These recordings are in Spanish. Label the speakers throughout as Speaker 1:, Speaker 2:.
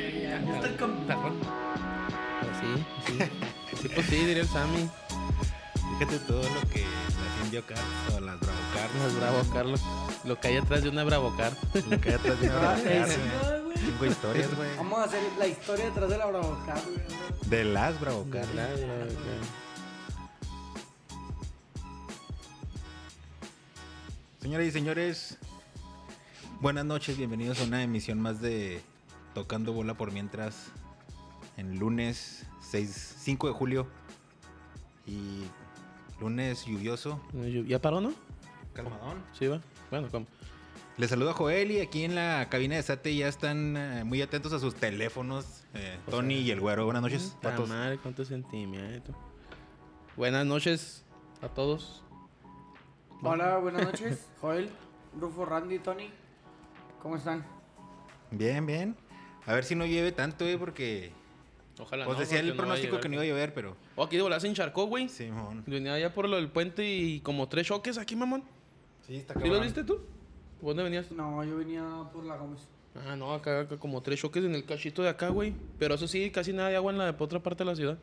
Speaker 1: Está el campeón.
Speaker 2: Pero Pues sí, sí. Sí, pues sí, diría el Sammy.
Speaker 3: Fíjate todo lo que las Indio Cars o las Bravo Cars.
Speaker 2: Las Bravo Carlos. Lo que hay atrás de una Bravo Car.
Speaker 3: Lo que hay atrás de una Bravo
Speaker 4: Ah,
Speaker 3: Car,
Speaker 4: sí,
Speaker 3: güey. Cinco historias, güey.
Speaker 4: Vamos a hacer la historia detrás de la Bravo Car, güey.
Speaker 3: De las Bravo Car.
Speaker 2: Ojalá, la verdad.
Speaker 3: Señoras y señores, buenas noches, bienvenidos a una emisión más de Tocando Bola por Mientras, en lunes 6, 5 de julio y lunes lluvioso,
Speaker 2: No, yo- ¿Ya paró, no?
Speaker 3: calmadón.
Speaker 2: Sí, va. Bueno, ¿cómo?
Speaker 3: Les saludo a Joel y aquí en la cabina de Sate ya están eh, muy atentos a sus teléfonos, eh, Tony y el güero. Buenas noches,
Speaker 2: La
Speaker 3: patos.
Speaker 2: madre, cuánto sentimiento. Buenas noches a todos.
Speaker 4: Hola, buenas noches. Joel, Rufo, Randy, Tony. ¿Cómo están?
Speaker 3: Bien, bien. A ver si no llueve tanto, eh, porque
Speaker 2: Ojalá
Speaker 3: pues
Speaker 2: no,
Speaker 3: decía el
Speaker 2: porque no va a
Speaker 3: pronóstico
Speaker 2: llegar.
Speaker 3: que no iba a llover, pero
Speaker 2: Oh, aquí de volar se encharcó, güey.
Speaker 3: Simón.
Speaker 2: Venía allá por lo del puente y como tres choques aquí, mamón.
Speaker 3: Sí, está
Speaker 2: ¿Sí los viste tú? ¿Por ¿Dónde venías?
Speaker 4: No, yo venía por la Gómez.
Speaker 2: Ah, no, acá, acá como tres choques en el cachito de acá, güey. Pero eso sí, casi nada de agua en la de otra parte de la ciudad.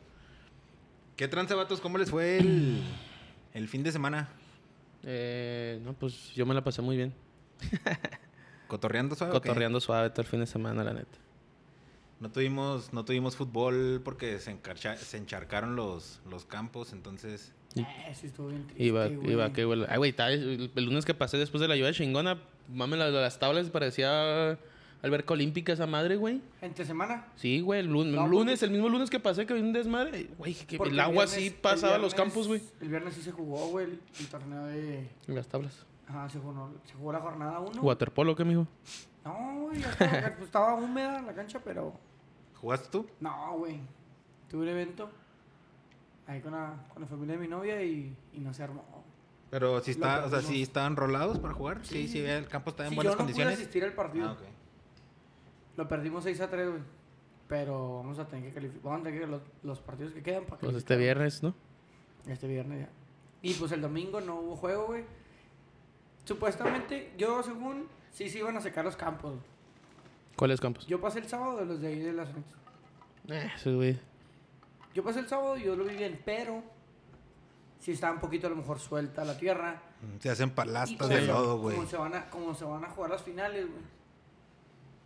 Speaker 3: ¿Qué tranza, vatos? ¿Cómo les fue el, el fin de semana?
Speaker 2: Eh, no, pues yo me la pasé muy bien.
Speaker 4: Ah,
Speaker 3: ¿Cotorreando suave? o qué?
Speaker 2: Cotorreando suave todo el fin de semana, la neta.
Speaker 3: No tuvimos, no tuvimos fútbol porque se, encarcha- se encharcaron los, los campos, entonces...
Speaker 4: Eh, sí estuvo bien triste,
Speaker 2: Iba,
Speaker 4: güey.
Speaker 2: iba, qué güey. Ay, güey, estaba- el, el lunes que pasé después de la lluvia chingona, mames, las, las tablas parecía alberca olímpica esa madre, güey.
Speaker 4: ¿Entre semana?
Speaker 2: Sí, güey, el lun-
Speaker 4: No,
Speaker 2: el
Speaker 4: porque-
Speaker 2: lunes, el mismo lunes que pasé que vi un desmadre, güey, que
Speaker 4: Porque
Speaker 2: el agua
Speaker 4: viernes-
Speaker 2: sí
Speaker 4: el
Speaker 2: pasaba
Speaker 4: viernes-
Speaker 2: los campos, güey.
Speaker 4: El viernes sí se jugó, güey, el, el torneo de...
Speaker 2: En las tablas.
Speaker 4: Ajá, se jugó, se jugó la jornada 1.
Speaker 2: Waterpolo, ¿qué, mijo?
Speaker 4: No, güey, ya estaba, pues, estaba húmeda la cancha, pero...
Speaker 3: ¿Jugaste tú?
Speaker 4: No, güey. Tuve un evento ahí con la, con la familia de mi novia y, y no se armó.
Speaker 3: Pero si está,
Speaker 4: Lo
Speaker 3: o sea,
Speaker 4: perdimos.
Speaker 3: si estaban rolados para jugar, sí,
Speaker 4: Sí.
Speaker 3: sí, el campo estaba en
Speaker 4: Sí, yo
Speaker 3: buenas
Speaker 4: no pude
Speaker 3: condiciones.
Speaker 4: asistir al partido.
Speaker 3: Ah, ok.
Speaker 4: Lo perdimos 6 a 3, güey. Pero vamos a tener que calificar. Vamos a tener que los, los partidos que quedan para
Speaker 2: Pues este viernes, ¿no?
Speaker 4: Este viernes ya. Y pues el domingo no hubo juego, güey. Supuestamente, yo según, sí se iban a secar los campos. güey.
Speaker 2: ¿Cuáles campos?
Speaker 4: Yo pasé el sábado de los de ahí de las Anexas.
Speaker 2: Eh, sí, güey.
Speaker 4: Yo pasé el sábado y yo lo vi bien, pero sí estaba un poquito a lo mejor suelta la tierra.
Speaker 3: Mm, Se hacen
Speaker 4: Y
Speaker 3: palastas
Speaker 4: como
Speaker 3: de
Speaker 4: se-
Speaker 3: lodo, güey.
Speaker 4: Como se, van a, como se van a jugar las finales, güey.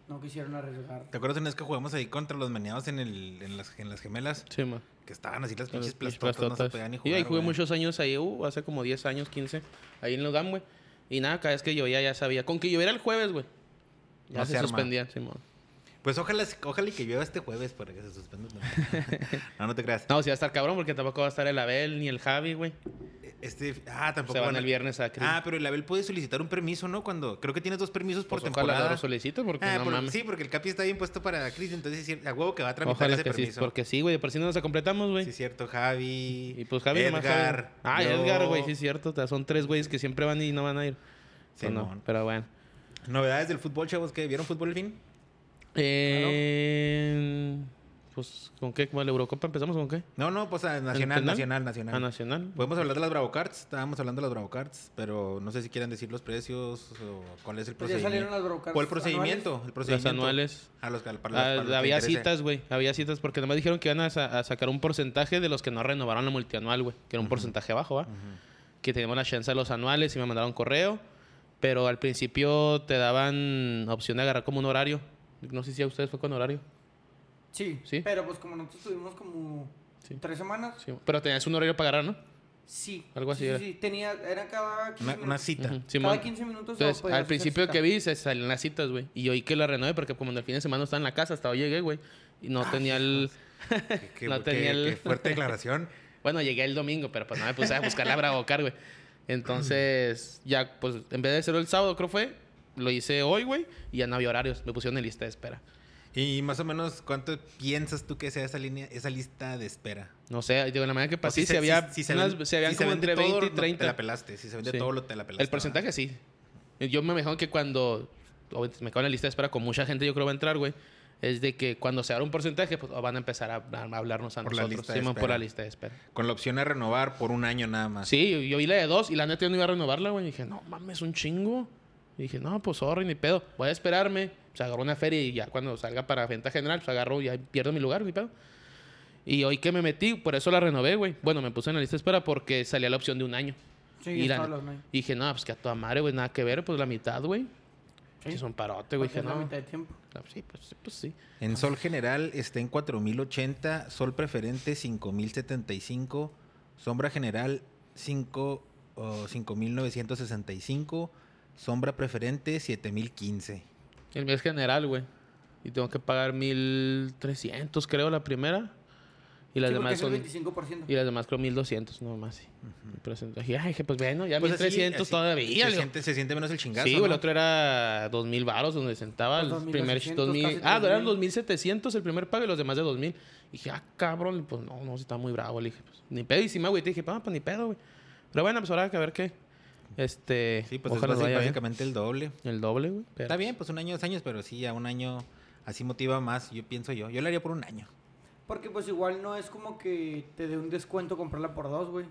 Speaker 4: No quisieron arriesgar.
Speaker 3: ¿Te acuerdas una vez que jugamos ahí contra los meneados en, el, en, las, en las gemelas?
Speaker 2: Sí, ma.
Speaker 3: Que estaban así las
Speaker 2: Con
Speaker 3: pinches
Speaker 2: las pinches
Speaker 3: plastotas, no se
Speaker 2: plastotas.
Speaker 3: podían ni jugar.
Speaker 2: Yo ahí jugué
Speaker 3: güey.
Speaker 2: muchos años ahí, uh, hace como 10 años, 15, ahí en Lugam, güey. Y nada, cada vez que llovía ya sabía. Con que lloviera el jueves, güey. Ya
Speaker 3: No
Speaker 2: se,
Speaker 3: se arma.
Speaker 2: suspendían, Simón.
Speaker 3: Pues ojalá, ojalá y que llueva este jueves para que se suspenda. también. no, no te creas.
Speaker 2: No, si va a estar cabrón porque tampoco va a estar el Abel ni el Javi, güey.
Speaker 3: Este, ah, tampoco
Speaker 2: Se van
Speaker 3: van a-
Speaker 2: el viernes a Cris.
Speaker 3: Ah, pero el Abel puede solicitar un permiso, ¿no? Cuando creo que tienes dos permisos por
Speaker 2: Pues
Speaker 3: temporada.
Speaker 2: Ojalá lo solicite porque
Speaker 3: Ah,
Speaker 2: no
Speaker 3: por-
Speaker 2: mames.
Speaker 3: sí, porque el Capi está bien puesto para Cris, entonces sí, a huevo que va a tramitar
Speaker 2: ojalá
Speaker 3: ese
Speaker 2: que sí,
Speaker 3: permiso.
Speaker 2: porque sí, güey. Por si no nos completamos, güey.
Speaker 3: Sí, es cierto, Javi.
Speaker 2: y pues Javi nomás Javi.
Speaker 3: Edgar.
Speaker 2: Ah,
Speaker 3: yo.
Speaker 2: Edgar, güey, sí es cierto. o sea, son tres güeyes que siempre van y no van a ir.
Speaker 3: Sí,
Speaker 2: O no,
Speaker 3: mon.
Speaker 2: pero bueno.
Speaker 3: Novedades del fútbol, chavos, ¿qué? ¿Vieron fútbol el fin?
Speaker 2: Eh, Pues, ¿con qué? ¿Con la Eurocopa empezamos con qué?
Speaker 3: No, no, pues ah, nacional,
Speaker 2: penal?
Speaker 3: nacional, nacional.
Speaker 2: A Nacional.
Speaker 3: Podemos hablar de las Bravo Cards, estábamos hablando de las Bravo Cards, pero no sé si quieren decir los precios o cuál es el
Speaker 4: Pues ya salieron
Speaker 3: procedimiento.
Speaker 4: las brocas.
Speaker 3: ¿Cuál procedimiento? El
Speaker 2: Las
Speaker 3: procedimiento.
Speaker 2: anuales.
Speaker 3: A los, cal- para los-
Speaker 2: Ah,
Speaker 3: para los que
Speaker 2: había
Speaker 3: interese.
Speaker 2: citas, güey. Había citas porque nomás dijeron que iban a, sa- a sacar un porcentaje de los que no renovaron la multianual, güey. Que era un porcentaje bajo, ¿va? Que teníamos la chance de los anuales y me mandaron correo. Pero al principio te daban opción de agarrar como un horario. No sé si a ustedes fue con horario.
Speaker 4: Sí,
Speaker 2: Sí.
Speaker 4: Pero pues como nosotros tuvimos como
Speaker 2: Sí.
Speaker 4: tres semanas,
Speaker 2: Sí, Pero tenías un horario para agarrar, ¿no?
Speaker 4: sí.
Speaker 2: Algo así
Speaker 4: Sí,
Speaker 2: era.
Speaker 4: sí, sí. Tenía, era cada 15
Speaker 3: Una, una
Speaker 4: minutos.
Speaker 3: cita.
Speaker 2: Ujú, Simón.
Speaker 4: cada 15 minutos. o
Speaker 3: pues,
Speaker 2: Entonces,
Speaker 4: podías
Speaker 2: al
Speaker 4: hacer
Speaker 2: principio
Speaker 4: cita.
Speaker 2: que vi, se salían las citas, güey. Y oí que la renové porque como en el fin de semana no estaba en la casa, hasta hoy llegué, güey. Y
Speaker 3: Ah,
Speaker 2: no tenía el...
Speaker 3: Qué- qué-
Speaker 2: No
Speaker 3: qué-
Speaker 2: tenía el-
Speaker 3: qué fuerte declaración.
Speaker 2: Bueno, llegué el domingo, pero pues no me puse a buscar la Bravo Car, güey. Entonces, ya, pues, en vez de hacerlo el sábado, creo fue, lo hice hoy, güey, y ya no había horarios. Me pusieron en lista de espera.
Speaker 3: Y más o menos, ¿cuánto piensas tú que sea esa línea, esa lista de espera?
Speaker 2: No sé, digo, la manera que
Speaker 3: O
Speaker 2: pasé,
Speaker 3: se-
Speaker 2: Pues si había,
Speaker 3: si se
Speaker 2: unas-
Speaker 3: ven-
Speaker 2: se habían
Speaker 3: si
Speaker 2: como
Speaker 3: vende
Speaker 2: entre
Speaker 3: todo,
Speaker 2: 20 y
Speaker 3: no,
Speaker 2: 30.
Speaker 3: te la pelaste. Si se vende
Speaker 2: Sí.
Speaker 3: todo, lo te la pelaste.
Speaker 2: el porcentaje sí. Yo me imagino que cuando obviamente, me quedo en la lista de espera con mucha gente, yo creo que va a entrar, güey. Es de que cuando se abra un porcentaje, pues van a empezar a, a hablarnos a
Speaker 3: Por la
Speaker 2: nosotros.
Speaker 3: lista de
Speaker 2: Simón, por
Speaker 3: espera. Ah.
Speaker 2: la lista de espera.
Speaker 3: ¿verdad? Con la opción de renovar por un año nada más.
Speaker 2: Sí, yo vi la de dos y la neta yo no iba a renovarla, güey. Y dije, no mames, un chingo. Y dije, no, pues sorry, ni pedo. Voy a esperarme. Pues agarro una feria y ya cuando salga para venta general, pues agarro y ahí pierdo mi lugar, ni pedo. Y hoy que me metí, por eso la renové, güey. Bueno, me puse en la lista de espera porque salía la opción de un año.
Speaker 4: Sí,
Speaker 2: y, la-
Speaker 4: todos los nights.
Speaker 2: y dije, no, pues que a toda madre, güey, nada que ver, pues la mitad, güey.
Speaker 4: Sí.
Speaker 2: Sí. son parote, güey.
Speaker 4: Porque es
Speaker 2: Dije,
Speaker 4: la
Speaker 2: no.
Speaker 4: mitad de tiempo.
Speaker 2: Ah, Sí, pues, sí, pues sí.
Speaker 3: En sol general está en 4080, sol preferente 5075, sombra general 5, o 5965, sombra preferente 7015.
Speaker 2: El mío es general, güey. Y tengo que pagar 1300, creo, la primera. Y las
Speaker 4: Sí, porque
Speaker 2: demás
Speaker 4: es el
Speaker 2: son.
Speaker 4: 25%.
Speaker 2: Y las demás creo 1200, nomás. Sí. Pero dije, ay, dije, pues bueno, ya
Speaker 3: Pues así-
Speaker 2: 1300
Speaker 3: así
Speaker 2: todavía.
Speaker 3: Se
Speaker 2: le digo.
Speaker 3: siente, se siente menos el chingazo.
Speaker 2: Sí, güey, el
Speaker 3: ¿no?
Speaker 2: otro era 2000 varos donde sentaba
Speaker 4: Pues,
Speaker 2: el primer
Speaker 4: 2,800,
Speaker 2: 2000.
Speaker 4: casi
Speaker 2: Ah,
Speaker 4: 3,000.
Speaker 2: eran 2700 el primer pago y los demás de 2000. Y dije, ah, cabrón, pues no, no, sí está muy bravo. Le dije, pues ni pedo. Y sí, me güey, te dije, ah, pues ni pedo, güey. Pero bueno, pues ahora que a ver qué. Este.
Speaker 3: Sí, pues
Speaker 2: ojalá
Speaker 3: es
Speaker 2: nos
Speaker 3: básica-
Speaker 2: vaya bien.
Speaker 3: básicamente el doble.
Speaker 2: El doble, güey. pero-
Speaker 3: Está bien, pues un año, dos años, pero sí, a un año así motiva más, yo pienso yo. Yo lo haría por un año.
Speaker 4: Porque pues igual no es como que te dé un descuento comprarla por dos, güey.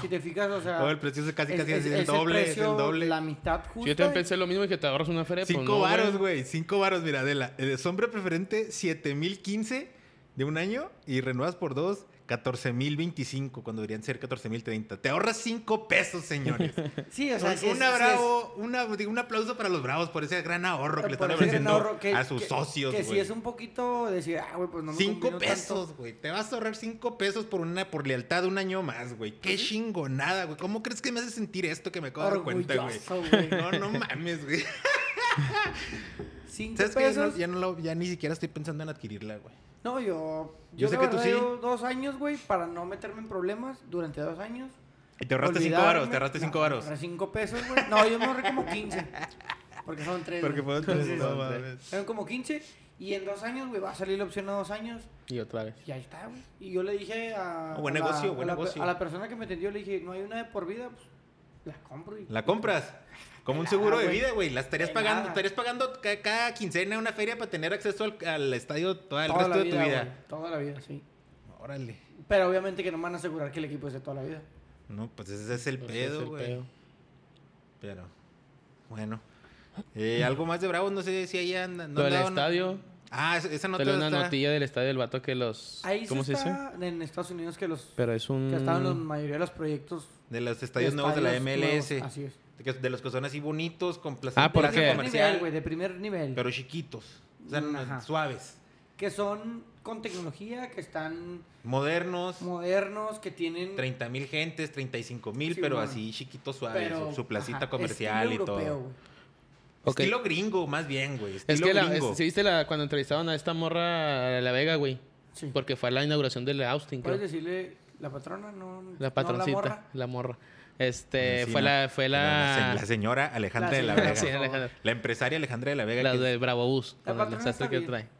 Speaker 4: Si te fijas, o sea...
Speaker 3: Oh, el precio es casi, casi es el
Speaker 4: es
Speaker 3: doble, es el
Speaker 4: precio,
Speaker 3: doble.
Speaker 4: La mitad justo.
Speaker 2: Si yo también pensé lo mismo y que te ahorras una feria, pues no,
Speaker 3: Cinco varos, güey. Cinco varos, mira, de la de sombra preferente, 7015 de un año y renuevas por dos, 14025, cuando deberían ser 14030. Te ahorras cinco pesos, señores.
Speaker 4: Sí, o sea,
Speaker 3: Entonces,
Speaker 4: sí es-
Speaker 3: una
Speaker 4: sí es-
Speaker 3: bravo, una- digo, un aplauso para los bravos por ese gran ahorro que le
Speaker 4: por
Speaker 3: están
Speaker 4: ese gran
Speaker 3: ofreciendo
Speaker 4: ahorro que-
Speaker 3: a sus
Speaker 4: que-
Speaker 3: socios,
Speaker 4: Que
Speaker 3: güey.
Speaker 4: si es un poquito decir, ah, güey, pues no me
Speaker 3: Cinco
Speaker 4: convino tanto.
Speaker 3: pesos, güey. Te vas a ahorrar cinco pesos por una por lealtad un año más, güey. Qué chingonada, güey. ¿Cómo crees que me hace sentir esto que me acabo de dar cuenta, güey?
Speaker 4: Orgulloso, güey.
Speaker 3: No, no mames, güey.
Speaker 4: Cinco
Speaker 3: ¿Sabes qué? Ya
Speaker 4: pesos.
Speaker 3: no, ya, no lo- ya ni siquiera estoy pensando en adquirirla, güey.
Speaker 4: No, yo.
Speaker 3: Yo sé
Speaker 4: la
Speaker 3: que tú
Speaker 4: verdad
Speaker 3: sí.
Speaker 4: llevo dos años, güey, para no meterme en problemas durante dos años.
Speaker 3: Y te ahorraste cinco
Speaker 4: Olvidarme-
Speaker 3: varos, te ahorraste
Speaker 4: No,
Speaker 3: cinco varos.
Speaker 4: ahorré cinco pesos, güey. No, yo me ahorré como 15. Porque son tres.
Speaker 3: Porque
Speaker 4: güey.
Speaker 3: fueron tres,
Speaker 4: Entonces,
Speaker 3: no mames.
Speaker 4: Fueron como 15. Y en dos años, güey, va a salir la opción a dos años.
Speaker 2: Y otra vez.
Speaker 4: Y ahí está, güey. Y yo le dije a.
Speaker 3: Buen
Speaker 4: a la-
Speaker 3: negocio,
Speaker 4: a
Speaker 3: buen
Speaker 4: la-
Speaker 3: negocio.
Speaker 4: A la persona que me atendió le dije, no hay una de por vida, pues la compro. Y...
Speaker 3: La compras. Como un
Speaker 4: Pelada,
Speaker 3: seguro de
Speaker 4: güey.
Speaker 3: vida, güey. La estarías
Speaker 4: De
Speaker 3: pagando,
Speaker 4: nada.
Speaker 3: estarías pagando ca- cada, quincena una feria para tener acceso al, al estadio todo el
Speaker 4: toda
Speaker 3: resto
Speaker 4: la
Speaker 3: de tu vida.
Speaker 4: güey, toda la vida, sí.
Speaker 3: Órale.
Speaker 4: Pero obviamente que no me van a asegurar que el equipo es de toda la vida.
Speaker 3: No, pues ese es el
Speaker 2: Pues, es
Speaker 3: pedo,
Speaker 2: el
Speaker 3: güey.
Speaker 2: pedo.
Speaker 3: Pero, bueno. Eh, algo más de Bravos, no sé si ahí andan. No
Speaker 2: Lo del
Speaker 3: andaban-
Speaker 2: estadio.
Speaker 3: Ah, esa- esa nota
Speaker 2: salió una
Speaker 3: está-
Speaker 2: notilla del estadio del vato que los.
Speaker 4: Ahí
Speaker 2: ¿Cómo
Speaker 4: se
Speaker 2: se dice?
Speaker 4: está en Estados Unidos que los
Speaker 2: Pero es un.
Speaker 4: que estaban la mayoría de los proyectos
Speaker 3: de los estadios Mm. nuevos de la
Speaker 4: estadios
Speaker 3: MLS.
Speaker 4: nuevos, así es.
Speaker 3: De que- De los que son así bonitos, con plaza,
Speaker 2: Ah, ¿por
Speaker 4: de
Speaker 3: plaza
Speaker 2: qué?
Speaker 4: primer nivel,
Speaker 3: comercial,
Speaker 4: güey, de primer nivel.
Speaker 3: pero chiquitos. O sea, no-
Speaker 4: Mm, Ajá.
Speaker 3: suaves,
Speaker 4: Que son con tecnología, que están
Speaker 3: modernos,
Speaker 4: modernos, que tienen
Speaker 3: 30 mil gentes, 35 mil,
Speaker 4: Sí,
Speaker 3: pero
Speaker 4: bueno.
Speaker 3: así chiquitos, suaves,
Speaker 4: pero,
Speaker 3: su, su placita
Speaker 4: ajá,
Speaker 3: comercial y
Speaker 4: estilo
Speaker 3: todo.
Speaker 4: europeo, güey.
Speaker 2: Ok.
Speaker 3: Estilo gringo, más bien, güey.
Speaker 2: Es
Speaker 3: Estilo
Speaker 2: que la,
Speaker 3: gringo.
Speaker 2: es- ¿sí viste la, cuando entrevistaban a esta morra de La Vega, güey.
Speaker 4: Sí.
Speaker 2: Porque fue a la inauguración del Austin, creo.
Speaker 4: Puedes decirle la patrona, no
Speaker 2: La
Speaker 4: No,
Speaker 2: patroncita,
Speaker 4: la
Speaker 2: la
Speaker 4: morra.
Speaker 2: morra. Este,
Speaker 3: Sí,
Speaker 2: fue
Speaker 3: no.
Speaker 2: la, fue
Speaker 3: La,
Speaker 2: la,
Speaker 3: se- la señora Alejandra
Speaker 4: La
Speaker 3: de la
Speaker 4: señora,
Speaker 3: Vega.
Speaker 2: sí, Alejandra.
Speaker 3: La empresaria Alejandra de la Vega.
Speaker 2: la
Speaker 3: que-
Speaker 2: del Bravo Bus,
Speaker 4: La
Speaker 2: con el
Speaker 4: patrona
Speaker 2: desastre
Speaker 4: está
Speaker 2: que
Speaker 4: bien. Ah.
Speaker 2: trae.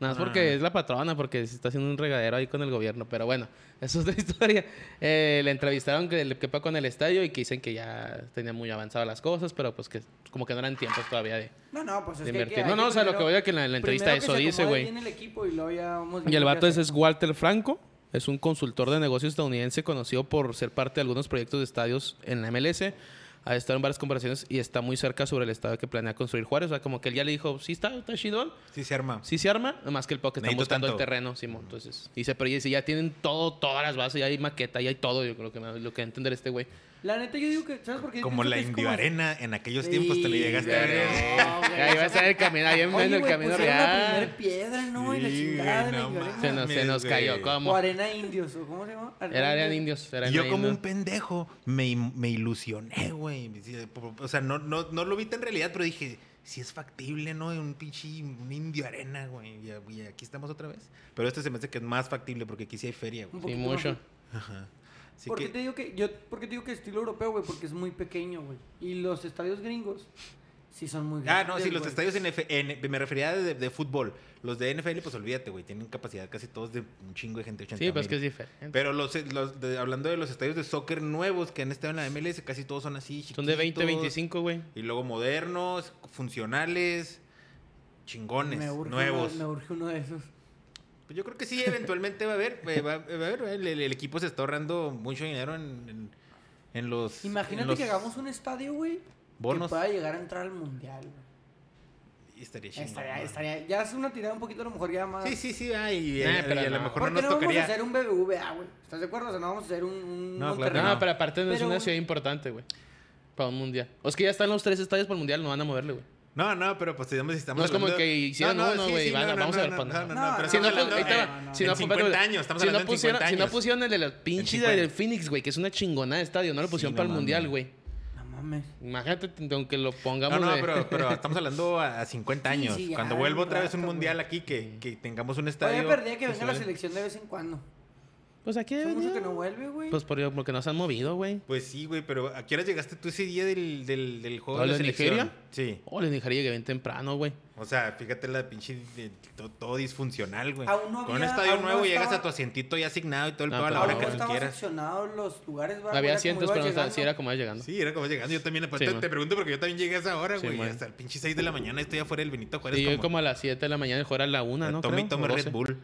Speaker 2: Nada más
Speaker 3: No, no,
Speaker 2: porque
Speaker 3: no.
Speaker 2: es la patrona, porque se está haciendo un regadero ahí con el gobierno. Pero bueno, eso es la historia. Eh, la entrevistaron que, que fue con el estadio y que dicen que ya tenía muy avanzadas las cosas, pero pues que como que no eran tiempos todavía de...
Speaker 4: No, no, pues es
Speaker 2: De
Speaker 4: que hay
Speaker 2: invertir.
Speaker 4: que-
Speaker 2: No,
Speaker 4: hay
Speaker 2: no, o sea, lo
Speaker 4: primero-
Speaker 2: que voy a que en la- en la entrevista
Speaker 4: primero que
Speaker 2: eso
Speaker 4: se
Speaker 2: dice,
Speaker 4: acomode
Speaker 2: güey.
Speaker 4: bien el equipo y luego ya vamos
Speaker 2: Y el
Speaker 4: viendo qué
Speaker 2: vato ese
Speaker 4: hacer.
Speaker 2: es Walter Franco. Es un consultor de negocios estadounidense conocido por ser parte de algunos proyectos de estadios en la MLS. Ha estado en varias conversaciones y está muy cerca sobre el estadio que planea construir Juárez. O sea, como que él ya le dijo, sí está, está chidón,
Speaker 3: Sí, se arma.
Speaker 2: sí se arma. Nomás que el poco que está
Speaker 3: Necesito
Speaker 2: buscando
Speaker 3: tanto.
Speaker 2: el terreno, Simón. Entonces, dice, pero dice, ya tienen todo, todas las bases, ya hay maqueta, ya hay todo. Yo creo que me- lo que va a entender este güey.
Speaker 4: La neta, yo digo que, ¿sabes por qué?
Speaker 3: Como
Speaker 4: Yo
Speaker 3: la
Speaker 4: pienso que
Speaker 3: Indio
Speaker 4: es
Speaker 3: Arena en aquellos
Speaker 4: Sí,
Speaker 3: tiempos te le llegaste a ver.
Speaker 4: No, güey.
Speaker 2: Ahí va a estar el camino, ahí en,
Speaker 4: Oye,
Speaker 2: en el
Speaker 4: güey,
Speaker 2: camino
Speaker 4: pusieron La
Speaker 2: real.
Speaker 4: primera piedra, ¿no? Y la
Speaker 3: Sí,
Speaker 4: chingada de
Speaker 3: güey,
Speaker 4: la
Speaker 3: no
Speaker 4: Indio Arena.
Speaker 2: Se nos, se nos
Speaker 3: Mames,
Speaker 2: cayó,
Speaker 3: güey.
Speaker 4: O
Speaker 2: ¿cómo?
Speaker 4: Arena Indios, ¿o cómo se llama?
Speaker 2: Era área de indios. era
Speaker 3: Y yo
Speaker 2: área
Speaker 3: como
Speaker 2: indio.
Speaker 3: un pendejo me, im- me ilusioné, güey. Sí, por- O sea, no, no, no lo vi tan en realidad, pero dije, si es factible, ¿no? Un pinche, un indio arena, güey. Y, a- y aquí estamos otra vez. Pero este se me hace que es más factible porque aquí sí hay feria,
Speaker 4: Un
Speaker 3: güey.
Speaker 2: Sí,
Speaker 4: poquito
Speaker 2: mucho.
Speaker 4: más.
Speaker 3: Así
Speaker 4: ¿Por
Speaker 3: que,
Speaker 4: qué te digo que, yo, ¿Por qué te digo que estilo europeo, güey? Porque es muy pequeño, güey. Y los estadios gringos sí son muy
Speaker 3: Ah,
Speaker 4: grandes,
Speaker 3: no, sí, los
Speaker 4: güey.
Speaker 3: estadios en, F- en- me refería de, de fútbol. Los de NFL, pues olvídate, güey. Tienen capacidad casi todos de un chingo de gente. 80
Speaker 2: Sí, pues que es
Speaker 3: mil.
Speaker 2: diferente.
Speaker 3: Pero los, los de- hablando de los estadios de soccer nuevos que han estado en la MLS, casi todos son así.
Speaker 2: Son de 20,
Speaker 3: chiquitos.
Speaker 2: 25, güey.
Speaker 3: Y luego modernos, funcionales, chingones,
Speaker 4: Me urge
Speaker 3: nuevos.
Speaker 4: uno- me urge uno de esos.
Speaker 3: Pues Yo creo que sí, eventualmente va a haber. eh, Va, va a haber eh, el, el equipo se está ahorrando mucho dinero en, en- en los. en
Speaker 4: Imagínate
Speaker 3: los-
Speaker 4: que hagamos un estadio, güey, que
Speaker 3: Bonos.
Speaker 4: pueda llegar a entrar al mundial. güey.
Speaker 3: Y estaría chingón.
Speaker 4: Estaría,
Speaker 3: ¿no?
Speaker 4: estaría, ya es una tirada un poquito a lo mejor ya más.
Speaker 3: Sí, sí, sí. ah, y,
Speaker 2: Nah,
Speaker 3: eh,
Speaker 2: pero
Speaker 3: y a lo
Speaker 2: no.
Speaker 3: mejor
Speaker 4: Porque
Speaker 3: no
Speaker 4: no
Speaker 3: nos
Speaker 4: vamos
Speaker 3: tocaría.
Speaker 4: a hacer un BBVA, güey. ¿Estás de acuerdo? O sea, no vamos a hacer un, un
Speaker 3: No, claro
Speaker 4: Monterrey.
Speaker 3: que
Speaker 2: No, pero aparte no es
Speaker 4: Pero
Speaker 2: una
Speaker 4: un-
Speaker 2: ciudad importante, güey. Para un mundial. O es que ya están los tres estadios para el mundial, no van a moverle, güey.
Speaker 3: No, no, pero pues digamos si estamos
Speaker 2: No es como
Speaker 3: hablando-
Speaker 2: que hicieran uno, güey, y van a- vamos a ver,
Speaker 3: No,
Speaker 2: pues,
Speaker 3: no,
Speaker 2: no.
Speaker 3: no, Ah, no,
Speaker 4: No,
Speaker 3: pero
Speaker 4: no,
Speaker 2: Si no,
Speaker 3: estamos
Speaker 4: pues,
Speaker 2: ahí
Speaker 3: hablando
Speaker 2: te va.
Speaker 4: no, no.
Speaker 2: Si no,
Speaker 3: en
Speaker 2: por ejemplo,
Speaker 3: 50 años, estamos
Speaker 2: si no
Speaker 3: hablando en
Speaker 2: pusieron-
Speaker 3: 50
Speaker 2: Si no
Speaker 3: años.
Speaker 2: pusieron el de la pinche
Speaker 3: En
Speaker 2: del
Speaker 3: 50.
Speaker 2: Phoenix, güey, que es una chingonada de estadio, no lo pusieron
Speaker 3: no
Speaker 2: para el
Speaker 3: mames.
Speaker 2: mundial, güey.
Speaker 4: No mames.
Speaker 2: Imagínate, t- aunque lo pongamos
Speaker 3: No, no,
Speaker 2: de-
Speaker 3: pero, pero estamos hablando a a 50 años.
Speaker 4: sí, ya,
Speaker 3: Cuando
Speaker 4: un
Speaker 3: vuelva otra vez un
Speaker 4: rato,
Speaker 3: mundial
Speaker 4: güey.
Speaker 3: aquí, que, que tengamos un
Speaker 4: Oye,
Speaker 3: estadio.
Speaker 4: perdía que
Speaker 3: se
Speaker 4: venga la
Speaker 3: vea-
Speaker 4: selección de vez en cuando.
Speaker 2: Pues aquí
Speaker 4: Hace mucho que
Speaker 2: debería.
Speaker 4: no vuelve, güey.
Speaker 2: Pues por- porque no se han movido, güey.
Speaker 3: Pues sí, güey, pero ¿a qué hora llegaste tú ese día del, del, del juego
Speaker 2: ¿Ah,
Speaker 3: de la
Speaker 2: de
Speaker 3: selección?
Speaker 2: Nigeria?
Speaker 3: Sí.
Speaker 2: Oh, les dejaría que bien temprano, güey.
Speaker 3: O sea, fíjate la pinche. de- to- todo disfuncional, güey.
Speaker 4: Aún no
Speaker 3: Con un
Speaker 4: había-
Speaker 3: estadio
Speaker 4: aún no
Speaker 3: nuevo llegas
Speaker 4: estaba-
Speaker 3: a tu asientito ya asignado y todo el
Speaker 2: No,
Speaker 3: pedo a
Speaker 2: pero
Speaker 3: la hora
Speaker 4: Ahora
Speaker 3: que
Speaker 4: que
Speaker 2: bueno.
Speaker 3: tú
Speaker 4: estaban
Speaker 3: quieras.
Speaker 4: seccionados los lugares, ¿verdad?
Speaker 2: Había
Speaker 4: Era como
Speaker 2: asientos,
Speaker 4: ibas
Speaker 2: pero no estaba,
Speaker 4: llegando.
Speaker 2: sí era como ibas llegando.
Speaker 3: Sí, era como llegando. Yo también
Speaker 2: Sí,
Speaker 3: te,
Speaker 2: man.
Speaker 3: te pregunto porque yo también llegué a esa hora,
Speaker 2: Sí,
Speaker 3: güey. y
Speaker 2: man.
Speaker 3: hasta el pinche 6 de la mañana estoy afuera del Benito Juárez.
Speaker 2: Y yo
Speaker 3: como,
Speaker 2: como a las 7 de la mañana, mejor a la 1, ¿no?
Speaker 3: Tommy
Speaker 2: Creo,
Speaker 3: toma
Speaker 2: o
Speaker 3: Red
Speaker 2: 12.
Speaker 3: Bull.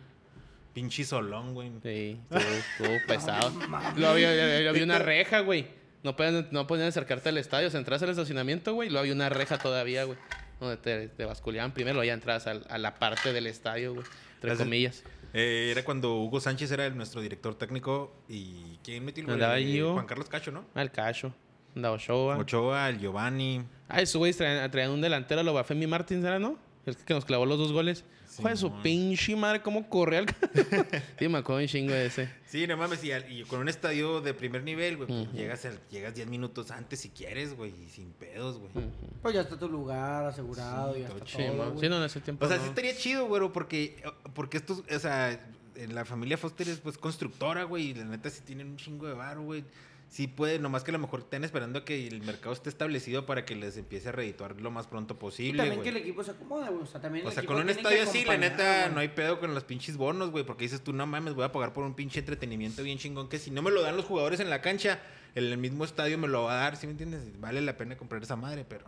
Speaker 3: Pinche solón, güey.
Speaker 2: Sí, estuvo, estuvo pesado.
Speaker 4: mames.
Speaker 2: Luego había, había- había una reja, güey. No podían, no podían acercarte al estadio. O sea, entras al estacionamiento, güey. y Luego había una reja todavía, güey. Donde te, te basculeaban primero. Luego ya entras al- a la parte del estadio, güey. Entre
Speaker 3: Las-
Speaker 2: comillas.
Speaker 3: Eh, era cuando Hugo Sánchez era el- nuestro director técnico y ¿quién metió el gol?
Speaker 2: Andaba
Speaker 3: Eh,
Speaker 2: Gio.
Speaker 3: Juan Carlos Cacho, ¿no?
Speaker 2: Al Cacho. Andaba Ochoa.
Speaker 3: Ochoa, el Giovanni.
Speaker 2: Ah, esos güeyes traían, traían un delantero, lo Bafemi Martins, ¿era, no? El que nos clavó los dos goles.
Speaker 3: Sí,
Speaker 2: Joder, su
Speaker 3: no.
Speaker 2: pinche madre, cómo corría el... sí, me acuerdo un chingo de ese.
Speaker 3: Sí, no mames, y, al- y con un estadio de primer nivel, güey, pues, llegas al- llegas 10 minutos antes si quieres, güey, y sin pedos, güey.
Speaker 4: Pues ya está tu lugar asegurado,
Speaker 3: Sí,
Speaker 4: ya está
Speaker 3: todo
Speaker 2: Sí,
Speaker 4: todo,
Speaker 2: mo-
Speaker 4: güey.
Speaker 2: sí, no, en ese tiempo
Speaker 3: O sea,
Speaker 2: no.
Speaker 3: sí estaría chido, güey, porque, porque estos, o sea, en la familia Foster es pues constructora, güey, y la neta sí tienen un chingo de varo, güey. Sí puede, nomás que a lo mejor están esperando a que el mercado esté establecido para que les empiece a redituar lo más pronto
Speaker 4: Y
Speaker 3: posible,
Speaker 4: también
Speaker 3: güey.
Speaker 4: que el equipo se acomode, güey. O sea, también el
Speaker 3: O sea,
Speaker 4: equipo
Speaker 3: con un
Speaker 4: tiene que
Speaker 3: estadio así, la
Speaker 4: acompañar,
Speaker 3: neta,
Speaker 4: güey.
Speaker 3: no hay pedo con los pinches bonos, güey. Porque dices tú, no mames, voy a pagar por un pinche entretenimiento bien chingón. Que si no me lo dan los jugadores en la cancha, el, el mismo estadio me lo va a dar, ¿sí me entiendes? Vale la pena comprar esa madre, pero.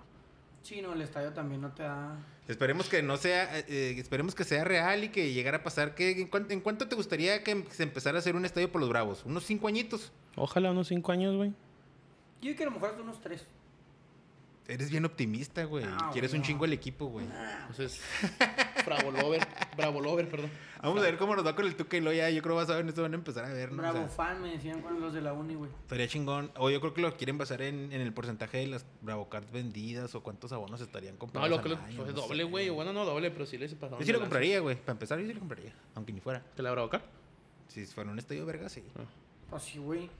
Speaker 4: Sí, no, el estadio también no te da...
Speaker 3: Esperemos que no sea, eh, eh, esperemos que sea real y que llegara a pasar. Que, en, cuánto, ¿En cuánto te gustaría que em, se empezara a hacer un estadio por los bravos? ¿Unos cinco añitos?
Speaker 2: Ojalá unos cinco años, güey.
Speaker 4: Yo creo que a lo mejor hasta unos tres.
Speaker 3: Eres bien optimista, güey.
Speaker 4: No,
Speaker 3: Quieres
Speaker 4: güey,
Speaker 3: un
Speaker 4: no.
Speaker 3: chingo el equipo, güey.
Speaker 2: Entonces, Bravo Lover, Bravo Lover, perdón.
Speaker 3: Vamos a ver cómo nos va con el Tuca y lo ya. Yo creo que vas a ver, esto van a empezar a ver, ¿no? O
Speaker 4: Bravo
Speaker 3: sea,
Speaker 4: fan, me decían cuando los de la uni, güey.
Speaker 3: Estaría chingón. O yo creo que lo quieren basar en, en el porcentaje de las Bravo Cards vendidas o cuántos abonos estarían
Speaker 2: No,
Speaker 3: comprados.
Speaker 2: lo
Speaker 3: al
Speaker 2: que lo-
Speaker 3: año,
Speaker 2: pues,
Speaker 3: no
Speaker 2: doble,
Speaker 3: sé.
Speaker 2: güey. Bueno, no doble, pero sí le se pasaron.
Speaker 3: Yo sí lo
Speaker 2: de lanza.
Speaker 3: compraría, güey. Para empezar, yo sí lo compraría. Aunque ni fuera.
Speaker 2: ¿Te la broca?
Speaker 3: Si fuera un estadio verga, sí.
Speaker 4: Pues sí, güey.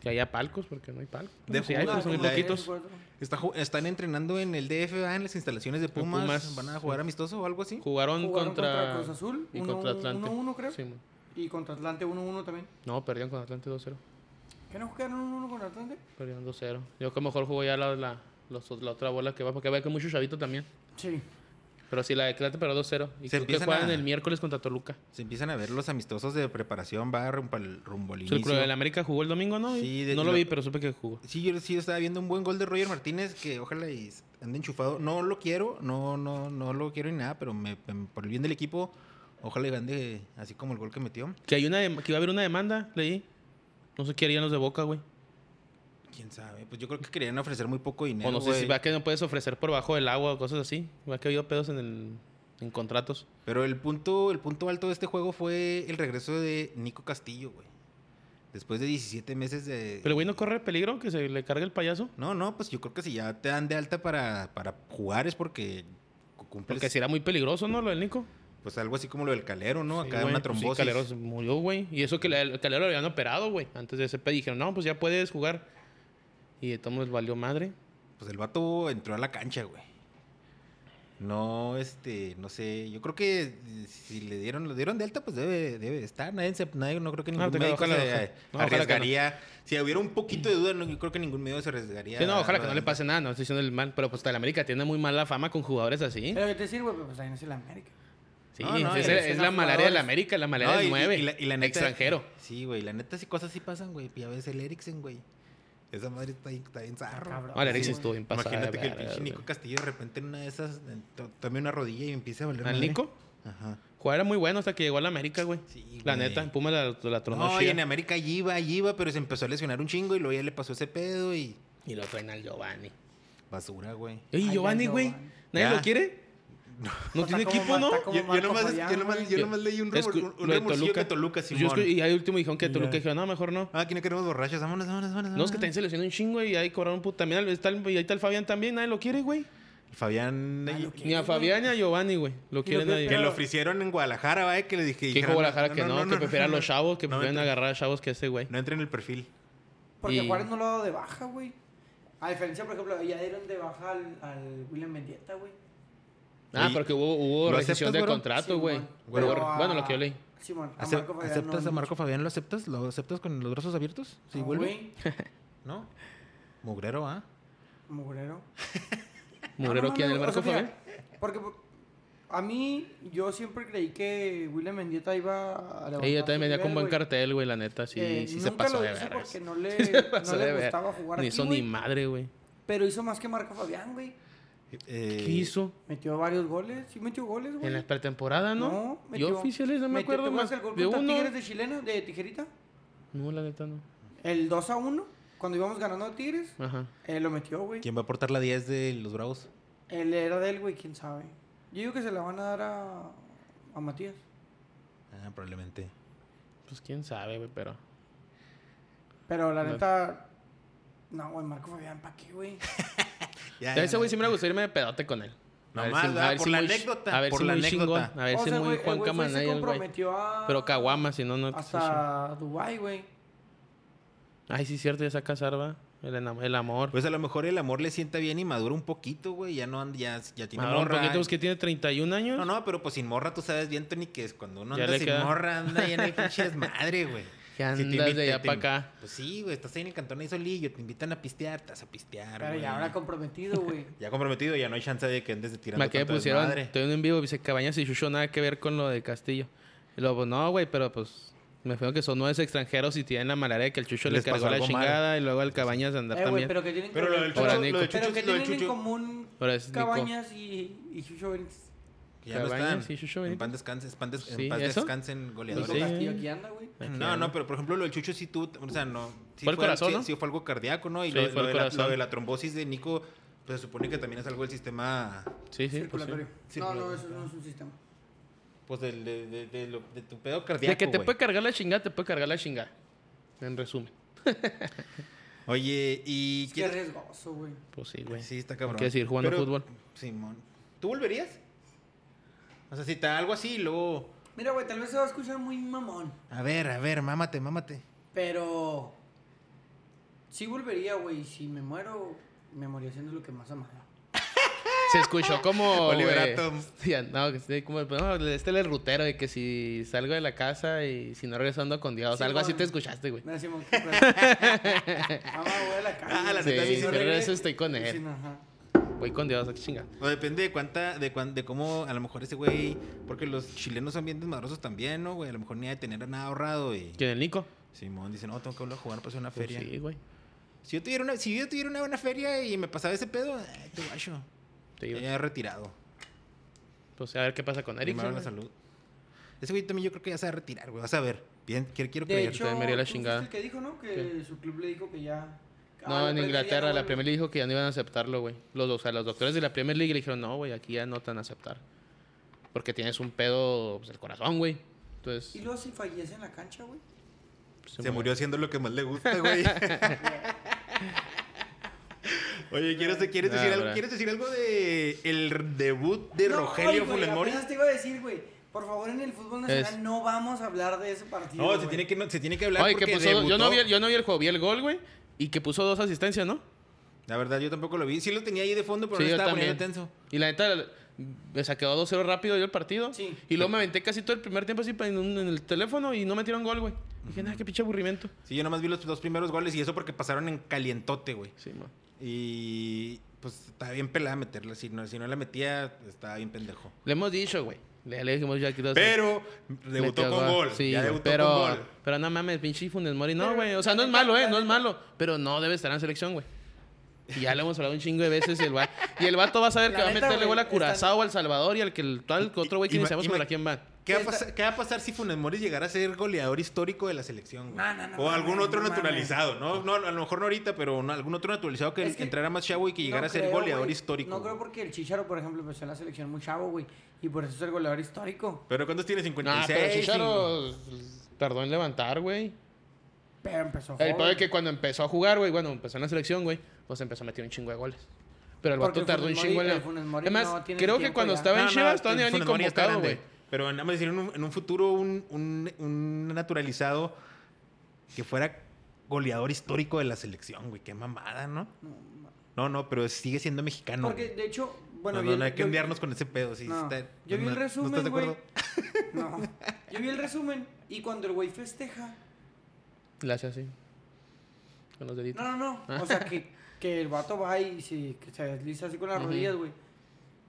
Speaker 2: Que haya palcos, porque no hay palcos.
Speaker 3: De
Speaker 2: sí, hay,
Speaker 3: fútbol,
Speaker 2: pero son muy
Speaker 3: como de-
Speaker 2: poquitos.
Speaker 3: Está ju- están entrenando en el DF, ¿verdad? en las instalaciones de Pumas.
Speaker 2: Pumas,
Speaker 3: ¿Van a jugar amistoso o algo así?
Speaker 2: Jugaron,
Speaker 4: Jugaron
Speaker 2: contra...
Speaker 4: contra Cruz Azul,
Speaker 2: y
Speaker 4: uno-
Speaker 2: contra Atlante.
Speaker 4: 1-1 creo.
Speaker 2: Sí, man.
Speaker 4: Y contra Atlante 1-1 también.
Speaker 2: no, perdieron con Atlante 2-0.
Speaker 4: ¿Qué nos quedaron 1-1 con Atlante?
Speaker 2: Perdieron 2-0. Yo que mejor juego ya la, la, los- la otra bola que va, porque va con mucho chavito también.
Speaker 4: Sí.
Speaker 2: Pero sí, la de Atlante perdió 2-0. Y
Speaker 3: Se
Speaker 2: creo que
Speaker 3: empiezan
Speaker 2: juegan
Speaker 3: a-
Speaker 2: el miércoles contra Toluca.
Speaker 3: Se empiezan a ver los amistosos de preparación, va rumbo al, rumbo al
Speaker 2: O sea, el Club del
Speaker 3: inicio.
Speaker 2: América jugó el domingo, ¿no?
Speaker 3: Sí, de-
Speaker 2: no lo,
Speaker 3: lo-
Speaker 2: vi, pero supe que jugó.
Speaker 3: Sí, yo sí estaba viendo un buen gol de Roger Martínez que ojalá y s- ande enchufado. No lo quiero, no no no lo quiero ni nada, pero me- me- por el bien del equipo, ojalá y ande así como el gol que metió.
Speaker 2: Que, hay una dem- que iba a haber una demanda, leí. No sé qué harían los de Boca, güey.
Speaker 3: ¿Quién sabe? Pues yo creo que querían ofrecer muy poco dinero.
Speaker 2: O no sé si
Speaker 3: güey.
Speaker 2: va que no puedes ofrecer por bajo del agua o cosas así. Va que ha habido pedos en, el, en contratos.
Speaker 3: Pero el punto, el punto alto de este juego fue el regreso de Nico Castillo, güey. Después de 17 meses de...
Speaker 2: Pero el güey no corre peligro que se le cargue el payaso.
Speaker 3: No, no, pues yo creo que si ya te dan de alta para, para jugar es porque cu- cumples.
Speaker 2: Porque si era muy peligroso, ¿no? Lo del Nico.
Speaker 3: Pues algo así como lo del calero, ¿no?
Speaker 2: Sí,
Speaker 3: Acá
Speaker 2: güey,
Speaker 3: una
Speaker 2: pues sí,
Speaker 3: trombosis.
Speaker 2: Calero se murió, güey. Y eso que le- el Calero lo habían operado, güey. Antes de ese pedo dijeron, no, pues ya puedes jugar. Y de todos modos valió madre.
Speaker 3: Pues el vato entró a la cancha, güey. No, este, no sé. Yo creo que eh, si le dieron, lo dieron de alta, pues debe, debe estar. Nadie, se- nadie- no creo que ningún
Speaker 2: te creo,
Speaker 3: médico
Speaker 2: ojalá,
Speaker 3: se
Speaker 2: ojalá. No, ojalá que no.
Speaker 3: arriesgaría. Si hubiera un poquito de duda, no, yo creo que ningún médico se arriesgaría.
Speaker 2: Sí, no, ojalá que
Speaker 3: a
Speaker 2: no le
Speaker 3: darlo de
Speaker 2: pase nada, no estoy diciendo el mal. Pero pues el América tiene muy mala fama con jugadores así.
Speaker 4: Pero que te sirve, pues ahí no es el América.
Speaker 2: Sí,
Speaker 3: Eh, No, no,
Speaker 2: es,
Speaker 3: y
Speaker 2: es
Speaker 4: selecciona
Speaker 2: la malaria del
Speaker 4: jugadores.
Speaker 2: América, la malaria
Speaker 3: No,
Speaker 2: del 9.
Speaker 3: neta-
Speaker 2: extranjero.
Speaker 3: Sí, güey, la neta sí cosas sí pasan, güey. Ya ves el Eriksen, güey. Esa madre está, ahí- está bien zarro.
Speaker 4: cabrón.
Speaker 2: Vale,
Speaker 4: Eriksen
Speaker 2: Eriksen Ah, estuvo bien pasada.
Speaker 3: Imagínate
Speaker 2: de
Speaker 3: que el
Speaker 2: verga,
Speaker 3: pinche
Speaker 2: güey.
Speaker 3: Nico Castillo de repente en una de esas en- to- tome una rodilla y empiece a valer
Speaker 2: ¿Al
Speaker 3: madre.
Speaker 2: Nico?
Speaker 3: Ajá.
Speaker 2: Jugar era muy bueno hasta que llegó a la América, güey.
Speaker 3: Sí,
Speaker 2: la
Speaker 3: güey.
Speaker 2: neta, en Puma la, la tronó
Speaker 3: No, y
Speaker 2: chida.
Speaker 3: en América allí iba, allí iba, pero se empezó a lesionar un chingo y luego ya le pasó ese pedo y...
Speaker 2: Y lo traen al Giovanni.
Speaker 3: Basura, güey.
Speaker 2: Ey,
Speaker 4: Ay,
Speaker 2: Giovanni,
Speaker 4: ya,
Speaker 2: güey.
Speaker 4: Giovanni.
Speaker 2: ¿Nadie
Speaker 3: Ya.
Speaker 2: lo quiere? No
Speaker 4: Está
Speaker 2: tiene
Speaker 4: como
Speaker 2: equipo,
Speaker 4: Mar-
Speaker 2: ¿no?
Speaker 4: está como
Speaker 3: Yo, yo
Speaker 4: Marco
Speaker 3: nomás,
Speaker 4: Fabián,
Speaker 3: yo nomás- yo
Speaker 2: Yo-
Speaker 3: nomás leí un, rumor,
Speaker 2: Escu-
Speaker 3: un, un
Speaker 2: lo de pues
Speaker 3: rumorcillo de Toluca,
Speaker 2: Yo
Speaker 3: Simón.
Speaker 2: escu- y ahí último dijeron que
Speaker 1: Ya.
Speaker 2: Toluca dijeron, no, mejor no.
Speaker 3: Ah, aquí no queremos borrachos. Vámonos, vámonos, vámonos.
Speaker 2: No, es que también
Speaker 3: vámonos.
Speaker 2: se lesionó un chingo y ahí cobraron un puto. También al- está el, y ahí está el Fabián también, nadie lo quiere, güey.
Speaker 3: Fabián.
Speaker 4: Ah,
Speaker 3: y-
Speaker 4: lo
Speaker 2: Ni a Fabián ni a Giovanni, güey. Lo quiere
Speaker 4: peor-
Speaker 2: nadie.
Speaker 3: Que
Speaker 4: Pero-
Speaker 3: lo ofrecieron en Guadalajara, ¿vale? Que le dije.
Speaker 2: Que
Speaker 3: dijeron,
Speaker 2: dijo Guadalajara que no, que prefieren
Speaker 3: no,
Speaker 2: a los chavos, que
Speaker 3: no
Speaker 2: prefieren
Speaker 3: entra-
Speaker 2: agarrar a chavos que a ese güey.
Speaker 3: No entra en el perfil.
Speaker 4: Porque
Speaker 2: Y-
Speaker 4: Juárez no lo ha dado de baja, güey. A diferencia, por ejemplo, ya dieron de baja al, al William Mendieta, güey.
Speaker 2: Ah,
Speaker 3: Oye,
Speaker 2: pero que hubo, hubo
Speaker 3: ¿lo
Speaker 2: rescisión
Speaker 3: aceptas,
Speaker 2: de
Speaker 3: güero?
Speaker 2: contrato,
Speaker 4: Simón.
Speaker 2: güey.
Speaker 3: Güero.
Speaker 2: Hubo-
Speaker 4: Pero a-
Speaker 2: Bueno, lo que yo leí.
Speaker 4: Simón, a
Speaker 3: Ace-
Speaker 4: Marco Fabián
Speaker 3: ¿Aceptas
Speaker 4: no,
Speaker 3: a Marco Fabián? ¿Lo aceptas? ¿Lo aceptas con los brazos abiertos?
Speaker 4: no,
Speaker 3: Sí,
Speaker 4: no,
Speaker 3: vuelve.
Speaker 4: güey.
Speaker 3: ¿No? Mugrero, ¿ah?
Speaker 4: Mugrero.
Speaker 2: Murero
Speaker 4: No, no,
Speaker 2: aquí en el
Speaker 4: no, o
Speaker 2: barco,
Speaker 4: sea, mira,
Speaker 2: Fabián.
Speaker 4: Porque a mí, yo siempre creí que William Mendieta iba a levantar.
Speaker 2: Ella también
Speaker 4: su
Speaker 2: venía con
Speaker 4: nivel,
Speaker 2: buen
Speaker 4: güey.
Speaker 2: cartel, güey, la neta. Sí,
Speaker 4: Eh,
Speaker 2: sí se
Speaker 4: nunca
Speaker 2: pasó
Speaker 4: lo
Speaker 2: de
Speaker 4: hizo
Speaker 2: verga.
Speaker 4: porque no le,
Speaker 2: Se pasó
Speaker 4: no
Speaker 2: de
Speaker 4: le
Speaker 2: verga.
Speaker 4: gustaba jugar
Speaker 2: Ni
Speaker 4: aquí,
Speaker 2: son ni
Speaker 4: güey.
Speaker 2: madre, güey.
Speaker 4: Pero hizo más que Marco Fabián, güey.
Speaker 3: Eh,
Speaker 2: ¿Qué hizo?
Speaker 4: Metió varios goles. Sí metió goles, güey.
Speaker 2: En la pretemporada, ¿no?
Speaker 4: metió-
Speaker 2: Yo oficiales no me
Speaker 4: metió-
Speaker 2: acuerdo
Speaker 4: ¿te
Speaker 2: más.
Speaker 4: acuerdas el gol
Speaker 2: De
Speaker 4: contra
Speaker 2: uno.
Speaker 4: Tigres de Chilena, de Tijerita?
Speaker 2: No, la neta no.
Speaker 4: El 2 a 1, cuando íbamos ganando a Tigres,
Speaker 2: Ajá.
Speaker 4: eh, lo metió, güey.
Speaker 3: ¿Quién va a portar la 10 de los Bravos?
Speaker 4: El era del güey, quién sabe. Yo digo que se la van a dar a, a Matías.
Speaker 3: Ah, probablemente.
Speaker 2: Pues quién sabe, güey, pero.
Speaker 4: Pero la
Speaker 2: No.
Speaker 4: neta. No, güey, Marco Fabián, ¿para qué, güey?
Speaker 3: Ya,
Speaker 2: A
Speaker 3: ya,
Speaker 2: ese güey sí
Speaker 3: ya.
Speaker 2: me gustaría irme de pedote con él. A ver
Speaker 3: Nomás,
Speaker 2: si-
Speaker 3: ¿verdad?
Speaker 2: a ver
Speaker 3: Por
Speaker 2: si
Speaker 3: la
Speaker 2: muy-
Speaker 3: anécdota,
Speaker 2: A ver
Speaker 3: por
Speaker 2: si
Speaker 3: la
Speaker 2: muy
Speaker 3: anécdota.
Speaker 2: chingón. A ver
Speaker 4: O
Speaker 2: si
Speaker 4: sea,
Speaker 2: muy
Speaker 4: güey,
Speaker 2: Juan
Speaker 4: el güey fue y se
Speaker 2: Camanaya, el güey.
Speaker 4: comprometió a.
Speaker 2: Pero Caguama, si no, no.
Speaker 4: Hasta Dubái, güey.
Speaker 2: Ay, sí, cierto, ya saca Sarva. El, enam- el amor.
Speaker 3: Pues a lo mejor el amor le sienta bien y madura un poquito, güey. Ya no anda, ya, ya tiene
Speaker 2: Madrón,
Speaker 3: morra.
Speaker 2: ¿por qué te- pues, que tiene 31 años.
Speaker 3: No, no, pero pues sin morra, tú sabes bien, Tony, que es cuando uno
Speaker 2: Ya
Speaker 3: anda
Speaker 2: le
Speaker 3: sin
Speaker 2: queda-
Speaker 3: morra, anda ahí en el pinche desmadre, güey.
Speaker 2: Que
Speaker 3: Si te
Speaker 2: andas de
Speaker 3: invita-
Speaker 2: allá
Speaker 3: te-
Speaker 2: pa' acá.
Speaker 3: Pues sí, güey, estás ahí en el cantón ahí solillo, te invitan a pistear, te vas a pistear,
Speaker 4: Pero
Speaker 3: güey.
Speaker 4: ya ahora comprometido, güey. Eh,
Speaker 3: Ya comprometido, ya no hay chance de que andes tirando
Speaker 2: Me que
Speaker 3: tanto
Speaker 2: pusieron,
Speaker 3: desmadre.
Speaker 2: estoy en un vivo, dice Cabañas y Chucho, nada que ver con lo de Castillo. Y luego, pues, no, güey, pero pues, me fui que son nueve extranjeros y tienen la malaria de que el Chucho
Speaker 3: Les
Speaker 2: le cargó
Speaker 3: pasó
Speaker 2: la
Speaker 3: algo mal.
Speaker 2: chingada y luego el Cabañas de andar
Speaker 4: Eh, güey,
Speaker 2: también.
Speaker 4: pero que tienen
Speaker 3: Pero
Speaker 4: que-
Speaker 3: lo del
Speaker 2: Por Nico.
Speaker 3: chucho, lo del
Speaker 4: Pero
Speaker 3: chucho,
Speaker 4: que
Speaker 3: lo del
Speaker 4: tienen en
Speaker 3: Chucho,
Speaker 4: común
Speaker 2: Ahora es Nico.
Speaker 4: Cabañas y, y Chucho Benítez.
Speaker 3: que ya no
Speaker 2: Cabañas
Speaker 3: están.
Speaker 2: y Chucho
Speaker 3: en
Speaker 2: Benítez.
Speaker 3: pan descansen, pan des-
Speaker 2: Sí,
Speaker 3: en paz
Speaker 2: ¿eso?
Speaker 3: descansen
Speaker 4: Nico
Speaker 3: goleadores.
Speaker 2: Pues sí.
Speaker 4: Castillo aquí anda, güey.
Speaker 3: No, no, pero por ejemplo lo del Chucho sí tú, o sea, no. Sí
Speaker 2: Fue el corazón,
Speaker 3: sí-
Speaker 2: ¿no?
Speaker 3: sí fue algo cardíaco, ¿no? Y
Speaker 2: Sí,
Speaker 3: lo,
Speaker 2: fue
Speaker 3: lo
Speaker 2: el
Speaker 3: de la,
Speaker 2: corazón.
Speaker 3: lo de la trombosis de Nico, pues se supone que también es algo del sistema,
Speaker 2: Sí, sí, pues, sí.
Speaker 4: Circulatorio.
Speaker 3: sí.
Speaker 4: No, no,
Speaker 3: Circulatorio.
Speaker 4: eso no es un sistema.
Speaker 3: pues del- de, de, de lo- de tu pedo cardíaco.
Speaker 2: De que te
Speaker 3: güey.
Speaker 2: puede cargar la chingada, te puede cargar la chingada. En resumen.
Speaker 3: Oye, ¿y
Speaker 4: Es que es
Speaker 3: quieres?
Speaker 4: riesgoso, güey.
Speaker 2: Pues sí, güey.
Speaker 3: Sí, está cabrón.
Speaker 2: Hay que seguir jugando
Speaker 3: Pero-
Speaker 2: fútbol.
Speaker 3: Simón. ¿Tú volverías? O sea, si te da algo así, luego.
Speaker 4: Mira, güey, tal vez se va a escuchar muy mamón.
Speaker 3: A ver, a ver, mámate, mámate.
Speaker 4: Pero sí volvería, güey. Si me muero, me moría haciendo lo que más amaba.
Speaker 2: Se escuchó como.
Speaker 3: Oliver
Speaker 2: güey,
Speaker 3: Atom.
Speaker 2: sí, no, que sí, como, no, este es el rutero de que si salgo de la casa y si no regresando con Dios,
Speaker 4: Sí,
Speaker 2: algo así
Speaker 4: bueno.
Speaker 2: te escuchaste, güey.
Speaker 4: Me decimos que Mamá, voy a la calle.
Speaker 3: Ah, la
Speaker 2: Sí,
Speaker 3: neta,
Speaker 4: güey.
Speaker 3: sí,
Speaker 2: si
Speaker 3: sí,
Speaker 2: regreso estoy con
Speaker 4: Sí,
Speaker 2: él.
Speaker 4: no, ajá.
Speaker 2: Voy con Dios, a chinga.
Speaker 3: O depende de cuánta, de cuán- de cómo, a lo mejor ese güey, porque los chilenos son bien desmadrosos también, ¿no, güey? A lo mejor ni ha de tener nada ahorrado y
Speaker 2: ¿Quién el Nico?
Speaker 3: Simón dice, no, tengo que volver a jugar para hacer una
Speaker 2: Pues
Speaker 3: feria.
Speaker 2: sí, güey.
Speaker 3: Si yo tuviera una, si yo tuviera una buena feria y me pasaba ese pedo, eh, te guacho.
Speaker 2: Sí,
Speaker 3: Ya
Speaker 2: güey.
Speaker 3: he retirado.
Speaker 2: Pues a ver qué pasa con
Speaker 3: Primero
Speaker 2: Erickson.
Speaker 3: la
Speaker 2: güey.
Speaker 3: salud. Ese güey también yo creo que ya se va a retirar, güey. Vas a ver. Bien, quiero, quiero
Speaker 4: De
Speaker 3: creer.
Speaker 4: hecho,
Speaker 2: también me haría la
Speaker 4: tú fuiste
Speaker 2: chingada.
Speaker 4: el que dijo, ¿no? Que
Speaker 2: ¿Qué?
Speaker 4: su club le dijo que Ah, pues, ya.
Speaker 2: No, en Inglaterra la Premier
Speaker 4: primera
Speaker 2: League dijo que ya no iban a aceptarlo, güey. Los, o sea, los doctores de la Premier League le dijeron, no, güey, aquí ya no te van a aceptar. Porque tienes un pedo pues, el corazón, güey.
Speaker 4: Y
Speaker 2: Entonces,
Speaker 4: luego si fallece en la cancha, güey.
Speaker 2: pues,
Speaker 3: Se murió haciendo lo que más le gusta, güey. Oye, ¿quieres, ¿quieres,
Speaker 2: Nah,
Speaker 3: decir algo,
Speaker 2: bra.
Speaker 3: ¿quieres decir algo de el debut de
Speaker 4: No,
Speaker 3: Rogelio
Speaker 4: güey, güey,
Speaker 3: Funes Mori?
Speaker 4: apenas te iba a decir, güey. Por favor, en el fútbol nacional
Speaker 2: Es-
Speaker 4: no vamos a hablar de ese partido.
Speaker 3: No, se
Speaker 4: güey.
Speaker 3: tiene que, no, se tiene que hablar
Speaker 2: Oye, que
Speaker 3: porque
Speaker 2: puso, dos- yo, no vi, el-
Speaker 3: debutó.
Speaker 2: yo no vi el juego, vi el gol, güey. Y que puso dos asistencias, ¿no?
Speaker 3: La verdad, yo tampoco lo vi. Sí lo tenía ahí de fondo, pero
Speaker 2: Sí,
Speaker 3: no
Speaker 2: yo
Speaker 3: estaba
Speaker 2: también.
Speaker 3: poniendo tenso.
Speaker 2: Y la neta, me quedó 2-0 rápido yo el partido.
Speaker 4: Sí.
Speaker 2: Y luego me aventé casi todo el primer tiempo así pa- en, un- en el teléfono y no metieron gol, güey. Dije, nada, qué pinche aburrimiento.
Speaker 3: Sí, yo nomás vi los dos primeros goles y eso porque pasaron en calientote, güey.
Speaker 2: Sí, man.
Speaker 3: Y pues estaba bien pelada meterla. Si no, si no la metía, estaba bien pendejo.
Speaker 2: Le hemos dicho, güey. Le, le dijimos ya aquí dos-
Speaker 3: Pero debutó
Speaker 2: Metió
Speaker 3: con gol.
Speaker 2: Sí,
Speaker 3: ya
Speaker 2: güey,
Speaker 3: debutó
Speaker 2: pero,
Speaker 3: con gol.
Speaker 2: Pero no mames, pinche Funes Mori. No,
Speaker 4: Pero-
Speaker 2: güey. O sea, no es malo, ¿eh? No es malo. Pero no debe estar en selección, güey. Y ya lo hemos hablado un chingo de veces. Y el, va- y el vato va a saber
Speaker 4: La
Speaker 2: que va a
Speaker 4: neta,
Speaker 2: meterle
Speaker 4: güey,
Speaker 2: gol a
Speaker 4: están-
Speaker 2: Curazao o al Salvador y al que el, tal que otro güey que
Speaker 3: Ima-
Speaker 2: ni sabemos
Speaker 3: ima-
Speaker 2: contra quién van.
Speaker 3: ¿Qué va, a
Speaker 4: Esta-
Speaker 3: pasar, qué va a pasar si Funes Mori llegara a ser goleador histórico de la selección? güey?
Speaker 4: No, no, no,
Speaker 3: o
Speaker 4: no,
Speaker 3: algún
Speaker 4: no,
Speaker 3: otro
Speaker 4: no,
Speaker 3: naturalizado, ¿no? No, a lo mejor no ahorita, pero no, algún otro naturalizado que,
Speaker 4: Es que
Speaker 3: entrara más chavo y que llegara
Speaker 4: No
Speaker 3: a ser
Speaker 4: creo,
Speaker 3: goleador
Speaker 4: güey.
Speaker 3: histórico.
Speaker 4: No creo
Speaker 3: güey.
Speaker 4: porque el Chicharo, por ejemplo, empezó en la selección muy chavo, güey. Y por eso es el goleador histórico.
Speaker 3: ¿Pero cuántos tiene?
Speaker 2: Nah,
Speaker 3: 56.
Speaker 2: Ah, pero
Speaker 3: y-
Speaker 2: Chicharo tardó en levantar, güey.
Speaker 4: Pero empezó
Speaker 2: El
Speaker 4: joven.
Speaker 2: peor es que cuando empezó a jugar, güey, bueno, empezó en la selección, güey, pues empezó a meter un chingo de goles. Pero el
Speaker 4: Porque
Speaker 2: vato
Speaker 4: el
Speaker 2: tardó un
Speaker 4: Funes Mori-
Speaker 2: chingo en
Speaker 4: el Funes
Speaker 2: la...
Speaker 4: Mori
Speaker 2: Es más,
Speaker 4: no tiene
Speaker 2: creo que
Speaker 4: tiempo
Speaker 2: cuando
Speaker 4: ya.
Speaker 2: estaba en
Speaker 3: No, no,
Speaker 2: Chivas todavía
Speaker 3: el
Speaker 2: ni
Speaker 3: Funes Mori ya está
Speaker 2: convocado,
Speaker 3: grande.
Speaker 2: güey.
Speaker 3: Pero nada más decir, en un, en un futuro, un, un- un naturalizado que fuera goleador histórico de la selección, güey. Qué mamada, ¿no? No, no, pero sigue siendo mexicano.
Speaker 4: Porque,
Speaker 3: güey.
Speaker 4: de hecho, bueno...
Speaker 3: no,
Speaker 4: vi
Speaker 3: no,
Speaker 4: el-
Speaker 3: no hay que
Speaker 4: yo-
Speaker 3: ondearnos con ese pedo. Sí,
Speaker 4: No.
Speaker 3: está-
Speaker 4: Yo vi
Speaker 3: no-
Speaker 4: el
Speaker 3: ¿no
Speaker 4: resumen,
Speaker 3: estás de
Speaker 4: güey.
Speaker 3: acuerdo?
Speaker 4: No. Yo vi el resumen y cuando el güey festeja...
Speaker 2: Le hace así. Con los deditos.
Speaker 4: No, no, no. O sea, que, que el vato va y se, que se desliza así con las
Speaker 2: Ujú.
Speaker 4: rodillas, güey.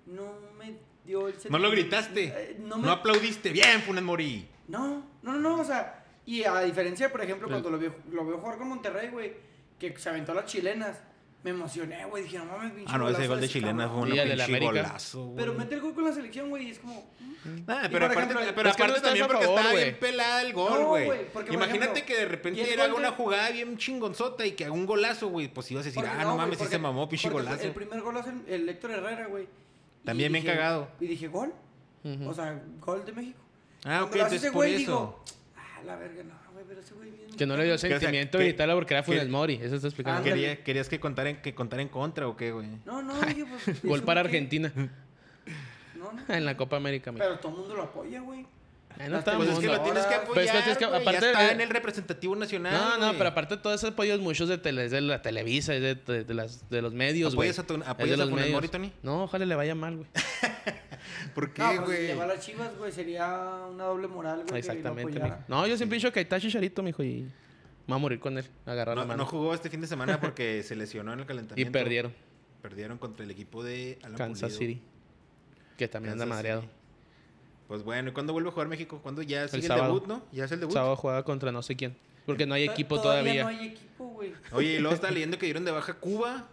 Speaker 4: No me dio el...
Speaker 3: No lo
Speaker 4: sentimiento-
Speaker 3: gritaste.
Speaker 4: Eh, No
Speaker 3: No,
Speaker 4: me...
Speaker 3: aplaudiste. Bien, Funes Mori.
Speaker 4: No, no, no, no, o sea, y a diferencia, por ejemplo,
Speaker 2: Pero-
Speaker 4: cuando lo veo, lo veo jugar con Monterrey, güey, que se aventó a las chilenas, me emocioné, güey, dije, no mames, pinche
Speaker 3: Ah, no, ese
Speaker 4: golazo
Speaker 3: gol de
Speaker 4: ese
Speaker 3: chilena fue
Speaker 4: cabrón".
Speaker 3: un
Speaker 2: Y el de la
Speaker 3: pinche
Speaker 2: América.
Speaker 3: golazo, güey.
Speaker 4: Pero mete el gol con la selección, güey, y es como... Y
Speaker 3: Ah, pero
Speaker 4: por
Speaker 3: aparte,
Speaker 4: ejemplo,
Speaker 3: pero
Speaker 2: es que no
Speaker 3: aparte
Speaker 2: estás
Speaker 3: también
Speaker 2: a
Speaker 3: porque
Speaker 2: favor,
Speaker 3: estaba
Speaker 2: güey.
Speaker 3: bien pelada el gol,
Speaker 4: No,
Speaker 3: güey.
Speaker 4: güey, porque, por
Speaker 3: Imagínate
Speaker 4: ejemplo,
Speaker 3: que de
Speaker 4: ¿y el
Speaker 3: repente era
Speaker 4: gol
Speaker 3: una
Speaker 4: de-
Speaker 3: jugada bien chingonzota y que haga un golazo, güey. Pues ibas a decir,
Speaker 4: porque
Speaker 3: ah, no,
Speaker 4: güey,
Speaker 3: mames, sí
Speaker 4: porque-
Speaker 3: se mamó, pinche
Speaker 4: porque
Speaker 3: golazo.
Speaker 4: El primer gol hace el, el Héctor Herrera, güey. y
Speaker 3: También bien
Speaker 4: dije-
Speaker 3: cagado.
Speaker 4: Y dije, gol,
Speaker 2: Ujú.
Speaker 4: o sea, gol de México.
Speaker 3: Ah,
Speaker 4: Cuando
Speaker 3: ok,
Speaker 4: lo hace
Speaker 3: entonces
Speaker 4: ese
Speaker 3: por
Speaker 4: güey,
Speaker 3: eso.
Speaker 4: digo, ah, la verga, no, güey, pero ese güey... bien-
Speaker 2: Que no le dio
Speaker 3: sea,
Speaker 2: sentimiento
Speaker 3: que-
Speaker 2: gritarla porque era
Speaker 3: que-
Speaker 2: Funes Mori. Eso está explicando.
Speaker 4: ándale.
Speaker 3: Quería- ¿Querías que contara en, que contara en contra o qué, güey?
Speaker 4: No, no, dije, pues... ese
Speaker 2: Gol
Speaker 4: güey
Speaker 2: para
Speaker 4: que-
Speaker 2: Argentina
Speaker 4: No, no.
Speaker 2: en la Copa América. mijo.
Speaker 4: Pero todo el mundo lo apoya, güey.
Speaker 2: Ahí
Speaker 4: Pues
Speaker 2: no estamos.
Speaker 3: Pues es que lo
Speaker 4: Ahora-
Speaker 3: tienes que
Speaker 2: Pues es que
Speaker 3: apoyar,
Speaker 2: tienes que-
Speaker 3: güey,
Speaker 2: aparte
Speaker 3: ya está
Speaker 2: de-
Speaker 3: en el representativo nacional,
Speaker 2: No, no,
Speaker 3: güey.
Speaker 2: pero aparte de todos esos apoyos muchos de, tele- de la Televisa, y de, de- de las, de los medios, güey.
Speaker 3: ¿Apoyas a tu-
Speaker 2: Es de
Speaker 3: apoyas a
Speaker 2: los
Speaker 3: Funes
Speaker 2: medios.
Speaker 3: Mori, Tony?
Speaker 2: No, ojalá le vaya mal, güey.
Speaker 3: ¿Por
Speaker 4: No,
Speaker 3: qué,
Speaker 2: pues
Speaker 4: pero si
Speaker 3: güey?
Speaker 4: le va a las chivas, güey, sería una doble moral, güey.
Speaker 2: Exactamente,
Speaker 4: Exactamente.
Speaker 2: mijo. No, yo siempre he dicho que ahí está Chicharito, mijo, y va a morir con él, agarrar
Speaker 3: No,
Speaker 2: la mano.
Speaker 3: no jugó este fin de semana porque se lesionó en el
Speaker 2: y
Speaker 3: calentamiento.
Speaker 2: perdieron
Speaker 3: Perdieron contra el equipo de Alan
Speaker 2: Kansas
Speaker 3: Pulido.
Speaker 2: City, que también anda
Speaker 3: Kansas
Speaker 2: madreado.
Speaker 3: City. Pues bueno, ¿y cuándo vuelve a jugar México? ¿Cuándo ya sigue el,
Speaker 2: sábado.
Speaker 3: debut, no? ¿Ya es el debut?
Speaker 2: Sábado jugaba contra no sé quién, porque no hay equipo todavía.
Speaker 4: No
Speaker 2: No,
Speaker 4: hay equipo, güey.
Speaker 3: Oye, y luego está leyendo que dieron de baja Cuba.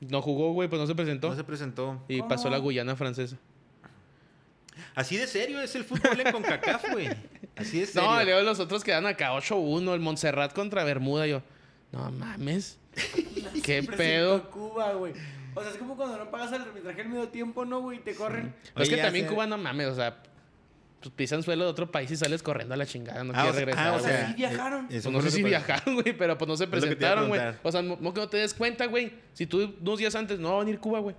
Speaker 2: jugó, güey, pues no se presentó.
Speaker 3: No se presentó.
Speaker 2: Y pasó la
Speaker 4: ¿Cómo?
Speaker 2: Guyana francesa.
Speaker 3: Así de serio es el fútbol en CONCACAF, güey. Así de serio.
Speaker 2: No, leo los otros quedan acá 8-1, el Montserrat contra Bermuda. Yo, no mames. ¿Qué
Speaker 4: Presentó
Speaker 2: pedo?
Speaker 4: Cuba, güey. O sea, es como cuando no pagas el arbitraje al medio tiempo, ¿no, güey? Te corren.
Speaker 2: No, es
Speaker 3: Oye,
Speaker 2: que
Speaker 3: ya
Speaker 2: también
Speaker 3: sé.
Speaker 2: Cuba no mames, o sea, pues pisan suelo de otro país y sales corriendo a la chingada, no
Speaker 3: Ah, o
Speaker 2: quieres
Speaker 3: sea-
Speaker 2: regresar.
Speaker 3: ah, o
Speaker 2: güey.
Speaker 3: sea,
Speaker 4: Sí viajaron.
Speaker 3: eh, eso
Speaker 2: Pues no
Speaker 3: fue
Speaker 2: sé
Speaker 3: lo
Speaker 2: si
Speaker 3: que pasó.
Speaker 2: viajaron, güey, pero pues no se
Speaker 3: lo que te iba a
Speaker 2: presentaron, güey.
Speaker 3: preguntar.
Speaker 2: O sea, no, no que no te des cuenta, güey. Si tú unos días antes no va a venir Cuba, güey.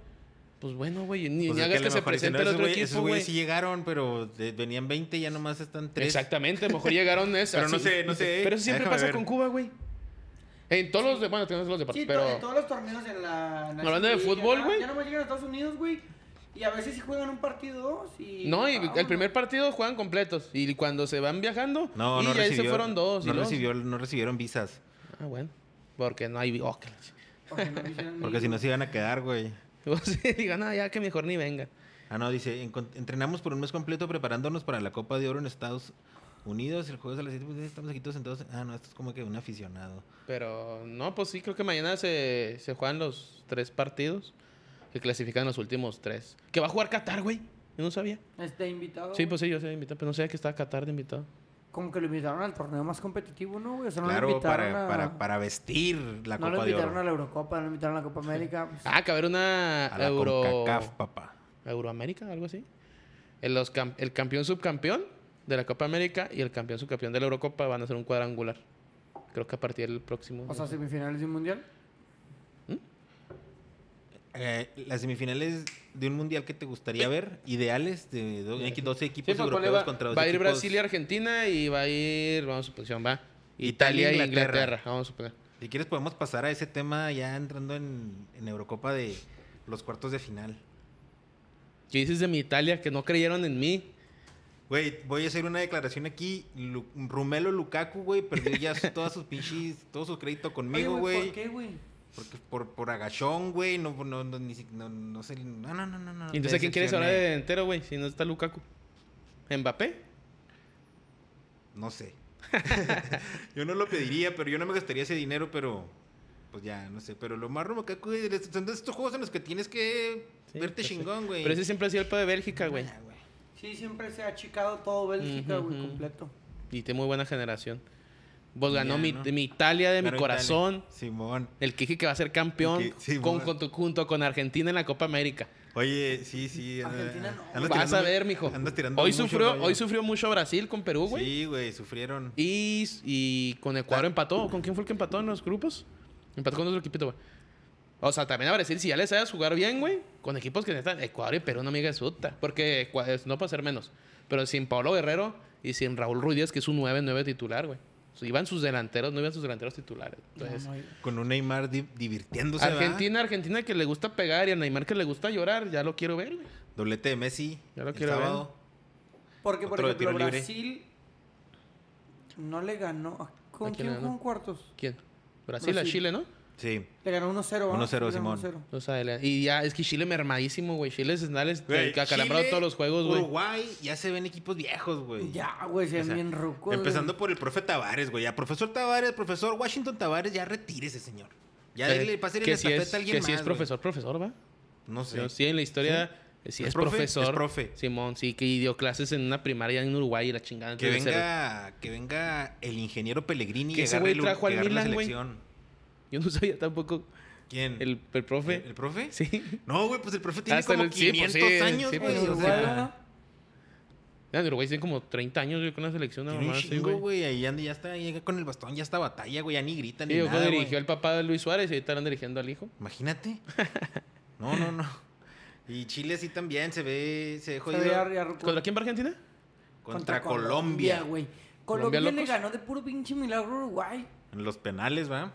Speaker 2: Pues bueno, güey, ni,
Speaker 3: Pues
Speaker 2: ni
Speaker 3: es
Speaker 2: hagas
Speaker 3: a
Speaker 2: que,
Speaker 3: lo
Speaker 2: se
Speaker 3: mejor dicen,
Speaker 2: presente el
Speaker 3: "No, esos
Speaker 2: otro
Speaker 3: güey-
Speaker 2: equipo,
Speaker 3: Esos
Speaker 2: güey.
Speaker 3: güeyes sí llegaron, pero de- venían 20 y ya nomás están 3.
Speaker 2: Exactamente, a lo mejor llegaron eso.
Speaker 3: Pero no sé, no sé.
Speaker 2: Pero eso siempre
Speaker 3: Déjame
Speaker 2: pasa
Speaker 3: ver.
Speaker 2: con Cuba, güey. En todos los de, bueno, tenemos los deportes,
Speaker 4: Sí, to- en
Speaker 2: pero
Speaker 4: todos los torneos en la. en la
Speaker 2: Hablando de
Speaker 4: Champions
Speaker 2: fútbol,
Speaker 4: ya-
Speaker 2: güey.
Speaker 4: Ya nomás llegan a Estados Unidos, güey. Y a veces sí juegan un partido o dos. Y
Speaker 2: no, y
Speaker 4: vámonos.
Speaker 2: el primer partido juegan completos y cuando se van viajando
Speaker 3: No,
Speaker 2: y
Speaker 3: no
Speaker 2: ya ahí
Speaker 3: recibió.
Speaker 2: se fueron dos y
Speaker 3: no,
Speaker 2: luego-
Speaker 3: recibió, no recibieron visas.
Speaker 2: Ah, bueno. Porque no hay vi- oh, que la ch-
Speaker 4: Porque no hicieron
Speaker 3: Porque
Speaker 4: ni-
Speaker 3: si no se iban a quedar, güey.
Speaker 2: Luego se digan, "Ah, ya que mejor ni venga."
Speaker 3: Ah, no, dice, "Encon- entrenamos por un mes completo preparándonos para la Copa de Oro en Estados Unidos. El jueves a las 7, pues, estamos aquí todos sentados. Ah, no, esto es como que un aficionado.
Speaker 2: Pero no, pues sí, creo que mañana se, se juegan los tres partidos que clasifican los últimos tres. Que va a jugar Qatar, güey. Yo no sabía.
Speaker 4: Está invitado.
Speaker 2: Sí,
Speaker 4: güey.
Speaker 2: pues sí, yo sé invitado, pero no sabía que estaba Qatar de invitado.
Speaker 4: Como que lo invitaron al torneo más competitivo, ¿no, güey? O sea, no lo
Speaker 3: Claro,
Speaker 4: invitaron
Speaker 3: para,
Speaker 4: a...
Speaker 3: para, para vestir la
Speaker 4: no lo
Speaker 3: Copa de
Speaker 4: invitaron a
Speaker 3: Oro.
Speaker 4: la Eurocopa, no lo invitaron a la Copa América. pues,
Speaker 2: Ah, que va a haber una
Speaker 3: A la
Speaker 2: Euro...
Speaker 3: CONCACAF, papá.
Speaker 2: Euroamérica, algo así. El, los cam- el campeón subcampeón de la Copa América y el campeón subcampeón de la Eurocopa van a hacer un cuadrangular. Creo que a partir del próximo.
Speaker 4: o sea,
Speaker 2: no sé.
Speaker 4: semifinales de un mundial.
Speaker 3: Eh, las semifinales de un mundial que te gustaría ver, ideales, de do- hay 12
Speaker 2: Sí,
Speaker 3: equipos
Speaker 2: pues, ponle,
Speaker 3: europeos
Speaker 2: va,
Speaker 3: contra dos
Speaker 2: va a ir
Speaker 3: equipos.
Speaker 2: Brasil y Argentina y va a ir, vamos a suposición, va.
Speaker 3: Italia
Speaker 2: Italia,
Speaker 3: e
Speaker 2: e Inglaterra.
Speaker 3: Inglaterra.
Speaker 2: vamos a suponer.
Speaker 3: Si quieres podemos pasar a ese tema ya entrando en, en Eurocopa de los cuartos de final.
Speaker 2: ¿Qué dices de mi Italia? Que no creyeron en mí.
Speaker 3: Güey, voy a hacer una declaración aquí. Lu- Rumelo Lukaku, güey, perdió ya su- todas sus pinches, todo su crédito conmigo,
Speaker 4: Oye,
Speaker 3: güey.
Speaker 4: ¿Por qué, güey?
Speaker 3: Porque por, por agachón, güey, no, no, no, ni si- no, no sé, no, no, no, no, no.
Speaker 2: ¿Y entonces
Speaker 3: te
Speaker 2: quién quieres
Speaker 3: Ah, decepcioné.
Speaker 2: hablar de entero, güey? Si no está Lukaku. ¿Mbappé?
Speaker 3: No sé. yo no lo pediría, pero yo no me gastaría ese dinero, pero pues ya, no sé. Pero lo más rumbo que acude, les- son de estos juegos en los que tienes que
Speaker 2: Sí,
Speaker 3: verte
Speaker 2: pues sí.
Speaker 3: chingón, güey.
Speaker 2: Pero ese siempre ha sido el pedo de Bélgica, güey.
Speaker 3: Ah, güey.
Speaker 4: Sí, siempre se ha achicado todo Bélgica,
Speaker 2: Ujú,
Speaker 4: güey,
Speaker 2: ujú.
Speaker 4: completo.
Speaker 2: Y tiene muy buena generación. Pues ganó
Speaker 3: Ya,
Speaker 2: mi,
Speaker 3: ¿no?
Speaker 2: mi Italia de mi
Speaker 3: Claro,
Speaker 2: corazón.
Speaker 3: Italia. Simón.
Speaker 2: El que dije que va a ser campeón
Speaker 3: Y que- sí,
Speaker 2: con,
Speaker 3: bueno.
Speaker 2: con- junto con Argentina en la Copa América.
Speaker 3: Oye, sí, sí. anda-
Speaker 4: Argentina no.
Speaker 3: andas
Speaker 2: Vas
Speaker 3: tirando-
Speaker 2: a ver, mijo.
Speaker 3: andas tirando
Speaker 2: Hoy
Speaker 3: mucho
Speaker 2: sufrió,
Speaker 3: rollo.
Speaker 2: hoy sufrió mucho Brasil con Perú, güey.
Speaker 3: Sí, Ah. güey, sufrieron.
Speaker 2: Y, y con Ecuador empató. ¿Con quién fue el que empató en los grupos? Empató con otro equipito, güey. O sea, también a Brasil, si ya les sabes jugar bien, güey, con equipos que necesitan Ecuador y Perú, no amiga de suta. Porque Ecua- es- no para ser menos. Pero sin Pablo Guerrero y sin Raúl Ruiz Díaz, que es un 9-9 titular, güey. O sea, Iban sus delanteros, no iban sus delanteros titulares. Entonces,
Speaker 4: No, no hay-
Speaker 3: Con un Neymar di- divirtiéndose. ¿verdad?
Speaker 2: Argentina, Argentina que le gusta pegar y a Neymar que le gusta llorar, ya lo quiero ver, güey.
Speaker 3: Doblete de Messi.
Speaker 2: Ya lo
Speaker 3: el
Speaker 2: quiero ver.
Speaker 3: sábado.
Speaker 4: Porque, por
Speaker 3: Otro de
Speaker 4: ejemplo,
Speaker 3: tiro libre.
Speaker 4: Brasil no le ganó. ¿Con
Speaker 2: ¿A quién
Speaker 4: quién
Speaker 2: le
Speaker 4: jugó
Speaker 2: ganó?
Speaker 4: en cuartos?
Speaker 2: ¿Quién? Brasil, a
Speaker 4: Brasil.
Speaker 2: Chile, ¿no?
Speaker 3: Sí.
Speaker 4: Le ganó 1-0, ¿va?
Speaker 3: 1-0,
Speaker 4: Le ganó
Speaker 3: Simón.
Speaker 4: 1-0.
Speaker 2: O sea, el- y ya, es que Chile mermadísimo, güey. Chile es nales
Speaker 3: Güey,
Speaker 2: acalambrado
Speaker 3: Chile,
Speaker 2: todos los juegos, güey.
Speaker 3: Uruguay, ya se ven equipos viejos, güey.
Speaker 4: Ya, güey, se
Speaker 3: O sea,
Speaker 4: ven bien rucos.
Speaker 3: Empezando por el profe Tavares, güey. Ya, profesor Tavares, profesor Washington Tavares, ya retírese, señor. Ya
Speaker 2: Que-
Speaker 3: dele, pásele
Speaker 2: Eh, que
Speaker 3: la
Speaker 2: si
Speaker 3: estafeta
Speaker 2: es-
Speaker 3: a alguien
Speaker 2: Que
Speaker 3: más.
Speaker 2: si es
Speaker 3: güey.
Speaker 2: profesor, profesor, ¿va?
Speaker 3: No
Speaker 2: Sí,
Speaker 3: sé.
Speaker 2: sí, en la historia... eh, Sí,
Speaker 3: ¿Es
Speaker 2: es,
Speaker 3: profe?
Speaker 2: profesor.
Speaker 3: Es profe.
Speaker 2: Simón, sí, que dio clases en una primaria en Uruguay y la chingada.
Speaker 3: Que
Speaker 2: entonces,
Speaker 3: venga, que venga el ingeniero Pellegrini y
Speaker 2: Que ese
Speaker 3: agarre
Speaker 2: güey
Speaker 3: el-
Speaker 2: trajo al
Speaker 3: que agarre la
Speaker 2: Milan, güey.
Speaker 3: selección.
Speaker 2: Yo no sabía tampoco
Speaker 3: ¿Quién?
Speaker 2: el, el profe.
Speaker 3: ¿El- el profe?
Speaker 2: Sí.
Speaker 3: No, güey, pues el profe tiene
Speaker 2: Hasta
Speaker 3: como
Speaker 2: el- sí, pues
Speaker 3: 500
Speaker 2: sí,
Speaker 3: años,
Speaker 2: sí, pues,
Speaker 3: güey.
Speaker 4: En
Speaker 3: o
Speaker 2: sí.
Speaker 4: Uruguay,
Speaker 3: sea,
Speaker 4: ¿verdad?
Speaker 2: Ya, En Uruguay tiene como 30 años güey, con la selección.
Speaker 3: tiene un
Speaker 2: nomás, sí,
Speaker 3: chingo,
Speaker 2: güey.
Speaker 3: güey. Ahí anda, ya está, ya con el bastón, ya está batalla, güey. Ya ni grita
Speaker 2: Sí,
Speaker 3: ni
Speaker 2: yo creo que
Speaker 3: nada, güey.
Speaker 2: dirigió al papá de Luis Suárez y ahorita están dirigiendo al hijo.
Speaker 3: Imagínate. No, no, no. Y Chile sí también se ve, se ve
Speaker 4: Se
Speaker 3: jodido.
Speaker 4: ve arria ruco.
Speaker 2: ¿Contra quién va Argentina?
Speaker 3: Contra, Colombia, güey.
Speaker 4: güey.
Speaker 2: Colombia
Speaker 4: Colombia le
Speaker 2: locos.
Speaker 4: ganó de puro pinche milagro a Uruguay.
Speaker 3: En los penales, ¿va?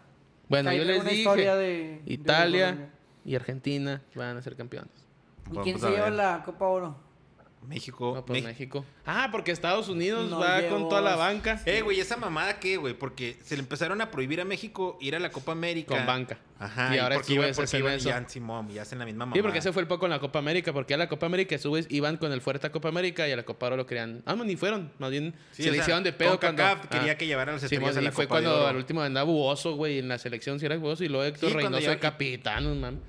Speaker 2: Bueno,
Speaker 4: Ahí
Speaker 2: yo
Speaker 4: tengo
Speaker 2: les
Speaker 4: una
Speaker 2: dije,
Speaker 4: historia de- de
Speaker 2: Italia
Speaker 4: Colombia.
Speaker 2: y Argentina van a ser campeones.
Speaker 4: ¿Y
Speaker 3: Vamos
Speaker 4: quién
Speaker 3: a
Speaker 4: se lleva
Speaker 3: ver.
Speaker 4: la Copa Oro?
Speaker 3: México.
Speaker 2: No, pues
Speaker 3: Oh, Mex-
Speaker 2: México. Ah, porque Estados Unidos
Speaker 4: No
Speaker 2: va
Speaker 4: llevo-
Speaker 2: con toda la banca.
Speaker 3: Eh, güey, esa mamada qué, güey, porque se le empezaron a prohibir a México ir a la Copa América.
Speaker 2: Con banca.
Speaker 3: Ajá.
Speaker 2: Y ahora estos
Speaker 3: porque iban-
Speaker 2: güeyes
Speaker 3: porque
Speaker 2: hacen
Speaker 3: iban-
Speaker 2: eso.
Speaker 3: y ya, Simón, y hacen la misma mamada.
Speaker 2: Sí, porque ese fue el poco en la Copa América, porque a la Copa América a su vez iban con el fuerte a Copa América y a la Copa Oro lo querían. Ah, no, ni fueron, más bien
Speaker 3: Sí,
Speaker 2: se
Speaker 3: o
Speaker 2: le
Speaker 3: sea,
Speaker 2: hicieron de pedo cuando.
Speaker 3: CONCACAF
Speaker 2: Ah,
Speaker 3: quería que llevaran las
Speaker 2: sí,
Speaker 3: estrellas a
Speaker 2: y
Speaker 3: la
Speaker 2: fue
Speaker 3: Copa
Speaker 2: cuando
Speaker 3: de Oro.
Speaker 2: al último andaba buoso, güey, en la selección sí era buoso y luego Héctor
Speaker 3: Sí, cuando
Speaker 2: Reynoso
Speaker 3: ya-
Speaker 2: de capitán, no mames.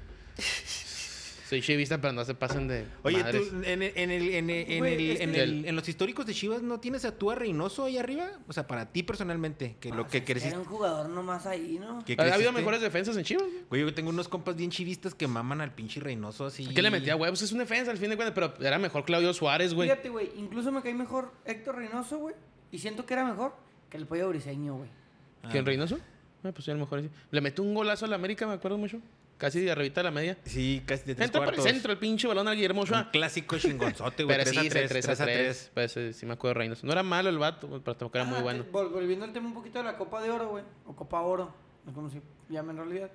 Speaker 2: Soy chivista, pero no se pasan de.
Speaker 3: Oye,
Speaker 2: madres.
Speaker 3: tú, en, el- en el- en el- en
Speaker 4: Güey,
Speaker 3: el-
Speaker 4: es que-
Speaker 3: en el- en los históricos de Chivas, ¿no tienes a tú a Reynoso ahí arriba? O sea, para ti personalmente, que
Speaker 4: Ah,
Speaker 3: lo que creciste.
Speaker 4: Era un jugador nomás ahí, ¿no?
Speaker 3: que
Speaker 2: Ha habido
Speaker 3: creciste-
Speaker 2: mejores defensas en Chivas, güey.
Speaker 3: Güey, yo tengo unos compas bien chivistas que maman al pinche Reynoso así.
Speaker 2: ¿Qué le metía, güey? Pues es una defensa al fin de cuentas, pero era mejor Claudio Suárez, güey.
Speaker 4: Fíjate, güey, incluso me caí mejor Héctor Reynoso, güey. Y siento que era mejor que el pollo briseño, güey.
Speaker 3: Ah.
Speaker 2: ¿Quién Reynoso? Ah, pues sí, a lo mejor sí. Le metió un golazo al América, me acuerdo mucho. Casi de arribita de la media.
Speaker 3: Sí, casi de tres
Speaker 2: Entra por el
Speaker 3: cuartos.
Speaker 2: centro el pinche balón al Guillermo
Speaker 3: Un
Speaker 2: Ochoa.
Speaker 3: clásico chingonzote, güey.
Speaker 2: Pero
Speaker 3: 3
Speaker 2: sí,
Speaker 3: a
Speaker 2: se
Speaker 3: 3,
Speaker 2: 3 a 3. Pues eh, sí me acuerdo de Reynoso. No era malo el vato, pero tampoco era muy
Speaker 4: Ah,
Speaker 2: bueno.
Speaker 4: te- vol- volviendo al tema un poquito de la Copa de Oro, güey. O Copa Oro, no como se llama en realidad.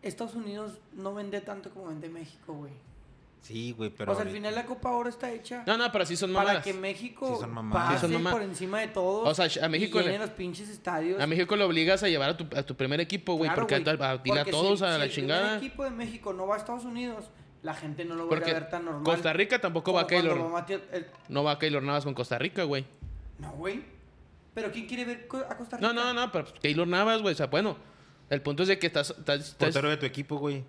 Speaker 4: Estados Unidos no vende tanto como vende México, güey.
Speaker 3: Sí, güey, pero...
Speaker 4: O sea, Pues, al
Speaker 3: ahorita-
Speaker 4: final la Copa Oro está hecha
Speaker 2: No, no, pero sí son
Speaker 4: para
Speaker 2: mamadas.
Speaker 4: que México
Speaker 3: Sí son mamadas.
Speaker 4: pase
Speaker 2: Sí son mamadas.
Speaker 4: por encima de todos.
Speaker 2: O sea, a México
Speaker 4: y
Speaker 2: le-
Speaker 4: llene los pinches estadios.
Speaker 2: A México lo obligas a llevar a tu, a tu primer equipo, güey,
Speaker 4: Claro,
Speaker 2: porque
Speaker 4: güey,
Speaker 2: a, a- dile a
Speaker 4: porque
Speaker 2: todos
Speaker 4: si-
Speaker 2: a
Speaker 4: si
Speaker 2: la
Speaker 4: el primer
Speaker 2: chingada.
Speaker 4: equipo de México no va a Estados Unidos, la gente no lo va a ir a
Speaker 2: Porque
Speaker 4: ver tan normal.
Speaker 2: Costa Rica tampoco va a
Speaker 4: como cuando
Speaker 2: Keylor.
Speaker 4: va Matías- el-
Speaker 2: No va a Keylor Navas con Costa Rica, güey.
Speaker 4: No, güey. Pero ¿quién quiere ver co- a Costa Rica?
Speaker 2: No, no, no, pero pues, Keylor Navas, güey. O sea, bueno, el punto es de que estás. estás- estás-
Speaker 3: Portero de tu equipo, güey.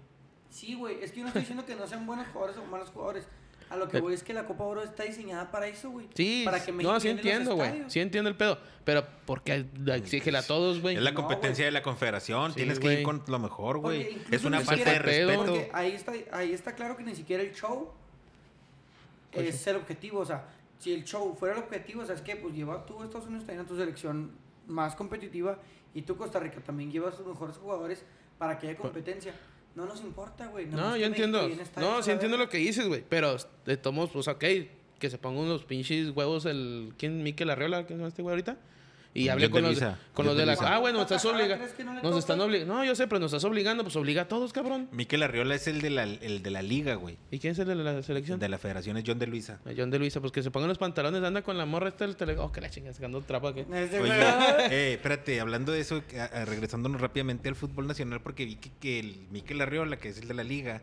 Speaker 4: Sí, güey. Es que yo no estoy diciendo que no sean buenos jugadores o malos jugadores. A lo que
Speaker 2: Pero-
Speaker 4: voy es que la Copa Oro está diseñada para eso, güey.
Speaker 2: Eh. Sí,
Speaker 4: para que México
Speaker 2: no, sí
Speaker 4: llene los
Speaker 2: entiendo, güey.
Speaker 4: estadios.
Speaker 2: Sí entiendo el pedo. Pero porque exígele a todos, pues, güey.
Speaker 3: Es la
Speaker 4: No,
Speaker 3: competencia
Speaker 4: güey.
Speaker 3: de la confederación.
Speaker 2: Sí,
Speaker 3: Tienes que
Speaker 2: güey.
Speaker 3: ir con lo mejor,
Speaker 4: Porque
Speaker 3: güey.
Speaker 4: incluso
Speaker 3: Es una
Speaker 4: ni
Speaker 3: falta de
Speaker 4: siquiera-
Speaker 2: Pero-
Speaker 3: respeto.
Speaker 4: Porque ahí está, ahí está claro que ni siquiera el show es el objetivo. O sea, si el show fuera el objetivo, ¿sabes qué? Pues lleva tú a Estados Unidos también a tu selección más competitiva y tú Costa Rica también llevas tus mejores jugadores para que haya competencia. No nos importa, güey. nada
Speaker 2: Pues No,
Speaker 4: más
Speaker 2: yo
Speaker 4: que México
Speaker 2: entiendo.
Speaker 4: llene estadios a
Speaker 2: No,
Speaker 4: la
Speaker 2: sí entiendo
Speaker 4: verga.
Speaker 2: lo que dices, güey. Pero de tomos, pues, ok, que se pongan unos pinches huevos el. ¿Quién? Miquel Arriola, ¿quién se llama este güey ahorita? Y
Speaker 3: Con
Speaker 2: hablé
Speaker 3: Jet
Speaker 2: con
Speaker 3: de
Speaker 2: los,
Speaker 3: Visa,
Speaker 2: con
Speaker 3: Jet
Speaker 2: los
Speaker 3: de
Speaker 2: de la.
Speaker 3: Visa.
Speaker 2: Ah, bueno, nos estás
Speaker 4: Ajá,
Speaker 2: obligando.
Speaker 4: ¿crees que no le
Speaker 2: nos están
Speaker 4: toca?
Speaker 2: obligando. No, yo sé, pero nos estás obligando, pues obliga a todos, cabrón.
Speaker 3: Miquel Arriola es el de la, el de la liga, güey.
Speaker 2: ¿Y quién es el de la selección?
Speaker 3: De la federación es John de Luisa.
Speaker 2: El John de Luisa, pues que se pongan los pantalones, anda con la morra esta del tele. Oh, que la chinga, sacando trapa aquí.
Speaker 4: Desde
Speaker 3: Oye,
Speaker 4: luego.
Speaker 3: eh, espérate, hablando de eso, a- a- regresándonos rápidamente al fútbol nacional, porque vi que, que el Miquel Arriola, que es el de la liga,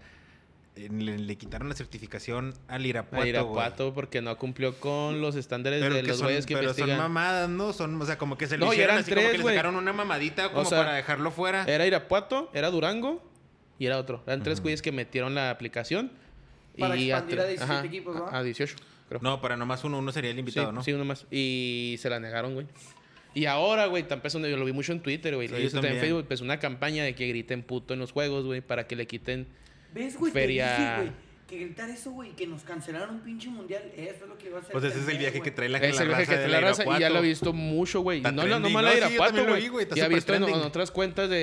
Speaker 3: eh, le, le quitaron la certificación al Irapuato.
Speaker 2: A
Speaker 3: güey.
Speaker 2: Irapuato porque no cumplió con los estándares
Speaker 3: Pero,
Speaker 2: de
Speaker 3: que
Speaker 2: los
Speaker 3: son,
Speaker 2: güeyes que
Speaker 3: pero son
Speaker 2: investigan.
Speaker 3: mamadas, ¿no? Son, o sea, como que se lo
Speaker 2: No, y
Speaker 3: hicieron
Speaker 2: eran
Speaker 3: así, como
Speaker 2: tres,
Speaker 3: que le
Speaker 2: güey.
Speaker 3: sacaron una mamadita como
Speaker 2: sea, eh,
Speaker 3: para dejarlo fuera.
Speaker 2: Era Irapuato, era Durango y era otro. Eran tres güeyes que metieron la aplicación.
Speaker 4: Para
Speaker 2: y
Speaker 4: expandir a
Speaker 2: tre-
Speaker 4: 17
Speaker 2: ajá,
Speaker 4: equipos, ¿no?
Speaker 2: A, a 18. creo.
Speaker 3: No, para nomás uno, uno sería el invitado,
Speaker 2: sí,
Speaker 3: ¿no?
Speaker 2: sí, uno más. Y se la negaron, güey. Y ahora, güey, también es donde yo lo vi mucho en Twitter, güey.
Speaker 3: Sí,
Speaker 2: lo
Speaker 3: yo
Speaker 2: vi también en
Speaker 3: también.
Speaker 2: Facebook. Empezó una campaña de que griten puto en los juegos, güey, para que le quiten.
Speaker 4: ¿Ves, güey?
Speaker 2: Feria.
Speaker 4: Feria. güey, que gritar eso, güey, que nos cancelaron un pinche mundial. Eso es lo que va a hacer.
Speaker 3: Pues ese es el
Speaker 4: perder,
Speaker 3: viaje que
Speaker 4: güey.
Speaker 3: trae la,
Speaker 2: Es el
Speaker 3: la
Speaker 2: viaje que
Speaker 3: raza
Speaker 2: te
Speaker 3: del
Speaker 2: la raza y ya lo he
Speaker 3: Irapuato.
Speaker 2: visto mucho, güey. Y
Speaker 3: Está
Speaker 2: No, no, no
Speaker 3: trending.
Speaker 2: mal a
Speaker 3: No, sí, yo
Speaker 2: Irapuato,
Speaker 3: también lo
Speaker 2: güey.
Speaker 3: vi, güey, está
Speaker 2: Ya he
Speaker 3: súper
Speaker 2: visto en,
Speaker 3: trending.
Speaker 2: en otras cuentas de,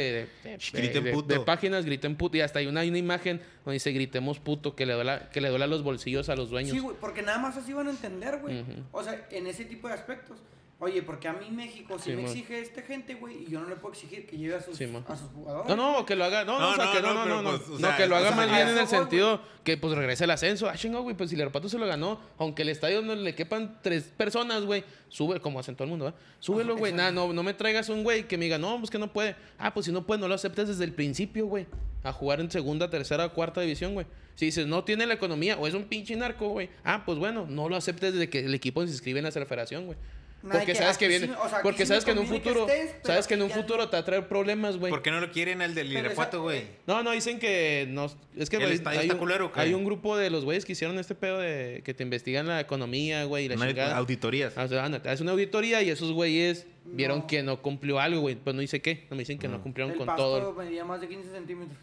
Speaker 2: de, de-
Speaker 3: Griten
Speaker 2: de-
Speaker 3: puto.
Speaker 2: de páginas, griten puto. Y hasta hay una, hay una imagen donde dice gritemos puto, que le duela, que le duela los bolsillos a los dueños.
Speaker 4: Sí, güey, porque nada más así van a entender, güey.
Speaker 2: Ujú.
Speaker 4: O sea, en ese tipo de aspectos. Oye, porque a mí México sí,
Speaker 2: Sí,
Speaker 4: me
Speaker 2: mo.
Speaker 4: exige esta gente, güey, y yo no le puedo exigir que lleve a sus,
Speaker 2: Sí, mo.
Speaker 4: a sus jugadores.
Speaker 2: No, no, que lo haga. No, no, o sea, que no, no,
Speaker 3: pero
Speaker 2: no. No,
Speaker 3: pues, o
Speaker 2: No,
Speaker 3: sea,
Speaker 2: que lo
Speaker 3: o
Speaker 2: haga
Speaker 3: sea,
Speaker 2: más
Speaker 4: a
Speaker 2: bien
Speaker 4: eso
Speaker 2: en el
Speaker 4: voy,
Speaker 2: sentido que pues regrese el ascenso. Ah, chingo, güey, pues si el Irapuato se lo ganó, aunque el estadio no le quepan tres personas, güey, sube, como hacen todo el mundo, ¿verdad? Súbelo,
Speaker 4: Ah,
Speaker 2: güey. Nah, no, no me traigas un güey que me diga, no, pues que no puede. Ah, pues si no puede, no lo aceptes desde el principio, güey. A jugar en segunda, tercera, cuarta división, güey. Si dices, no tiene la economía o es un pinche narco, güey. Ah, pues bueno, no lo aceptes desde que el equipo se inscribe en la federación, güey.
Speaker 4: Nah,
Speaker 2: Porque
Speaker 4: que
Speaker 2: sabes que
Speaker 4: aquí sí
Speaker 2: viene.
Speaker 4: me- o sea, aquí
Speaker 2: porque
Speaker 4: sí me
Speaker 2: sabes que en un
Speaker 4: conviene que
Speaker 2: futuro.
Speaker 4: estés, pero
Speaker 2: sabes que en un
Speaker 4: ya-
Speaker 2: futuro te va a traer problemas, güey.
Speaker 3: ¿Por qué no lo quieren al del
Speaker 4: Pero esa-
Speaker 3: Irapuato, güey?
Speaker 2: No, no, dicen que no. Es que
Speaker 3: ¿El
Speaker 2: güey,
Speaker 3: estadio
Speaker 2: hay,
Speaker 3: está
Speaker 2: un,
Speaker 3: culero o qué?
Speaker 2: hay un grupo de los güeyes que hicieron este pedo de que te investigan la economía, güey, y la
Speaker 3: No hay
Speaker 2: chingada. Ah,
Speaker 3: auditorías.
Speaker 2: O sea, ándate, hace una auditoría y esos güeyes vieron
Speaker 4: No.
Speaker 2: que no cumplió algo, güey. Pues no dice qué. No me dicen que no cumplieron
Speaker 4: El
Speaker 2: con
Speaker 4: pasto
Speaker 2: todo.
Speaker 4: medía más de 15 centímetros.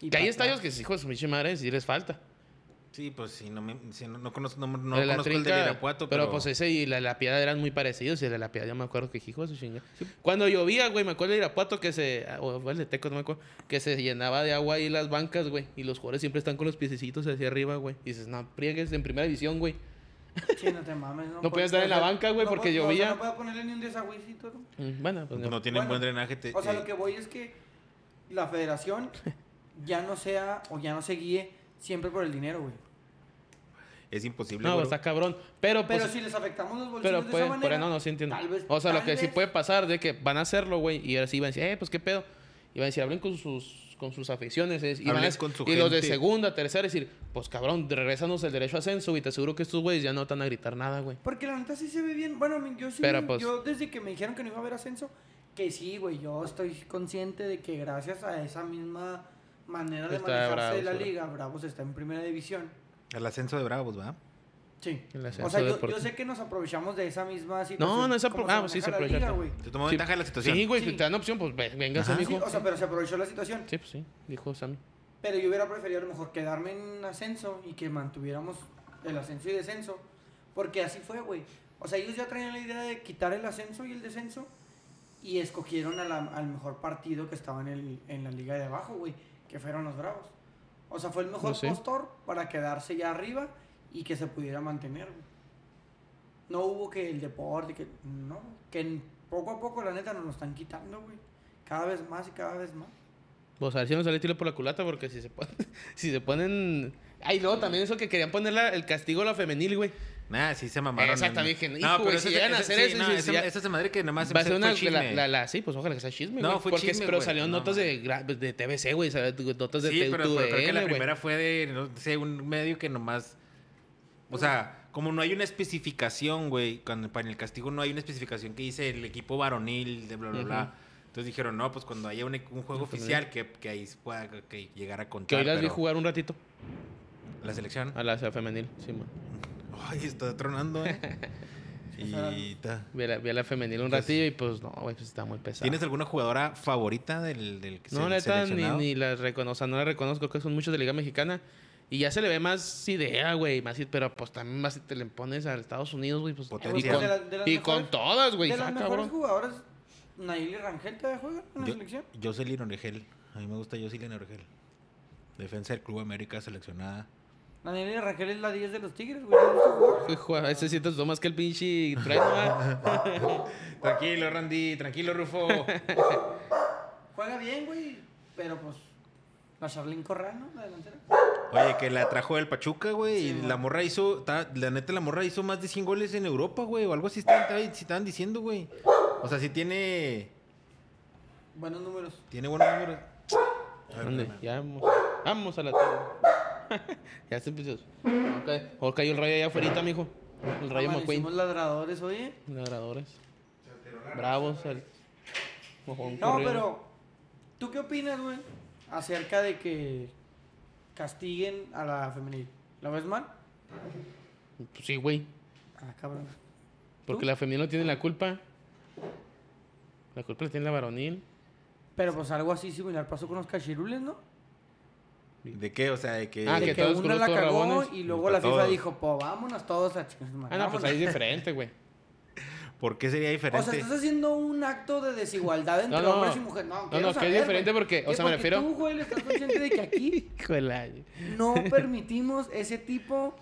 Speaker 4: Y
Speaker 2: Que hay
Speaker 4: pa-
Speaker 2: estadios que, hijo de su pinche madre, si les falta.
Speaker 3: Sí, pues sí, no, me, sí, no, no conozco, no, no
Speaker 2: El de la
Speaker 3: conozco el del
Speaker 2: Trinca,
Speaker 3: Irapuato,
Speaker 2: pero...
Speaker 3: pero...
Speaker 2: pues ese y la, la piedad eran muy parecidos. Y el de la piedad ya me acuerdo que hijo de su chingada. Cuando llovía, güey, me acuerdo de Irapuato que se. ah, O fue el de Tecos, no me acuerdo. Que se llenaba de agua ahí las bancas, güey. Y los jugadores siempre están con los piececitos hacia arriba, güey. Y dices, no, priegues en primera división, güey.
Speaker 4: Sí, no te mames. No,
Speaker 2: No podías dar en la banca, güey, porque
Speaker 4: puedo-
Speaker 2: llovía.
Speaker 4: No, o sea, no podía ponerle ni un desagüecito, ¿no?
Speaker 2: Mm, Bueno, pues no.
Speaker 3: no tienen
Speaker 4: Bueno,
Speaker 3: buen drenaje. te-
Speaker 4: O sea,
Speaker 3: eh,
Speaker 4: lo que voy es que la federación ya no sea o ya no se guíe siempre por el dinero, güey.
Speaker 3: Es imposible,
Speaker 2: No, pues,
Speaker 3: güey.
Speaker 2: está cabrón. Pero,
Speaker 4: Pero
Speaker 2: pues,
Speaker 4: si les afectamos los bolsillos
Speaker 2: Pero
Speaker 4: de
Speaker 2: puede,
Speaker 4: esa
Speaker 2: por
Speaker 4: manera,
Speaker 2: ahí no, no, sí entiendo.
Speaker 4: tal vez-
Speaker 2: o sea, lo
Speaker 4: tal
Speaker 2: que sí
Speaker 4: vez-
Speaker 2: puede pasar de que van a hacerlo, güey, y ahora sí van a decir, eh, pues qué pedo. Y van a decir, hablen con sus, con sus aficiones. es- y van a-
Speaker 3: Hablen con su
Speaker 2: y los de
Speaker 3: gente.
Speaker 2: segunda, tercera, decir, pues cabrón, regrésanos el derecho a ascenso, y te aseguro que estos güeyes ya no te van a gritar nada, güey.
Speaker 4: Porque la neta sí se ve bien. Bueno, mi- yo sí.
Speaker 2: Pero,
Speaker 4: me-
Speaker 2: pues-
Speaker 4: Yo desde que me dijeron que no iba a haber ascenso, que sí, güey. Yo estoy consciente de que gracias a esa misma manera de
Speaker 2: Está
Speaker 4: manejarse
Speaker 2: Bravos,
Speaker 4: de la
Speaker 2: ¿verdad?
Speaker 4: liga, Bravos está en primera división.
Speaker 3: El ascenso de Bravos, ¿va?
Speaker 4: Sí.
Speaker 2: El
Speaker 4: O
Speaker 2: ascenso
Speaker 4: sea, yo,
Speaker 2: deportivo.
Speaker 4: yo sé que nos aprovechamos de esa misma situación.
Speaker 2: No, no, esa
Speaker 4: como
Speaker 2: apro- ah, sí,
Speaker 4: maneja
Speaker 2: se
Speaker 4: la
Speaker 2: aprovecha.
Speaker 4: liga, güey.
Speaker 3: Se tomó
Speaker 2: Sí.
Speaker 3: ventaja de la situación.
Speaker 2: Sí, güey,
Speaker 4: Sí.
Speaker 2: si te dan opción, pues ve- véngase,
Speaker 3: Ajá.
Speaker 4: Sí,
Speaker 2: mijo.
Speaker 4: o sea, pero se aprovechó la situación.
Speaker 2: Sí, pues sí, dijo Sammy.
Speaker 4: Pero yo hubiera preferido a lo mejor quedarme en ascenso y que mantuviéramos el ascenso y descenso. Porque así fue, güey. O sea, ellos ya traían la idea de quitar el ascenso y el descenso y escogieron a la- al mejor partido que estaba en, el- en la liga de abajo, güey, que fueron los Bravos. O sea, fue el mejor
Speaker 2: Pues sí.
Speaker 4: postor para quedarse ya arriba y que se pudiera mantener, güey. No hubo que el deporte, que no, que en- poco a poco la neta nos lo están quitando, güey. Cada vez más y cada vez más.
Speaker 2: Pues a ver si no sale el tiro por la culata, porque si se ponen. si se ponen. Ay, luego también eso que querían poner la- el castigo a la femenil, güey.
Speaker 3: Nah, sí se mamaron.
Speaker 2: Esa
Speaker 3: en-
Speaker 2: también dije, hijo,
Speaker 3: pero
Speaker 2: güey,
Speaker 3: ese-
Speaker 2: si llegan a
Speaker 3: ese-
Speaker 2: hacer
Speaker 3: sí,
Speaker 2: eso,
Speaker 3: no,
Speaker 2: sí, sí,
Speaker 3: esa,
Speaker 2: ya-
Speaker 3: esa madre que nomás
Speaker 2: Va a ser
Speaker 3: fue
Speaker 2: una. La,
Speaker 3: chisme.
Speaker 2: la, la- sí, pues ojalá que sea chisme.
Speaker 3: No,
Speaker 2: güey,
Speaker 3: fue
Speaker 2: porque,
Speaker 3: chisme,
Speaker 2: Pero
Speaker 3: güey,
Speaker 2: salieron
Speaker 3: no
Speaker 2: notas de, gra- de TBC, güey. sal- Notas de
Speaker 3: sí,
Speaker 2: TUDN,
Speaker 3: pero, pero creo que la
Speaker 2: güey.
Speaker 3: primera fue de, no sé, un medio que nomás... O sea, como no hay una especificación, güey, cuando- para el castigo no hay una especificación que dice el equipo varonil, de bla, bla, bla. Entonces dijeron, no, pues cuando haya un, un juego oficial que, que ahí se pueda que llegar a
Speaker 2: Que
Speaker 3: contar.
Speaker 2: hoy las vi
Speaker 3: pero
Speaker 2: jugar Ah. un ratito
Speaker 3: La selección.
Speaker 2: a la a femenil. Sí, man.
Speaker 3: Ay, está tronando, ¿eh? y ta.
Speaker 2: Vi a la, vi a la femenil un
Speaker 3: Pues-
Speaker 2: ratillo y pues no, güey, pues está muy pesado.
Speaker 3: ¿Tienes alguna jugadora favorita del, del que
Speaker 2: No,
Speaker 3: se-
Speaker 2: neta, ni,
Speaker 3: seleccionado?
Speaker 2: ni las reconozco. no las reconozco. Creo que son muchos de Liga Mexicana. Y ya se le ve más idea, güey. Más, i- pero pues también más si te le pones a Estados Unidos, güey. Pues,
Speaker 3: Potencial.
Speaker 2: y con,
Speaker 4: De la- de las
Speaker 2: y con
Speaker 4: mejores-
Speaker 2: todas, güey.
Speaker 4: de
Speaker 2: ah,
Speaker 4: las mejores
Speaker 2: cabrón.
Speaker 4: jugadoras, Nayeli Rangel todavía juega en la
Speaker 3: Yo-
Speaker 4: selección.
Speaker 3: Jocelyn Orgel. A mí me gusta Jocelyn Orgel. Defensa del Club América seleccionada.
Speaker 4: Nayeli Rangel es la 10 de los Tigres, güey. ¿no gusta jugar?
Speaker 2: Hijo, a veces sientes más que el pinche trueno, ah.
Speaker 3: Tranquilo, Randy. Tranquilo, Rufo.
Speaker 4: Juega bien, güey, pero pues la Charlene Corral, ¿no? La delantera.
Speaker 3: Oye, que la trajo del Pachuca, güey.
Speaker 4: Sí,
Speaker 3: y
Speaker 4: man.
Speaker 3: la morra hizo... ta- la neta, la morra hizo más de 100 goles en Europa, güey. O algo así estaban, estaban- sí estaban diciendo, güey. O sea, sí tiene...
Speaker 4: Buenos números.
Speaker 3: Tiene buenos números. A ver,
Speaker 2: ¿Dónde?
Speaker 3: espérame.
Speaker 2: Ya vamos. Vamos a la tarde. ya se empezó. Okay. Ahora cayó el rayo allá afuera, mijo. El rayo McQueen.
Speaker 4: Somos ladradores, oye.
Speaker 2: Labradores. Bravos. El... mojón
Speaker 4: No,
Speaker 2: corrido.
Speaker 4: pero ¿tú qué opinas, güey, acerca de que castiguen a la femenil? ¿La ves mal?
Speaker 2: Pues sí, güey.
Speaker 4: Ah, cabrón.
Speaker 2: Porque la femenil no tiene la culpa. La culpa la tiene la varonil.
Speaker 4: Pero pues algo así similar pasó con los cachirules, ¿no?
Speaker 3: ¿De qué? O sea, de que.
Speaker 2: Ah,
Speaker 4: De
Speaker 2: que
Speaker 4: que
Speaker 2: todos
Speaker 4: una
Speaker 2: con
Speaker 4: la
Speaker 2: todos
Speaker 4: cagó
Speaker 2: rabones.
Speaker 4: y luego
Speaker 3: Para
Speaker 4: la FIFA
Speaker 3: todos.
Speaker 4: dijo, po, vámonos todos a chingar su madre,
Speaker 2: Ah, no, pues
Speaker 4: vámonos".
Speaker 2: ahí es diferente, güey.
Speaker 3: ¿Por qué sería
Speaker 4: O
Speaker 3: diferente?
Speaker 4: sea, estás haciendo un acto de desigualdad entre
Speaker 2: No, no.
Speaker 4: hombres y mujeres. No,
Speaker 2: No,
Speaker 4: quiero
Speaker 2: no, que es
Speaker 4: saber,
Speaker 2: diferente
Speaker 4: güey.
Speaker 2: porque, o
Speaker 4: Que
Speaker 2: sea, me refiero-
Speaker 4: Tú, güey, estás consciente de que aquí
Speaker 2: Híjole.
Speaker 4: no permitimos ese tipo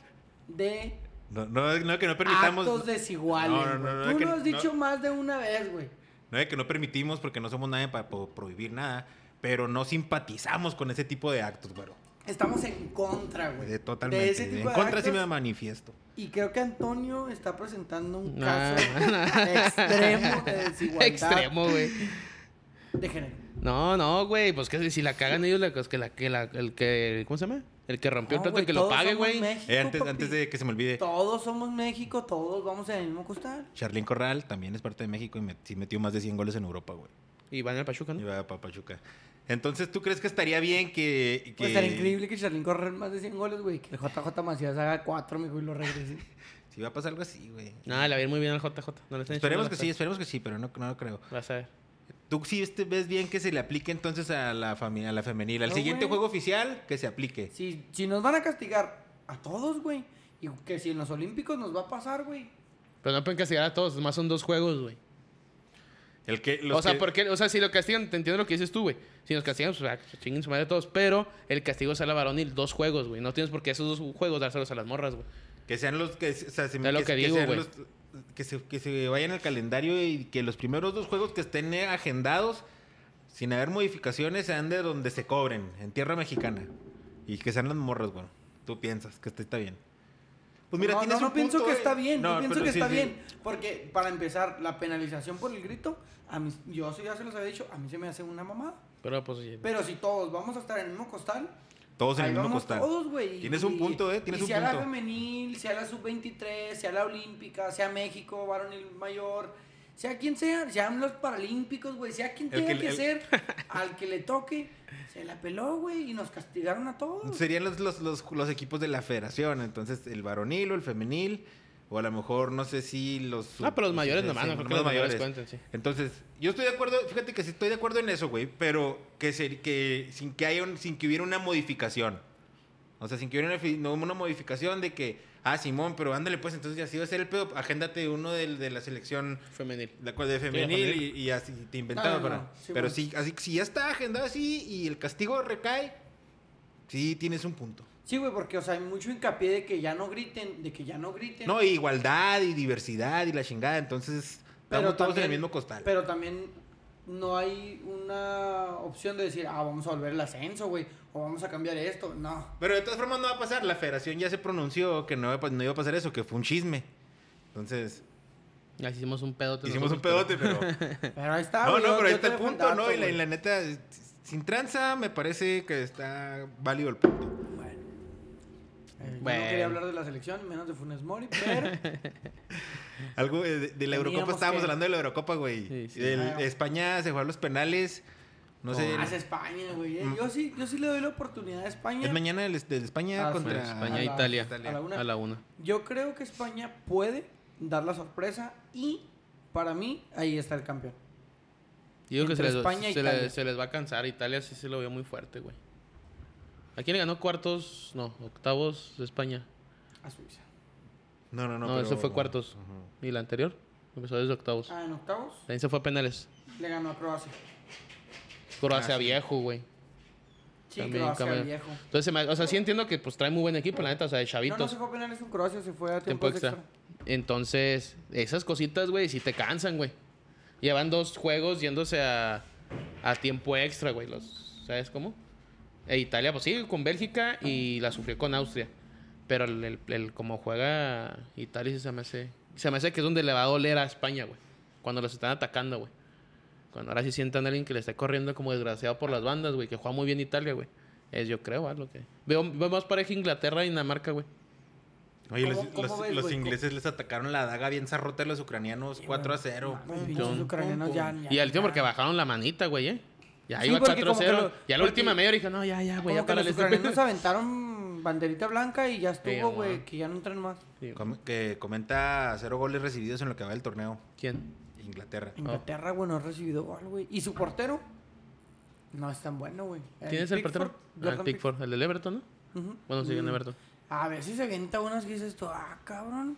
Speaker 4: de
Speaker 3: no, no, no, que no permitamos.
Speaker 4: actos desiguales.
Speaker 3: No, no, no,
Speaker 4: güey.
Speaker 3: no,
Speaker 4: Tú
Speaker 3: que
Speaker 4: lo has
Speaker 3: no-
Speaker 4: dicho más de una vez, güey.
Speaker 3: No es que no permitimos porque no somos nadie para po- prohibir nada, pero no simpatizamos con ese tipo de actos, güey.
Speaker 4: Estamos en contra, güey.
Speaker 3: De totalmente.
Speaker 4: De ese
Speaker 3: en
Speaker 4: tipo de
Speaker 3: contra sí
Speaker 4: actos.
Speaker 3: me manifiesto.
Speaker 4: Y creo que Antonio está presentando un
Speaker 2: No,
Speaker 4: caso extremo de desigualdad
Speaker 2: Extremo, güey.
Speaker 4: de género.
Speaker 2: No, no, güey. Pues que si- si la cagan ellos, la, pues, que la, que la, el que. ¿Cómo se llama? El que rompió
Speaker 4: No,
Speaker 2: el plato,
Speaker 4: güey,
Speaker 2: el que lo
Speaker 4: todos
Speaker 2: pague,
Speaker 4: somos
Speaker 2: güey.
Speaker 4: México,
Speaker 3: Eh, antes,
Speaker 4: papi.
Speaker 3: antes de que se me olvide,
Speaker 4: Todos somos México, todos vamos en el mismo costal.
Speaker 3: Charlín Corral también es parte de México y met- sí metió más de 100 goles en Europa, güey.
Speaker 2: Y van al Pachuca,
Speaker 3: Y
Speaker 2: ¿no?
Speaker 3: va para Pachuca. Entonces, ¿tú crees que estaría bien que. que
Speaker 4: Pues estaría increíble que Charlín corra más de 100 goles, güey. Que el JJ Macías haga 4, mijo, y lo regrese.
Speaker 3: Si va a pasar algo así, güey.
Speaker 2: Nada, le va a ir muy bien al JJ. No le están
Speaker 3: Esperemos
Speaker 2: echando
Speaker 3: que
Speaker 2: la
Speaker 3: sí,
Speaker 2: sal.
Speaker 3: esperemos que sí, pero no, no lo creo.
Speaker 2: Vas a ver.
Speaker 3: ¿Tú sí este, ves bien que se le aplique entonces a la, familia, a la femenil? Al
Speaker 4: No,
Speaker 3: siguiente
Speaker 4: güey.
Speaker 3: juego oficial, que se aplique.
Speaker 4: Si, si nos van a castigar a todos, güey. Y que si en los Olímpicos nos va a pasar, güey.
Speaker 2: Pero no pueden castigar a todos, más son dos juegos, güey.
Speaker 3: El que, los
Speaker 2: O sea,
Speaker 3: que-
Speaker 2: porque, o sea, si lo castigan, te entiendo lo que dices tú, güey. Si nos castigan, pues ah, chinguen su madre a todos. Pero el castigo es a la varonil, dos juegos, güey. No tienes por qué esos dos juegos dárselos a las morras, güey.
Speaker 3: Que sean los que. O sea, se me-
Speaker 2: Es lo que digo,
Speaker 3: sean
Speaker 2: güey.
Speaker 3: los- que, se, que se vayan al calendario y que los primeros dos juegos que estén eh, agendados, sin haber modificaciones, sean de donde se cobren, en tierra mexicana. Y que sean las morras, güey. Tú piensas que este está bien. Pues mira,
Speaker 4: no,
Speaker 3: tienes
Speaker 4: no, no
Speaker 3: un
Speaker 4: pienso
Speaker 3: punto,
Speaker 4: que
Speaker 3: eh.
Speaker 4: está bien, no,
Speaker 3: No,
Speaker 4: pienso
Speaker 3: pero
Speaker 4: que
Speaker 3: sí,
Speaker 4: está
Speaker 3: sí.
Speaker 4: bien. Porque, para empezar, la penalización por el grito, a mí, yo sí ya se los había dicho, a mí se me hace una mamada.
Speaker 2: Pero pues. oye,
Speaker 4: Pero si todos vamos a estar en el mismo costal,
Speaker 3: Todos en
Speaker 4: ahí
Speaker 3: el mismo
Speaker 4: vamos
Speaker 3: costal.
Speaker 4: todos, güey. y-
Speaker 3: Tienes un punto, ¿eh? Tienes
Speaker 4: y
Speaker 3: un
Speaker 4: sea la
Speaker 3: punto.
Speaker 4: femenil, sea la sub-23, sea la olímpica, sea México, varonil mayor, sea quien sea, sean los paralímpicos, güey, sea quien
Speaker 3: El
Speaker 4: tenga que,
Speaker 3: que- el-
Speaker 4: ser, al que le toque, se la peló, güey, y nos castigaron a todos.
Speaker 3: Serían los, los, los, los equipos de la federación. Entonces, el varonil o el femenil. O a lo mejor, no sé si los.
Speaker 2: Ah, pero los mayores nomás,
Speaker 3: sí,
Speaker 2: no creo que los mayores cuenten, sí.
Speaker 3: Entonces, yo estoy de acuerdo. Fíjate que sí estoy de acuerdo en eso, güey. Pero que, ser- que sin que haya un- sin que hubiera una modificación. O sea, sin que hubiera una, fi- no, una modificación de que. Ah, Simón, pero ándale, pues entonces ya sí va a ser el pedo. Agéndate uno del, de la selección.
Speaker 2: Femenil.
Speaker 3: La cual de femenil
Speaker 2: femenil.
Speaker 3: y, y así
Speaker 4: No,
Speaker 3: te inventaba
Speaker 4: Ah, no,
Speaker 3: para.
Speaker 4: no, sí,
Speaker 3: pero
Speaker 4: bueno.
Speaker 3: sí, así, si ya está agendado así y el castigo recae, sí tienes un punto.
Speaker 4: Sí, güey, porque, o sea, hay mucho hincapié de que ya no griten, de que ya no griten.
Speaker 3: No, y igualdad y diversidad y la chingada, entonces estamos todos en el
Speaker 4: también-
Speaker 3: mismo costal.
Speaker 4: Pero también no hay una opción de decir, ah, vamos a volver el ascenso, güey, o vamos a cambiar esto. No.
Speaker 3: Pero de todas formas no va a pasar, la federación ya se pronunció que no, iba a pa- no iba a pasar eso, que fue un chisme. Entonces,
Speaker 2: Así hicimos un pedote.
Speaker 3: hicimos un
Speaker 2: nosotros,
Speaker 3: pedote, pero...
Speaker 4: Pero ahí está,
Speaker 3: No,
Speaker 4: güey, yo-
Speaker 3: no, pero ahí
Speaker 4: yo
Speaker 3: está
Speaker 4: te
Speaker 3: el
Speaker 4: dejo
Speaker 3: punto,
Speaker 4: dato,
Speaker 3: ¿no? Y la, y
Speaker 4: güey.
Speaker 3: la neta, sin tranza me parece que está válido el punto.
Speaker 4: Bueno. Eh, yo
Speaker 2: Bueno.
Speaker 4: no quería hablar de la selección, menos de Funes Mori, pero
Speaker 3: Algo eh, de, de la
Speaker 4: Teníamos
Speaker 3: Eurocopa, estábamos
Speaker 4: que-
Speaker 3: hablando de la Eurocopa, güey.
Speaker 2: Sí, sí.
Speaker 3: El-
Speaker 4: Claro. ¿Ah,
Speaker 3: España se jugó a los penales. No sé.
Speaker 4: hace España, güey. eh.
Speaker 2: Mm.
Speaker 4: Yo sí, yo sí le doy la oportunidad a España.
Speaker 3: Es mañana el, el España
Speaker 4: Ah, sí.
Speaker 3: contra
Speaker 4: Bueno,
Speaker 2: España, e
Speaker 4: A la-
Speaker 2: Italia.
Speaker 4: a la una.
Speaker 2: A la una.
Speaker 4: Yo creo que España puede dar la sorpresa y para mí ahí está el campeón.
Speaker 2: Yo Digo que se
Speaker 4: Entre
Speaker 2: les,
Speaker 4: España e
Speaker 2: se,
Speaker 4: Italia.
Speaker 2: les, se les va a cansar. Italia sí se lo vio muy fuerte, güey. ¿A quién le ganó cuartos? No, octavos de España.
Speaker 4: A Suiza.
Speaker 3: No, no, no.
Speaker 2: No,
Speaker 3: pero-
Speaker 2: eso fue cuartos. ¿Y la anterior? Empezó desde octavos.
Speaker 4: Ah, en octavos
Speaker 2: También se fue a penales.
Speaker 4: le ganó a Croacia.
Speaker 2: Croacia
Speaker 3: Ah, sí.
Speaker 2: viejo, güey.
Speaker 4: Sí,
Speaker 2: También
Speaker 4: Croacia
Speaker 2: cambia.
Speaker 4: viejo.
Speaker 2: Entonces, se me- o sea, sí entiendo que pues trae muy buen equipo, la neta, o sea, de
Speaker 4: No, no
Speaker 2: chavitos.
Speaker 4: se fue a penales con Croacia, se fue a tiempo
Speaker 2: tiempo extra. Entonces, esas cositas, güey, sí te cansan, güey. Llevan dos juegos yéndose a, a tiempo extra, güey. Los, ¿Sabes cómo? E Italia, pues sí, con Bélgica y la sufrió con Austria. Pero el, el- el como juega Italia sí se me hace... Se me hace que es donde le va a doler a España, güey. Cuando los están atacando, güey. Cuando ahora sí sientan a alguien que le esté corriendo como desgraciado por las bandas, güey. Que juega muy bien Italia, güey. Es yo creo, ah, lo que... Veo, veo más pareja Inglaterra y Dinamarca, güey.
Speaker 3: Oye,
Speaker 4: ¿Cómo-
Speaker 3: los,
Speaker 4: cómo
Speaker 3: los-
Speaker 4: ves,
Speaker 3: los
Speaker 4: güey?
Speaker 3: ingleses les atacaron la daga bien zarrota a los ucranianos 4 a 0. Pum,
Speaker 4: Los
Speaker 3: pum,
Speaker 4: pinches
Speaker 3: pum,
Speaker 4: ucranianos
Speaker 3: pum.
Speaker 4: ya, ya-
Speaker 2: Y al último
Speaker 4: ya.
Speaker 2: porque bajaron la manita, güey, ¿eh? Ya
Speaker 4: Sí,
Speaker 2: iba
Speaker 4: porque como
Speaker 2: 4-0.
Speaker 4: que lo-
Speaker 2: Ya la
Speaker 4: porque-
Speaker 2: última media hora dije, no, ya, ya, güey,
Speaker 4: Como
Speaker 2: ya
Speaker 4: que
Speaker 2: para
Speaker 4: los
Speaker 2: el
Speaker 4: ucranianos aventaron banderita blanca y ya
Speaker 2: Sí,
Speaker 4: estuvo,
Speaker 2: mamá.
Speaker 4: güey, que ya no entran más.
Speaker 2: Sí.
Speaker 3: Com- que comenta cero goles recibidos en lo que va del torneo.
Speaker 2: ¿Quién?
Speaker 3: Inglaterra.
Speaker 4: Inglaterra, güey, no ha recibido gol, güey. Y su portero no es tan bueno, güey.
Speaker 2: ¿Quién es el
Speaker 4: Pickford,
Speaker 2: portero? Ah, el
Speaker 4: Jordan
Speaker 2: Pickford. El del Everton, ¿no?
Speaker 4: Ujú.
Speaker 2: Bueno, sí, en
Speaker 4: Mm.
Speaker 2: Everton.
Speaker 4: A veces se avienta unas que dices tú, ah, cabrón.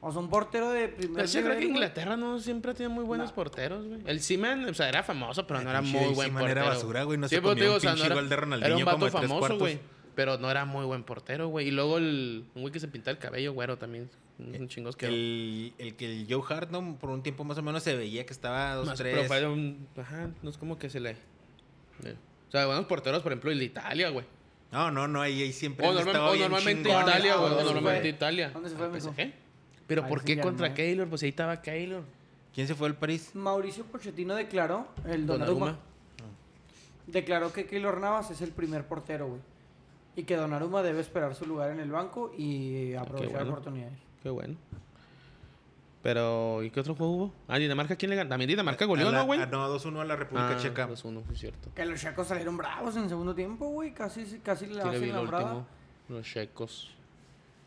Speaker 4: O sea, un portero de primer
Speaker 2: Pero Pues yo creo
Speaker 4: nivel,
Speaker 2: que
Speaker 4: güey.
Speaker 2: Inglaterra no siempre tiene muy buenos
Speaker 4: No.
Speaker 2: porteros, güey. El Seaman, o sea, era famoso, pero
Speaker 3: El
Speaker 2: no era
Speaker 3: pinche
Speaker 2: muy buen
Speaker 3: Seaman
Speaker 2: portero. pues,
Speaker 3: era basura, güey, no se
Speaker 2: pero
Speaker 3: comió un pinche
Speaker 2: era-
Speaker 3: gol de Ronaldinho
Speaker 2: Era un vato
Speaker 3: como de tres
Speaker 2: famoso,
Speaker 3: cuartos.
Speaker 2: güey. Pero no era muy buen portero, güey. Y luego el, un güey que se pinta el cabello, güero, también. Un chingos que...
Speaker 3: Eh, El, el que el Joe Hart, ¿no? por un tiempo más o menos se veía que estaba dos,
Speaker 2: más
Speaker 3: tres.
Speaker 2: profile, un- ajá, no es como que se le... eh. O sea, buenos porteros, por ejemplo, el de Italia, güey.
Speaker 3: No, no, no, ahí, ahí siempre
Speaker 2: O,
Speaker 3: han
Speaker 2: norma-
Speaker 3: estado
Speaker 2: o
Speaker 3: bien
Speaker 2: normalmente
Speaker 3: chingones.
Speaker 2: Italia,
Speaker 4: Ah,
Speaker 2: güey. O
Speaker 4: ¿dónde se
Speaker 2: normalmente
Speaker 4: fue?
Speaker 2: Italia.
Speaker 4: ¿Dónde se fue,
Speaker 2: Al
Speaker 4: mijo?
Speaker 2: PSG. Pero
Speaker 4: Ahí
Speaker 2: ¿por
Speaker 4: sí
Speaker 2: qué
Speaker 4: ya
Speaker 2: contra
Speaker 4: no.
Speaker 2: Keylor? Pues ahí estaba Keylor.
Speaker 3: ¿Quién se fue al París?
Speaker 4: Mauricio Pochettino declaró, el Don
Speaker 2: Donnarumma.
Speaker 4: declaró que Keylor Navas es el primer portero, güey. Y que Donnarumma debe esperar su lugar en el banco y aprovechar
Speaker 2: Ah, bueno.
Speaker 4: oportunidades.
Speaker 2: Qué bueno. Pero, ¿y qué otro juego hubo? Ah, Dinamarca, ¿quién le ganó? También Dinamarca goleó,
Speaker 3: A la-
Speaker 2: ¿no, güey?
Speaker 3: ah, No, 2-1 a la República
Speaker 2: Ah,
Speaker 3: Checa.
Speaker 2: 2-1, es cierto.
Speaker 4: Que los chacos salieron bravos en el segundo tiempo, güey. Casi, casi le
Speaker 2: Sí, le vi
Speaker 4: hacen
Speaker 2: el
Speaker 4: la brava.
Speaker 2: último. Los checos.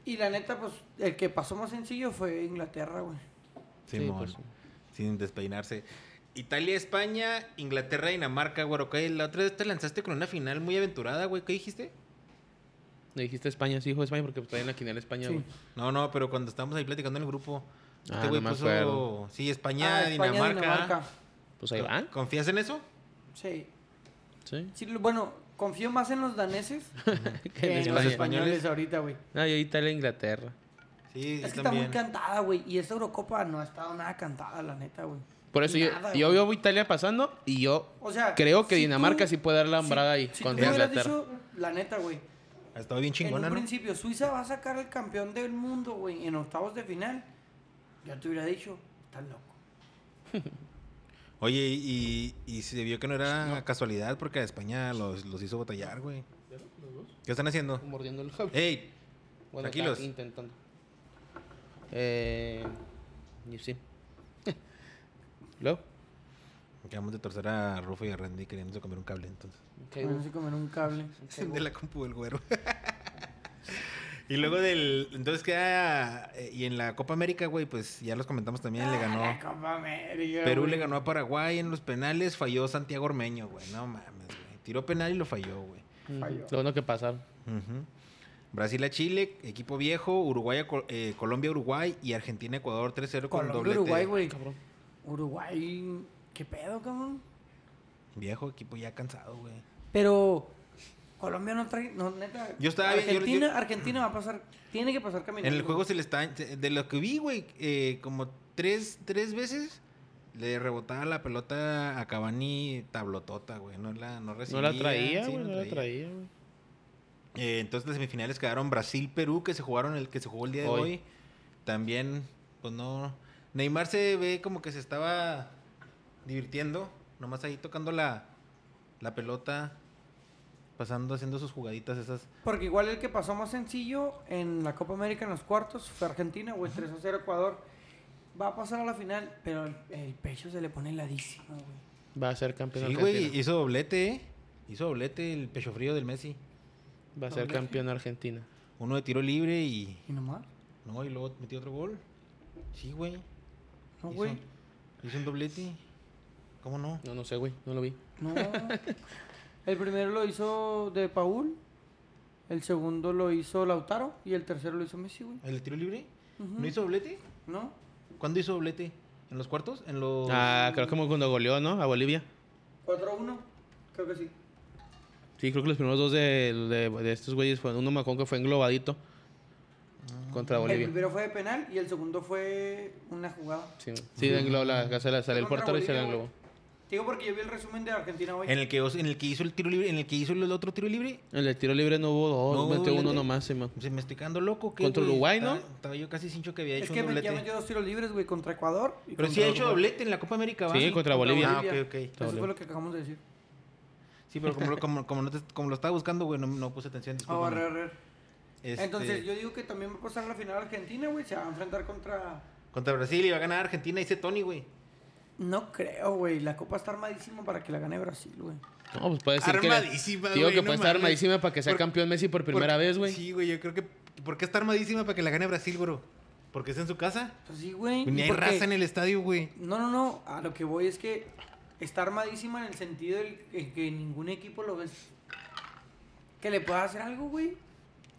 Speaker 4: Y la neta, pues, el que pasó más sencillo fue Inglaterra, güey.
Speaker 3: Simón.
Speaker 2: Sí, pues.
Speaker 3: Sin despeinarse. Italia, España, Inglaterra, Dinamarca, güey. ok. La otra vez te lanzaste con una final muy aventurada, güey. ¿Qué dijiste?
Speaker 2: Le dijiste España, sí, hijo de España, porque traen la quiniela España,
Speaker 4: Sí.
Speaker 2: güey.
Speaker 3: No, no, pero cuando estábamos ahí platicando en el grupo.
Speaker 2: Ah,
Speaker 3: este güey
Speaker 2: no me
Speaker 3: puso.
Speaker 2: acuerdo.
Speaker 3: Sí, España,
Speaker 4: Ah,
Speaker 3: Dinamarca.
Speaker 2: Pues ahí van.
Speaker 3: ¿Confías en eso?
Speaker 4: Sí.
Speaker 2: Sí.
Speaker 4: Sí, lo- Bueno, confío más en los daneses
Speaker 2: En
Speaker 4: que en los
Speaker 2: España.
Speaker 4: españoles
Speaker 3: españoles.
Speaker 4: ahorita, güey.
Speaker 2: Ah, y Italia, Inglaterra.
Speaker 3: Sí,
Speaker 4: Es que
Speaker 3: yo
Speaker 4: está muy
Speaker 3: también.
Speaker 4: cantada, güey. Y esta Eurocopa no ha estado nada cantada, la neta, güey.
Speaker 2: Por eso yo,
Speaker 4: Nada,
Speaker 2: yo
Speaker 4: güey.
Speaker 2: veo a Italia pasando y yo
Speaker 4: O sea,
Speaker 2: creo que
Speaker 4: si
Speaker 2: Dinamarca
Speaker 4: tú-
Speaker 2: sí puede dar la hambrada ahí
Speaker 4: Si tú
Speaker 2: contra
Speaker 4: me hubieras
Speaker 2: Inglaterra.
Speaker 4: dicho, la neta, güey.
Speaker 3: Ha estado bien
Speaker 4: En un
Speaker 3: chingona, ¿no?
Speaker 4: principio, Suiza va a sacar al campeón del mundo, güey, en octavos de final. Yo te hubiera dicho, estás loco.
Speaker 3: Oye, y, y se vio que no era casualidad porque a España los, los hizo batallar, güey. ¿Qué están haciendo?
Speaker 2: Mordiendo el jabón.
Speaker 3: ¡Ey!
Speaker 2: Bueno, acá
Speaker 3: Tranquilos.
Speaker 2: Intentando. Eh, y sí. Luego.
Speaker 3: Acabamos de torcer a Rufo y a Randy queriéndose comer un cable, entonces.
Speaker 2: ok,
Speaker 4: Bueno, se comer un cable.
Speaker 3: de la compu del güero. y luego del. Entonces queda. eh, Y en la Copa América, güey, pues ya los comentamos también. Le
Speaker 4: Ah, la
Speaker 3: ganó.
Speaker 4: Copa América,
Speaker 3: Perú
Speaker 4: güey.
Speaker 3: le ganó a Paraguay en los penales. Falló Santiago Ormeño, güey. No mames, güey. Tiró penal y lo falló, güey.
Speaker 2: ujú,
Speaker 4: Falló.
Speaker 2: Lo bueno que pasaron.
Speaker 3: Ujú. Brasil a Chile, equipo viejo. Uruguay a Col- eh, Colombia a Uruguay. Y Argentina a Ecuador 3-0 con
Speaker 4: Colombia,
Speaker 3: doblete.
Speaker 4: Uruguay, güey.
Speaker 2: Cabrón.
Speaker 4: Uruguay, ¿qué pedo, cabrón?
Speaker 3: Viejo, equipo ya cansado, güey.
Speaker 4: Pero Colombia no trae, no, neta.
Speaker 3: Yo estaba bien, yo-
Speaker 4: Argentina,
Speaker 3: yo-
Speaker 4: Argentina va a pasar, tiene que pasar caminando.
Speaker 3: En el juego se le está. De lo que vi, güey, eh, como tres, tres veces le rebotaba la pelota a Cavani tablotota, güey. No la, no
Speaker 2: Pues No
Speaker 3: recibía.
Speaker 2: la traía,
Speaker 3: sí,
Speaker 2: güey.
Speaker 3: no
Speaker 2: no la traía, güey.
Speaker 3: Eh, entonces las semifinales quedaron Brasil-Perú, que se jugaron el que se jugó el día de
Speaker 2: Hoy.
Speaker 3: hoy. También, pues no. Neymar se ve como que se estaba divirtiendo. Nomás ahí tocando la, la pelota. Pasando, haciendo sus jugaditas esas.
Speaker 4: Porque igual el que pasó más sencillo en la Copa América en los cuartos fue Argentina, güey, 3 a 0 Ecuador. Va a pasar a la final, pero el, el pecho se le pone heladísimo, güey.
Speaker 2: Va a ser campeón
Speaker 3: Sí,
Speaker 2: argentino.
Speaker 3: güey, hizo doblete, ¿eh? Hizo doblete el pecho frío del Messi.
Speaker 2: Va a ser campeón argentina.
Speaker 3: Uno de tiro libre y.
Speaker 4: Y nomás,
Speaker 3: No, y luego metió otro gol. Sí, güey.
Speaker 4: no,
Speaker 3: Hizo-
Speaker 4: güey.
Speaker 3: Hizo un doblete. ¿Cómo no?
Speaker 2: No, no sé, güey. No lo vi.
Speaker 4: No. El primero lo hizo de Paul, el segundo lo hizo Lautaro y el tercero lo hizo Messi, güey.
Speaker 3: ¿El de tiro libre?
Speaker 4: Ujú.
Speaker 3: ¿No hizo doblete?
Speaker 4: ¿No?
Speaker 3: ¿Cuándo hizo doblete? ¿En los cuartos? ¿En los.?
Speaker 2: Ah, creo que como cuando goleó, ¿no? A Bolivia.
Speaker 4: 4 a 1, creo que sí.
Speaker 2: Sí, creo que los primeros dos de, de- de estos güeyes fueron. Uno me acuerdo que fue englobadito.
Speaker 4: Ah.
Speaker 2: Contra
Speaker 4: El
Speaker 2: Bolivia.
Speaker 4: primero fue de penal y el segundo fue una jugada.
Speaker 2: Sí, sí de englobo, la, se la- salió el
Speaker 4: Contra
Speaker 2: portero y se la
Speaker 4: Bolivia,
Speaker 2: englobó.
Speaker 4: güey. Digo porque yo vi el resumen de Argentina hoy.
Speaker 3: En el, que, en el que hizo el tiro libre, en el que hizo el otro tiro libre.
Speaker 2: En el tiro libre no hubo dos,
Speaker 3: No hubo
Speaker 2: metió uno
Speaker 3: doblete.
Speaker 2: nomás, sí, man.
Speaker 3: Se me estoy quedando loco. ¿qué,
Speaker 2: Contra
Speaker 3: güey?
Speaker 2: Uruguay, ¿no?
Speaker 3: Estaba, estaba yo casi sincho que había hecho
Speaker 4: es que
Speaker 3: un
Speaker 4: me,
Speaker 3: doblete.
Speaker 4: ya metió dos tiros libres, güey, contra Ecuador. y
Speaker 3: Pero
Speaker 4: contra
Speaker 3: sí ha hecho
Speaker 4: Uruguay.
Speaker 3: doblete en la Copa América,
Speaker 2: Sí,
Speaker 3: ¿va?
Speaker 2: contra Bolivia.
Speaker 3: Ah, ok, ok.
Speaker 4: Eso fue lo que acabamos de decir.
Speaker 3: Sí, pero como, lo- como, como, no te- como lo estaba buscando, güey, no, no puse atención.
Speaker 4: Ah,
Speaker 3: discúlpame.
Speaker 4: arre, arre.
Speaker 3: Este,
Speaker 4: Entonces yo digo que también va a pasar la final Argentina, güey. Se va a enfrentar contra...
Speaker 3: Contra Brasil iba a ganar Argentina, dice Tony, güey.
Speaker 4: No creo, güey. La copa está armadísima para que la gane Brasil, güey.
Speaker 2: No, pues puede ser que.
Speaker 3: Armadísima,
Speaker 2: Digo
Speaker 3: güey,
Speaker 2: que
Speaker 3: no
Speaker 2: puede estar
Speaker 3: mames.
Speaker 2: armadísima para que sea
Speaker 3: Por-
Speaker 2: campeón Messi por primera
Speaker 3: Porque-
Speaker 2: vez, güey.
Speaker 3: Sí, güey, yo creo que. ¿Por qué está armadísima para que la gane Brasil, bro? Porque está en su casa.
Speaker 4: Pues sí, güey. ¿Y
Speaker 3: Ni hay
Speaker 4: por qué?
Speaker 3: raza en el estadio, güey.
Speaker 4: No, no, no. A lo que voy es que está armadísima en el sentido del- en que ningún equipo lo ves. Que le pueda hacer algo, güey.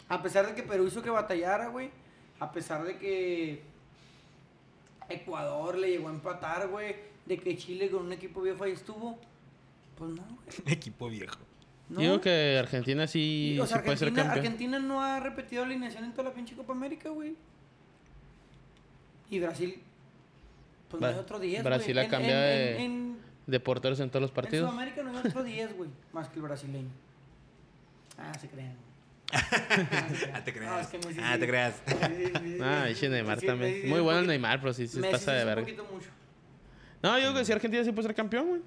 Speaker 4: A pesar de que Perú hizo que batallara, güey. A pesar de que Ecuador le llegó a empatar, güey. De que Chile con un equipo viejo ahí estuvo. Pues no, güey.
Speaker 3: Equipo viejo.
Speaker 4: No.
Speaker 2: Digo que Argentina sí,
Speaker 4: Y, o sea,
Speaker 2: sí puede ser
Speaker 4: Argentina,
Speaker 2: campeón.
Speaker 4: Argentina no ha repetido alineación en toda la pinche Copa América, güey. Y Brasil, pues
Speaker 2: Bra-
Speaker 4: no hay otro 10, güey.
Speaker 2: Brasil ha
Speaker 4: En-
Speaker 2: cambiado
Speaker 4: en-
Speaker 2: de-
Speaker 4: en- en-
Speaker 2: De porteros en todos los
Speaker 4: En
Speaker 2: partidos.
Speaker 4: Sudamérica no hay otro 10, güey, más que el brasileño. Ah, se crean.
Speaker 3: Ah, te
Speaker 4: No, es
Speaker 3: creas.
Speaker 4: que Messi
Speaker 3: Ah,
Speaker 4: sí.
Speaker 3: te creas.
Speaker 4: Sí, sí, sí.
Speaker 2: Ah, pinche Neymar
Speaker 4: Sí, Messi
Speaker 2: también.
Speaker 4: sí
Speaker 2: Muy
Speaker 4: es
Speaker 2: bueno el
Speaker 4: poquito-
Speaker 2: Neymar, pero sí se
Speaker 4: Messi
Speaker 2: pasa
Speaker 4: sí
Speaker 2: de
Speaker 4: es un
Speaker 2: verga.
Speaker 4: poquito mucho.
Speaker 2: No, yo creo que sí, Argentina sí puede ser campeón, güey.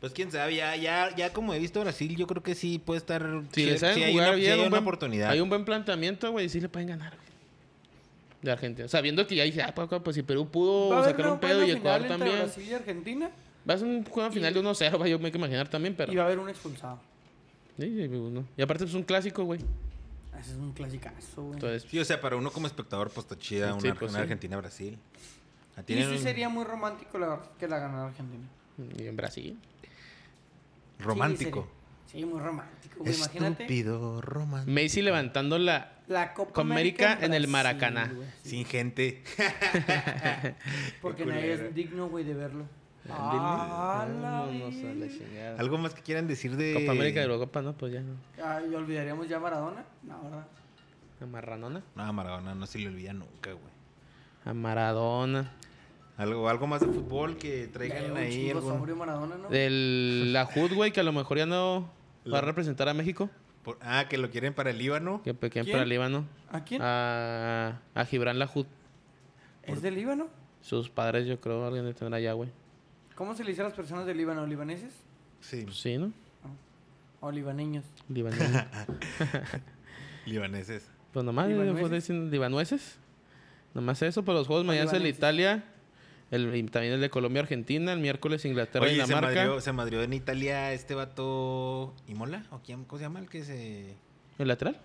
Speaker 3: Pues quién sabe, ya, ya, ya como he visto Brasil, yo creo que sí puede estar.
Speaker 2: Si
Speaker 3: sí,
Speaker 2: le saben
Speaker 3: sí hay
Speaker 2: jugar
Speaker 3: una, sí
Speaker 2: bien,
Speaker 3: hay
Speaker 2: un
Speaker 3: una
Speaker 2: buen-
Speaker 3: oportunidad.
Speaker 2: Hay un buen planteamiento, güey, y sí le pueden ganar, güey. De Argentina. Sabiendo que ya dije, ah, pues, pues, si Perú
Speaker 4: Va a
Speaker 2: pudo
Speaker 4: haber
Speaker 2: sacar
Speaker 4: una
Speaker 2: un pedo
Speaker 4: buena
Speaker 2: y
Speaker 4: final
Speaker 2: Ecuador
Speaker 4: entre
Speaker 2: también.
Speaker 4: Brasil y Argentina
Speaker 2: Va a ser un juego final de 1-0, güey, yo me hay que imaginar también, pero.
Speaker 4: y va a haber un expulsado.
Speaker 2: Sí, sí, uno. Y aparte es un clásico, güey.
Speaker 4: Ese es un clasicazo, güey.
Speaker 2: Entonces,
Speaker 3: Sí, o sea, para uno como espectador, pues está chida una,
Speaker 2: Sí, pues,
Speaker 3: una
Speaker 2: sí.
Speaker 3: Argentina-Brasil. Ah,
Speaker 4: Y
Speaker 3: tienen
Speaker 4: sí
Speaker 3: un-
Speaker 4: sería muy romántico la verdad, que la ganara Argentina.
Speaker 2: y en Brasil.
Speaker 3: Romántico.
Speaker 4: Sí, sería- sí, muy romántico, güey. Imagínate.
Speaker 3: Estúpido, romántico.
Speaker 2: Messi levantando la.
Speaker 4: La Copa
Speaker 2: Con América en el
Speaker 4: Brasil,
Speaker 2: Maracaná.
Speaker 4: güey.
Speaker 3: Sin gente.
Speaker 4: Porque
Speaker 3: Qué
Speaker 4: nadie
Speaker 3: culero.
Speaker 4: es digno, güey, de verlo. Ah, la
Speaker 2: Vámonos a la
Speaker 4: vi-
Speaker 2: chingada.
Speaker 3: ¿Algo más que quieran decir de.
Speaker 2: Copa América de Europa, no, pues ya no.
Speaker 4: Ah, ¿y olvidaríamos ya a Maradona? No, ¿verdad?
Speaker 2: A Marranona.
Speaker 3: No, Maradona no se le olvida nunca, güey.
Speaker 2: A Maradona.
Speaker 3: Algo, algo más de fútbol que traigan
Speaker 4: Un
Speaker 3: ahí.
Speaker 4: chingo
Speaker 3: algún-
Speaker 4: sobrio Maradona, ¿no?
Speaker 2: Del la HUD, güey, que a lo mejor ya no va a representar a México.
Speaker 3: por- Ah, que lo quieren para el Líbano.
Speaker 2: Que pequeño
Speaker 4: ¿Quién?
Speaker 2: para Líbano.
Speaker 4: ¿A quién?
Speaker 2: Ah, A, a Gibran la HUD.
Speaker 4: ¿Es del Líbano?
Speaker 2: Sus padres, yo creo, alguien de tener allá, güey.
Speaker 4: ¿Cómo se le dice a las personas del Líbano? ¿Libaneses?
Speaker 3: Sí,
Speaker 2: Pues sí, ¿no?
Speaker 4: ¿O libaneños?
Speaker 2: Libaneses.
Speaker 3: libaneses.
Speaker 2: pues nomás, eh,
Speaker 4: ¿Libanueses?
Speaker 2: pues dicen libanueses. Nomás eso, pero los juegos mañana es el
Speaker 4: libaneses.
Speaker 2: Italia. El, y también el de Colombia, Argentina. El miércoles Inglaterra,
Speaker 3: Oye, se
Speaker 2: Dinamarca.
Speaker 3: madrió, se madrió en Italia este vato. ¿Imola? ¿O quién? ¿Cómo se llama? El que se.
Speaker 2: ¿El lateral?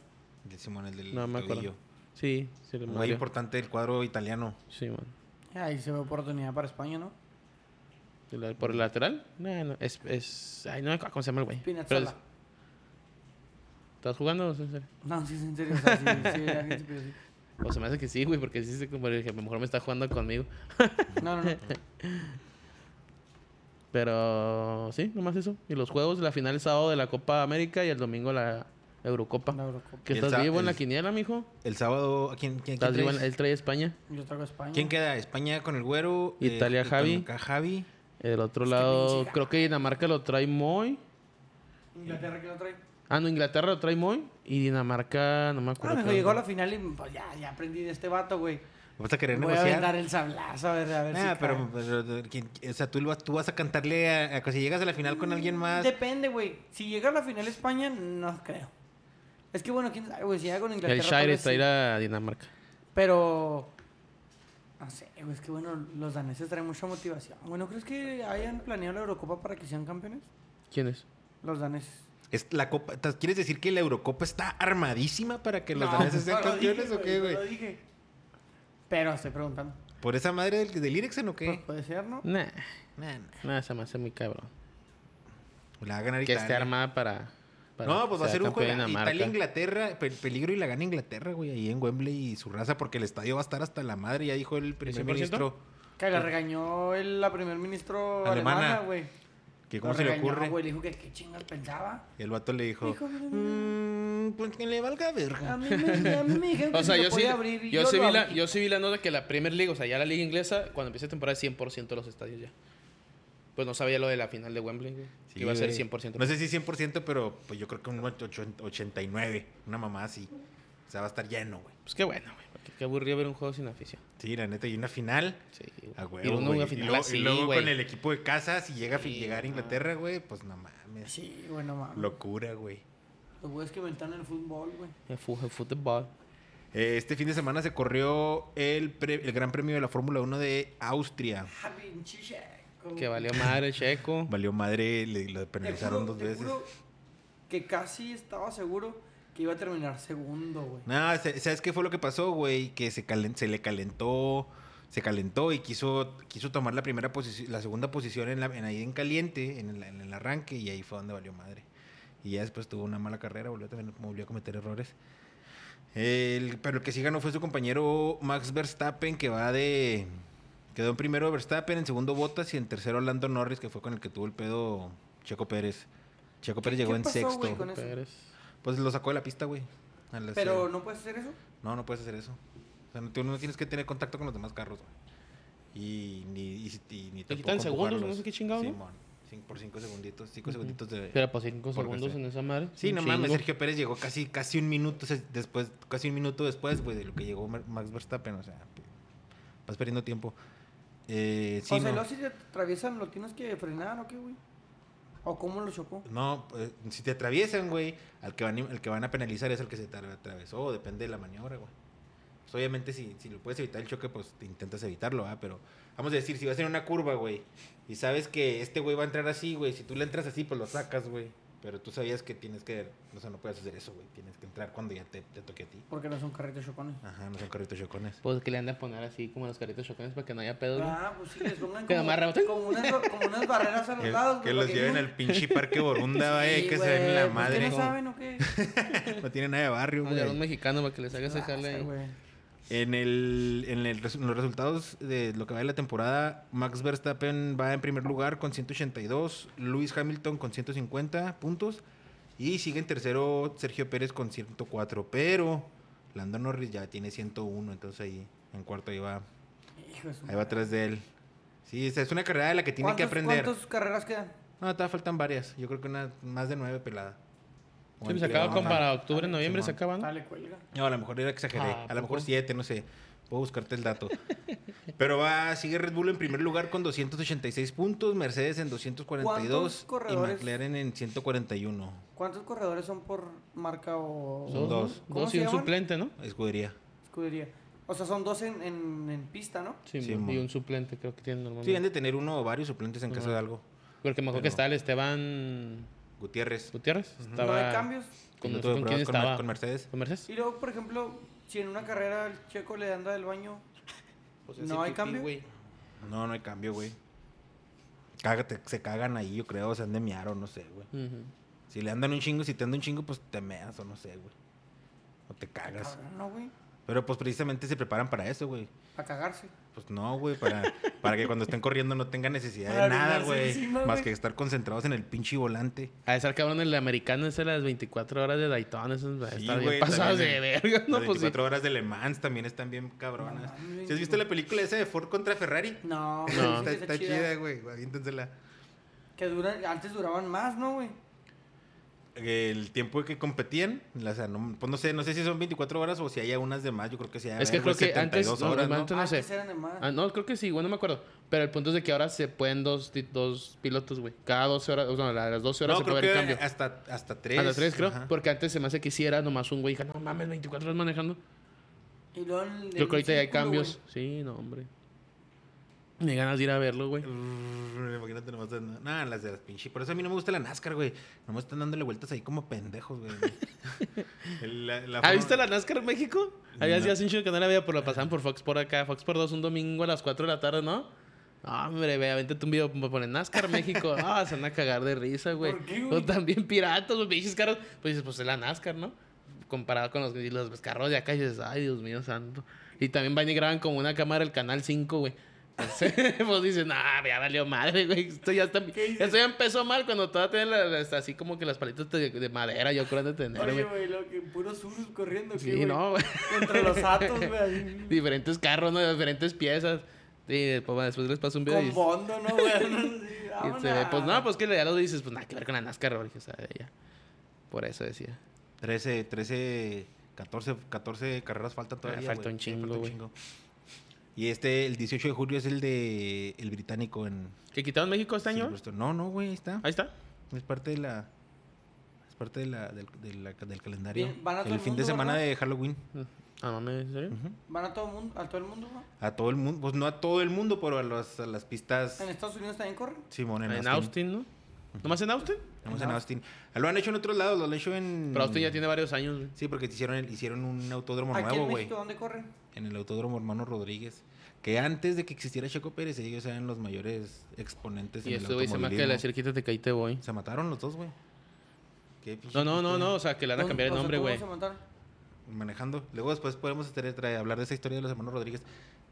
Speaker 3: El Simón, el del.
Speaker 2: No me
Speaker 3: tobillo.
Speaker 2: acuerdo. Sí, se le
Speaker 3: Muy
Speaker 2: murió.
Speaker 3: importante el cuadro italiano.
Speaker 2: Sí, man.
Speaker 4: Ahí se ve oportunidad para España, ¿no?
Speaker 2: ¿El la- ¿Por el lateral? No, no. Es, es... Ay, no me acuerdo cómo se llama el güey. Pero
Speaker 4: Pinazzola.
Speaker 2: es- ¿Estás jugando? o es en serio?
Speaker 4: No, sí, es en serio. O sea, sí, sí, la gente se pierde, sí.
Speaker 2: O se me hace que sí, güey, porque sí se como dije, a lo mejor me está jugando conmigo.
Speaker 4: No, no, no.
Speaker 2: Pero sí, nomás eso. Y los juegos, la final el sábado de la Copa América y el domingo la Eurocopa.
Speaker 4: La Eurocopa.
Speaker 2: Que
Speaker 3: Y el
Speaker 2: estás
Speaker 3: sa-
Speaker 2: vivo en la
Speaker 3: el-
Speaker 2: quiniela, mijo.
Speaker 3: El sábado, ¿a ¿quién, quién, quién
Speaker 2: Estás vivo en
Speaker 3: traes?
Speaker 2: él trae España.
Speaker 4: Yo traigo España.
Speaker 3: ¿Quién queda? España con el güero. eh,
Speaker 2: Italia,
Speaker 3: con
Speaker 2: Javi.
Speaker 3: acá Javi.
Speaker 2: El otro
Speaker 4: Es que
Speaker 2: lado,
Speaker 4: pinche
Speaker 2: creo que Dinamarca lo trae Moy.
Speaker 4: ¿Inglaterra quién lo trae?
Speaker 2: Ah, no, Inglaterra lo trae Moy. Y Dinamarca, no me
Speaker 4: Ah,
Speaker 2: acuerdo.
Speaker 4: me
Speaker 2: creo.
Speaker 4: llegó a la final y pues, ya, ya aprendí de este vato, güey.
Speaker 3: ¿Vas a querer
Speaker 4: Voy a
Speaker 3: negociar?
Speaker 4: aventar el sablazo, a ver, a ver
Speaker 3: Ah,
Speaker 4: si
Speaker 3: pero,
Speaker 4: cae.
Speaker 3: pero, ¿quién- o sea, tú, lo vas- tú vas a cantarle a, a- si llegas a la final con alguien más.
Speaker 4: Mm, Depende, güey. Si llega a la final España, no creo. Es que bueno, quién sabe, güey. Si llega con Inglaterra.
Speaker 2: El
Speaker 4: tal
Speaker 2: Shire
Speaker 4: vez sí.
Speaker 2: trae a Dinamarca.
Speaker 4: Pero. No sé, güey. Es que bueno, los daneses traen mucha motivación. Bueno, ¿crees que hayan planeado la Eurocopa para que sean campeones?
Speaker 2: ¿Quién es?
Speaker 4: Los daneses.
Speaker 3: Es la copa, ¿te- ¿Quieres decir que la Eurocopa está armadísima para que los
Speaker 4: No,
Speaker 3: daneses sean
Speaker 4: no lo dije,
Speaker 3: campeones o qué,
Speaker 4: No lo
Speaker 3: güey?
Speaker 4: dije. Pero estoy preguntando.
Speaker 3: ¿Por esa madre del, del Eriksen o
Speaker 4: Pues
Speaker 3: qué?
Speaker 4: puede ser, ¿no?
Speaker 2: Nah,
Speaker 3: Nah, nah.
Speaker 2: nada, se me hace muy cabrón.
Speaker 3: La va a ganar
Speaker 2: Que
Speaker 3: Italia.
Speaker 2: esté armada para. para
Speaker 3: no, pues va a
Speaker 2: ser
Speaker 3: ser un
Speaker 2: campeón
Speaker 3: juego.
Speaker 2: de Dinamarca.
Speaker 3: Italia-Inglaterra, pe- peligro y la gana Inglaterra, güey, ahí en Wembley y su raza, porque el estadio va a estar hasta la madre, ya dijo el primer
Speaker 2: 100%?
Speaker 3: ministro.
Speaker 4: Que la regañó el, la primer ministro
Speaker 3: Alemana.
Speaker 4: alemana, güey.
Speaker 3: Que ¿Cómo
Speaker 4: Lo
Speaker 3: se le
Speaker 4: regañó,
Speaker 3: ocurre?
Speaker 4: güey, le dijo que qué chingas pensaba.
Speaker 3: Y el vato le dijo,
Speaker 4: Hijo de la-
Speaker 3: "Mm, pues que le valga
Speaker 4: A
Speaker 3: verga.
Speaker 4: mí me, a mí me dijeron que
Speaker 2: O sea,
Speaker 4: si lo
Speaker 2: yo sí,
Speaker 4: podía abrir y
Speaker 2: yo,
Speaker 4: yo
Speaker 2: sí
Speaker 4: lo
Speaker 2: vi la,
Speaker 4: abrí.
Speaker 2: yo sí vi la nota que la Premier League, o sea, ya la liga inglesa, cuando empiece temporada, 100% de los estadios ya. Pues no sabía lo de la final de Wembley, güey.
Speaker 3: Sí,
Speaker 2: que iba a ser
Speaker 3: güey.
Speaker 2: 100%.
Speaker 3: No sé si 100%, pero pues yo creo que un 8- 89, una mamá así. O sea, va a estar lleno, güey.
Speaker 2: Pues qué bueno, güey. porque Qué aburrido ver un juego sin afición.
Speaker 3: Sí, la neta, y una final.
Speaker 2: Sí,
Speaker 3: A
Speaker 2: y
Speaker 3: huevo,
Speaker 2: uno
Speaker 3: güey.
Speaker 2: una
Speaker 3: Y
Speaker 2: final
Speaker 3: luego,
Speaker 2: así,
Speaker 3: y luego
Speaker 2: güey.
Speaker 3: con el equipo de casa, si llega a fi-
Speaker 2: Sí,
Speaker 3: llegar a
Speaker 2: no.
Speaker 3: Inglaterra, güey, pues no mames.
Speaker 4: Sí, bueno, mames.
Speaker 3: Locura, güey.
Speaker 4: Los güeyes que inventaron el fútbol, güey.
Speaker 2: El fu- el fútbol.
Speaker 3: Eh, Este fin de semana se corrió el, pre- el Gran Premio de la Fórmula 1 de Austria.
Speaker 4: Ah, pinche Checo.
Speaker 2: Que valió madre, Checo.
Speaker 3: Valió madre, le, lo
Speaker 4: Te
Speaker 3: penalizaron
Speaker 4: juro-
Speaker 3: dos
Speaker 4: te
Speaker 3: veces.
Speaker 4: juro que casi estaba seguro que iba a terminar segundo, güey.
Speaker 3: Nada, se- ¿sabes qué fue lo que pasó, güey? Que se, calen- se le calentó, se calentó y quiso, quiso tomar la primera posición, la segunda posición en, la, en ahí en caliente, en el, en el arranque, y ahí fue donde valió madre. Y ya después tuvo una mala carrera, volvió, también, volvió a cometer errores. El- pero el que sí ganó fue su compañero Max Verstappen, que va de... Quedó en primero Verstappen, en segundo Bottas y en tercero Lando Norris, que fue con el que tuvo el pedo Checo Pérez. Checo Pérez
Speaker 4: ¿Qué-
Speaker 3: llegó
Speaker 4: qué
Speaker 3: en
Speaker 4: pasó, güey,
Speaker 3: sexto.
Speaker 4: con eso?
Speaker 2: Pérez.
Speaker 3: Pues lo sacó de la pista, güey. a las-
Speaker 4: Pero
Speaker 3: eh,
Speaker 4: no puedes hacer eso.
Speaker 3: no, no puedes hacer eso. O sea, no, tú no tienes que tener contacto con los demás carros, güey. Y ni, y, y ni tampoco
Speaker 2: quitan segundos,
Speaker 3: empujarlos.
Speaker 2: no sé qué chingado, ¿no?
Speaker 3: Simón, cin- por cinco segunditos, cinco segunditos de...
Speaker 2: Pero pues cinco
Speaker 3: Porque
Speaker 2: segundos
Speaker 3: sí.
Speaker 2: en esa madre.
Speaker 3: Sí,
Speaker 2: Un
Speaker 3: no mames,
Speaker 2: chingo.
Speaker 3: Sergio Pérez llegó casi, casi un minuto se- después, casi un minuto después, güey, de lo que llegó Mer- Max Verstappen, o sea, p- vas perdiendo tiempo. Eh, sí,
Speaker 4: o sea,
Speaker 3: no.
Speaker 4: no. si te atraviesan, ¿lo tienes que frenar o qué, güey? ¿O cómo lo chocó?
Speaker 3: No, pues, si te atraviesan, güey, al que van, al que van a penalizar es al que se te atravesó, depende de la maniobra, güey. Pues, obviamente, si, si lo puedes evitar el choque, pues te intentas evitarlo, ¿ah? Pero vamos a decir, si vas en una curva, güey, y sabes que este güey va a entrar así, güey, si tú le entras así, pues lo sacas, güey. Pero tú sabías que tienes que, o sea, no puedes hacer eso, güey, tienes que entrar cuando ya te, te toque a ti.
Speaker 4: Porque no son carretes chocones.
Speaker 3: Ajá, no son carritos chocones.
Speaker 2: Pues que le han de poner así como los carritos chocones para que no haya pedo. güey.
Speaker 4: Ah, pues sí, les pongan
Speaker 2: Que
Speaker 4: como,
Speaker 2: amarra-
Speaker 4: como unas, como unas barreras a los
Speaker 3: Que,
Speaker 4: lados.
Speaker 3: que
Speaker 4: güey,
Speaker 3: los
Speaker 4: para
Speaker 3: lleven
Speaker 4: no-
Speaker 3: al pinche parque Borunda, güey,
Speaker 4: Sí,
Speaker 3: que se
Speaker 4: güey,
Speaker 3: den la
Speaker 4: pues, ¿qué
Speaker 3: madre.
Speaker 4: no saben o qué?
Speaker 3: No tiene nada de barrio,
Speaker 2: Vamos a
Speaker 3: güey.
Speaker 2: llevar un mexicano para que les haga ese
Speaker 4: Ah,
Speaker 2: jale. ahí.
Speaker 4: güey.
Speaker 3: En, el, en el resu- en los resultados de lo que va de la temporada, Max Verstappen va en primer lugar con 182, Lewis Hamilton con 150 puntos y sigue en tercero Sergio Pérez con 104, pero Lando Norris ya tiene 101, entonces ahí en cuarto ahí va,
Speaker 4: Hijo de su
Speaker 3: ahí va atrás de él. Sí, esa es una carrera de la que tiene que
Speaker 4: ¿Cuántos-
Speaker 3: aprender.
Speaker 4: ¿Cuántas carreras quedan?
Speaker 3: No, todavía faltan varias, yo creo que una, más de nueve pelada. O
Speaker 2: Sí, pues se
Speaker 3: entre-
Speaker 2: acaba como
Speaker 3: Ajá.
Speaker 2: para octubre, noviembre se
Speaker 3: Simón.
Speaker 2: acaba, ¿no?
Speaker 4: Dale, cuelga.
Speaker 3: No, a lo mejor era exageré.
Speaker 2: Ah,
Speaker 3: a lo mejor
Speaker 2: poco.
Speaker 3: siete, no sé. Puedo buscarte el dato. Pero va, sigue Red Bull en primer lugar con 286 puntos, Mercedes en 242
Speaker 4: ¿Cuántos
Speaker 3: y
Speaker 4: corredores?
Speaker 3: McLaren en 141.
Speaker 4: ¿Cuántos corredores son por marca o...?
Speaker 2: Dos,
Speaker 3: Son
Speaker 2: ¿no?
Speaker 3: dos.
Speaker 4: ¿Cómo
Speaker 2: Dos
Speaker 4: se
Speaker 2: y un
Speaker 4: llaman?
Speaker 2: suplente, ¿no?
Speaker 3: Escudería.
Speaker 4: Escudería. O sea, son dos en, en, en pista, ¿no?
Speaker 2: Sí,
Speaker 3: Sí,
Speaker 2: y
Speaker 3: mo.
Speaker 2: un suplente creo que tienen normalmente.
Speaker 3: Sí, han de tener uno o varios suplentes en caso de algo.
Speaker 2: Porque mejor que
Speaker 3: Pero-
Speaker 2: está el Esteban
Speaker 3: Gutiérrez.
Speaker 2: Gutiérrez.
Speaker 4: No
Speaker 2: Estaba
Speaker 4: hay cambios.
Speaker 2: Pues, Con,
Speaker 3: No
Speaker 2: no sé
Speaker 3: tuve
Speaker 2: con quién
Speaker 3: pruebas con Mer-
Speaker 2: estaba.
Speaker 3: con Mercedes.
Speaker 2: ¿Con Mercedes?
Speaker 4: Y luego, por ejemplo, si en una carrera el checo le anda del baño,
Speaker 3: Pues
Speaker 4: ¿No hay cambio?
Speaker 3: No, no hay cambio, güey. Cágate, se cagan ahí, yo creo, se han de miar o no sé, güey.
Speaker 2: Ujú.
Speaker 3: Si le andan un chingo, si te andan un chingo, pues te meas o no sé, güey. O te cagas.
Speaker 4: cabrón, no, güey,
Speaker 3: Pero pues precisamente se preparan para eso, güey.
Speaker 4: a cagarse.
Speaker 3: Pues no, güey, para, para que cuando estén corriendo no tengan necesidad
Speaker 4: Para
Speaker 3: de nada,
Speaker 4: orinarse
Speaker 3: güey.
Speaker 4: encima,
Speaker 3: Más
Speaker 4: güey.
Speaker 3: que estar concentrados en el pinche volante.
Speaker 2: A de ser cabrón, el americano ese de las 24 horas de Dayton, esos
Speaker 3: Sí,
Speaker 2: están bien
Speaker 3: güey,
Speaker 2: pasados de
Speaker 3: también en-
Speaker 2: verga, ¿no?
Speaker 3: Las
Speaker 2: Pues sí.
Speaker 3: 24 horas de Le Mans también están bien cabronas.
Speaker 4: No mames,
Speaker 3: ¿Sí has visto
Speaker 4: güey.
Speaker 3: la película esa de Ford contra Ferrari?
Speaker 4: No, güey,
Speaker 2: No.
Speaker 4: sí
Speaker 3: Está,
Speaker 4: que
Speaker 3: está chida, güey. Aviéntensela.
Speaker 4: Que dura, antes duraban más, ¿no, güey?
Speaker 3: El tiempo que competían, la- o sea, no, pues no sé, no sé si son 24 horas o si hay unas de más. Yo creo que sí.
Speaker 2: Es que creo que antes, no,
Speaker 3: horas,
Speaker 2: no,
Speaker 3: ¿no?
Speaker 2: antes no sé.
Speaker 4: Antes eran de más.
Speaker 2: Ah, no, creo que sí, bueno, no me acuerdo. Pero el punto es de que ahora se pueden dos, ti- dos pilotos, güey. Cada 12 horas, o sea, a las 12 horas
Speaker 3: No,
Speaker 2: se
Speaker 3: creo
Speaker 2: puede ver
Speaker 3: que
Speaker 2: el cambio.
Speaker 3: hasta, hasta 3.
Speaker 2: A las 3, creo. Porque antes se me hace que sí era nomás un güey. Dije, no mames, 24 horas manejando.
Speaker 4: Y luego el-
Speaker 2: Creo
Speaker 4: el
Speaker 2: que ahorita ya hay
Speaker 4: círculo,
Speaker 2: cambios.
Speaker 4: güey.
Speaker 2: Sí, no, hombre. Me ganas de ir a verlo, güey.
Speaker 3: Brr, Imagínate nomás. de- Nada, las de las pinches. Por eso a mí no me gusta la NASCAR, güey. Nomás están dándole vueltas ahí como pendejos, güey. El- la- la
Speaker 4: ¿Ah,
Speaker 2: ¿Has
Speaker 3: forma-
Speaker 2: visto Ah, la NASCAR en México? Había
Speaker 3: No.
Speaker 2: días un chingo que no la veía, pero la pasaban por Fox por acá. Fox por 2 un domingo a las 4 de la tarde, ¿no? Ah, hombre, vea, vente un video por el NASCAR México. Ah, se van a cagar de risa, güey.
Speaker 4: ¿Por qué, güey?
Speaker 2: O también piratas, güey, pinches carros. Pues dices, pues es la NASCAR, ¿no? Comparado con los, y los carros de acá, y dices, ay, Dios mío, santo. Y también van y graban como una cámara el Canal 5, güey. Pues, pues dices, nah, ya valió madre, güey. Esto ya, está, esto ya empezó mal cuando todavía tienen las- así como que las palitas de, de madera, yo creo, han de tener,
Speaker 4: Oye,
Speaker 2: güey.
Speaker 4: güey, lo que puros surus corriendo. ¿qué,
Speaker 2: Sí,
Speaker 4: güey?
Speaker 2: no, güey.
Speaker 4: Contra los atos, güey. así.
Speaker 2: diferentes carros, ¿no? Diferentes piezas. Y después, bueno, después les paso un video y,
Speaker 4: Con bondo, ¿no, güey? Sí,
Speaker 2: y se ve, pues no,
Speaker 4: vámonos.
Speaker 2: pues que ya lo dices, pues nada que ver con la NASCAR, güey, o sea, ya. Por eso decía.
Speaker 3: 13, 13, 14, 14 carreras faltan todavía.
Speaker 2: Ah, falta
Speaker 3: güey.
Speaker 2: un
Speaker 3: Sí,
Speaker 2: chingo, güey.
Speaker 3: Y este, el 18 de julio es el de el británico en pues.
Speaker 2: ¿Que quitaron México este año?
Speaker 3: Silverstone. No, no, güey, ahí está.
Speaker 2: Ahí está.
Speaker 3: Es parte de la. Es Es parte de la- del, de la- del calendario.
Speaker 4: Bien, van a todo
Speaker 3: el
Speaker 4: el
Speaker 3: fin de
Speaker 4: mundo,
Speaker 3: semana
Speaker 4: ¿verdad?
Speaker 3: de Halloween.
Speaker 2: Ah, mames, ¿en serio?
Speaker 3: Ujú.
Speaker 4: Van a todo, mundo, a todo el mundo, güey.
Speaker 3: A todo el mundo, pues no a todo el mundo, pero a, las- a las pistas.
Speaker 4: En Estados Unidos también corren.
Speaker 3: Simón, en,
Speaker 2: En
Speaker 3: Austin.
Speaker 2: Austin, ¿no? ¿Nomás en Austin?
Speaker 3: Estamos en Austin. Ah, Lo han hecho en otros lados, lo han hecho en.
Speaker 2: Pero Austin ya tiene varios años. güey.
Speaker 3: Sí, porque hicieron, el- hicieron un autódromo
Speaker 4: Aquí
Speaker 3: nuevo,
Speaker 4: en
Speaker 3: güey.
Speaker 4: México, ¿dónde corren?
Speaker 3: En el autódromo Hermano Rodríguez. Que antes de que existiera Checo Pérez, ellos eran los mayores exponentes
Speaker 2: Y
Speaker 3: en el
Speaker 2: este güey se me hace que
Speaker 3: automovilismo.
Speaker 2: le cerquita te caí, te voy.
Speaker 3: Se mataron los dos, güey. Qué pinche
Speaker 2: No, no, no, no. O
Speaker 3: historia.
Speaker 2: sea, que le van a
Speaker 4: ¿Dónde-
Speaker 2: cambiar el
Speaker 4: o sea,
Speaker 2: nombre,
Speaker 4: ¿cómo
Speaker 2: güey.
Speaker 4: se mataron?
Speaker 3: Manejando. Luego después podemos tra- tra- hablar de esa historia de los hermanos Rodríguez.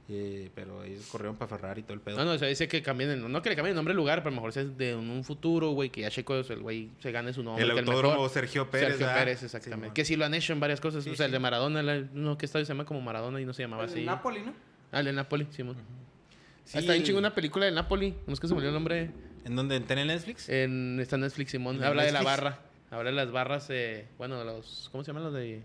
Speaker 3: Eh, pero ellos corrieron para Ferrari y todo el pedo.
Speaker 2: Ah, No, no, o sea, dice que cambien el, no que le cambien el nombre al lugar, pero a lo mejor sea de un, un futuro, güey, que ya Checo, o sea, el güey se gane su nombre.
Speaker 3: el
Speaker 2: que
Speaker 3: autódromo
Speaker 2: mejor.
Speaker 3: Sergio Pérez.
Speaker 2: Sergio
Speaker 3: ¿verdad?
Speaker 2: Pérez, exactamente.
Speaker 3: Simón.
Speaker 2: que sí lo han hecho en varias cosas.
Speaker 3: Sí,
Speaker 2: o sea, el
Speaker 3: sí.
Speaker 2: de Maradona, la- no, que estadio se llama como Maradona y no se llamaba
Speaker 4: En
Speaker 2: así.
Speaker 4: Napoli, ¿no?
Speaker 2: Ah, el de Napoli, Simón.
Speaker 3: Sí,
Speaker 2: Hasta ahí
Speaker 3: el-
Speaker 2: chingó una película de Napoli. No es que se me olvidó el nombre.
Speaker 3: ¿En dónde? ¿En en Netflix?
Speaker 2: En, está en Netflix, Simón.
Speaker 3: ¿En
Speaker 2: Habla de la
Speaker 3: Netflix?
Speaker 2: barra. Habla de las barras, eh, bueno, los... ¿Cómo se llaman los de...?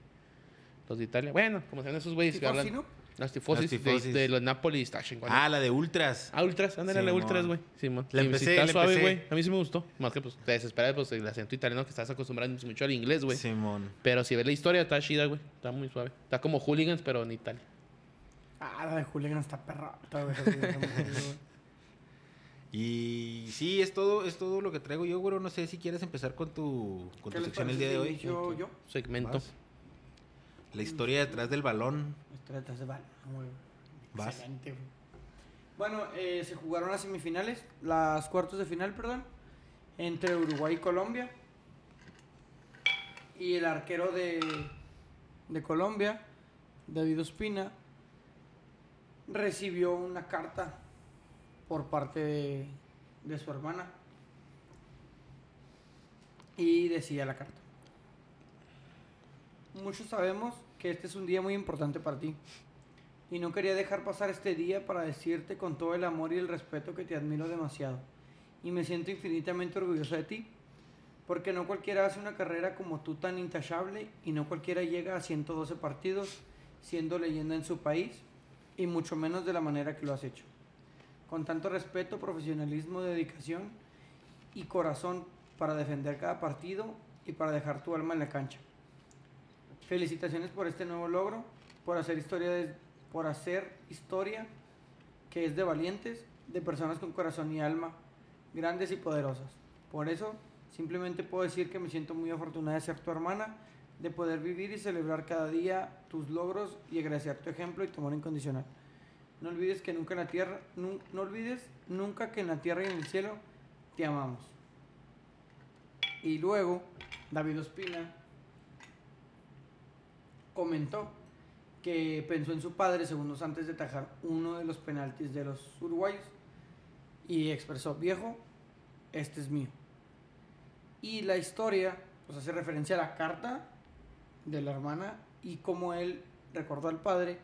Speaker 2: Los de Italia. Bueno, como se llaman esos güeyes que
Speaker 4: Tipo
Speaker 2: hablan...
Speaker 4: así, ¿no?
Speaker 2: Las tifosis,
Speaker 3: Las
Speaker 2: de-
Speaker 3: tifosis.
Speaker 2: De, los Napoli. Está chingón.
Speaker 3: ah, la de Ultras.
Speaker 2: Ah, Ultras, ándale a la
Speaker 3: Simón.
Speaker 2: Ultras, güey. Simón.
Speaker 3: La
Speaker 2: Y
Speaker 3: empecé,
Speaker 2: está
Speaker 3: la
Speaker 2: suave,
Speaker 3: empecé.
Speaker 2: güey. A mí sí me gustó. Más que pues te desesperas, pues el acento italiano que estás acostumbrado mucho al inglés, güey.
Speaker 3: Simón.
Speaker 2: Pero si ves la historia, está chida, güey. Está muy suave. Está como hooligans, pero en Italia.
Speaker 4: Ah, la de Julián está perra. Pues
Speaker 3: Y sí, es todo, es todo lo que traigo yo, güey. No sé si quieres empezar con tu, con tu sección el día de hoy.
Speaker 4: Yo, yo.
Speaker 2: Segmento.
Speaker 3: Vas. La historia detrás del balón.
Speaker 4: Esto era detrás de bala, muy bien.
Speaker 3: Vas.
Speaker 4: Excelente, güey. Bueno, eh, se jugaron las semifinales, las cuartos de final, perdón, entre Uruguay y Colombia. Y el arquero de, de Colombia, David Ospina, recibió una carta por parte de, de su hermana. Y decía la carta. Muchos sabemos que este es un día muy importante para ti. Y no quería dejar pasar este día para decirte con todo el amor y el respeto que te admiro demasiado. Y me siento infinitamente orgulloso de ti. Porque no cualquiera hace una carrera como tú tan intachable y no cualquiera llega a 112 partidos siendo leyenda en su país y mucho menos de la manera que lo has hecho. Con tanto respeto, profesionalismo, dedicación y corazón para defender cada partido y para dejar tu alma en la cancha. Felicitaciones por este nuevo logro, por hacer historia, de- por hacer historia que es de valientes, de personas con corazón y alma, grandes y poderosas. Por eso, simplemente puedo decir que me siento muy afortunada de ser tu hermana, de poder vivir y celebrar cada día tus logros y agradecer tu ejemplo y tu amor incondicional. No olvides que nunca en la tierra, nun- no olvides nunca que en la tierra y en el cielo te amamos. Y luego, David Ospina comentó que pensó en su padre segundos antes de tajar uno de los penaltis de los uruguayos y expresó, viejo, este es mío. Y la historia pues, hace referencia a la carta de la hermana y cómo él recordó al padre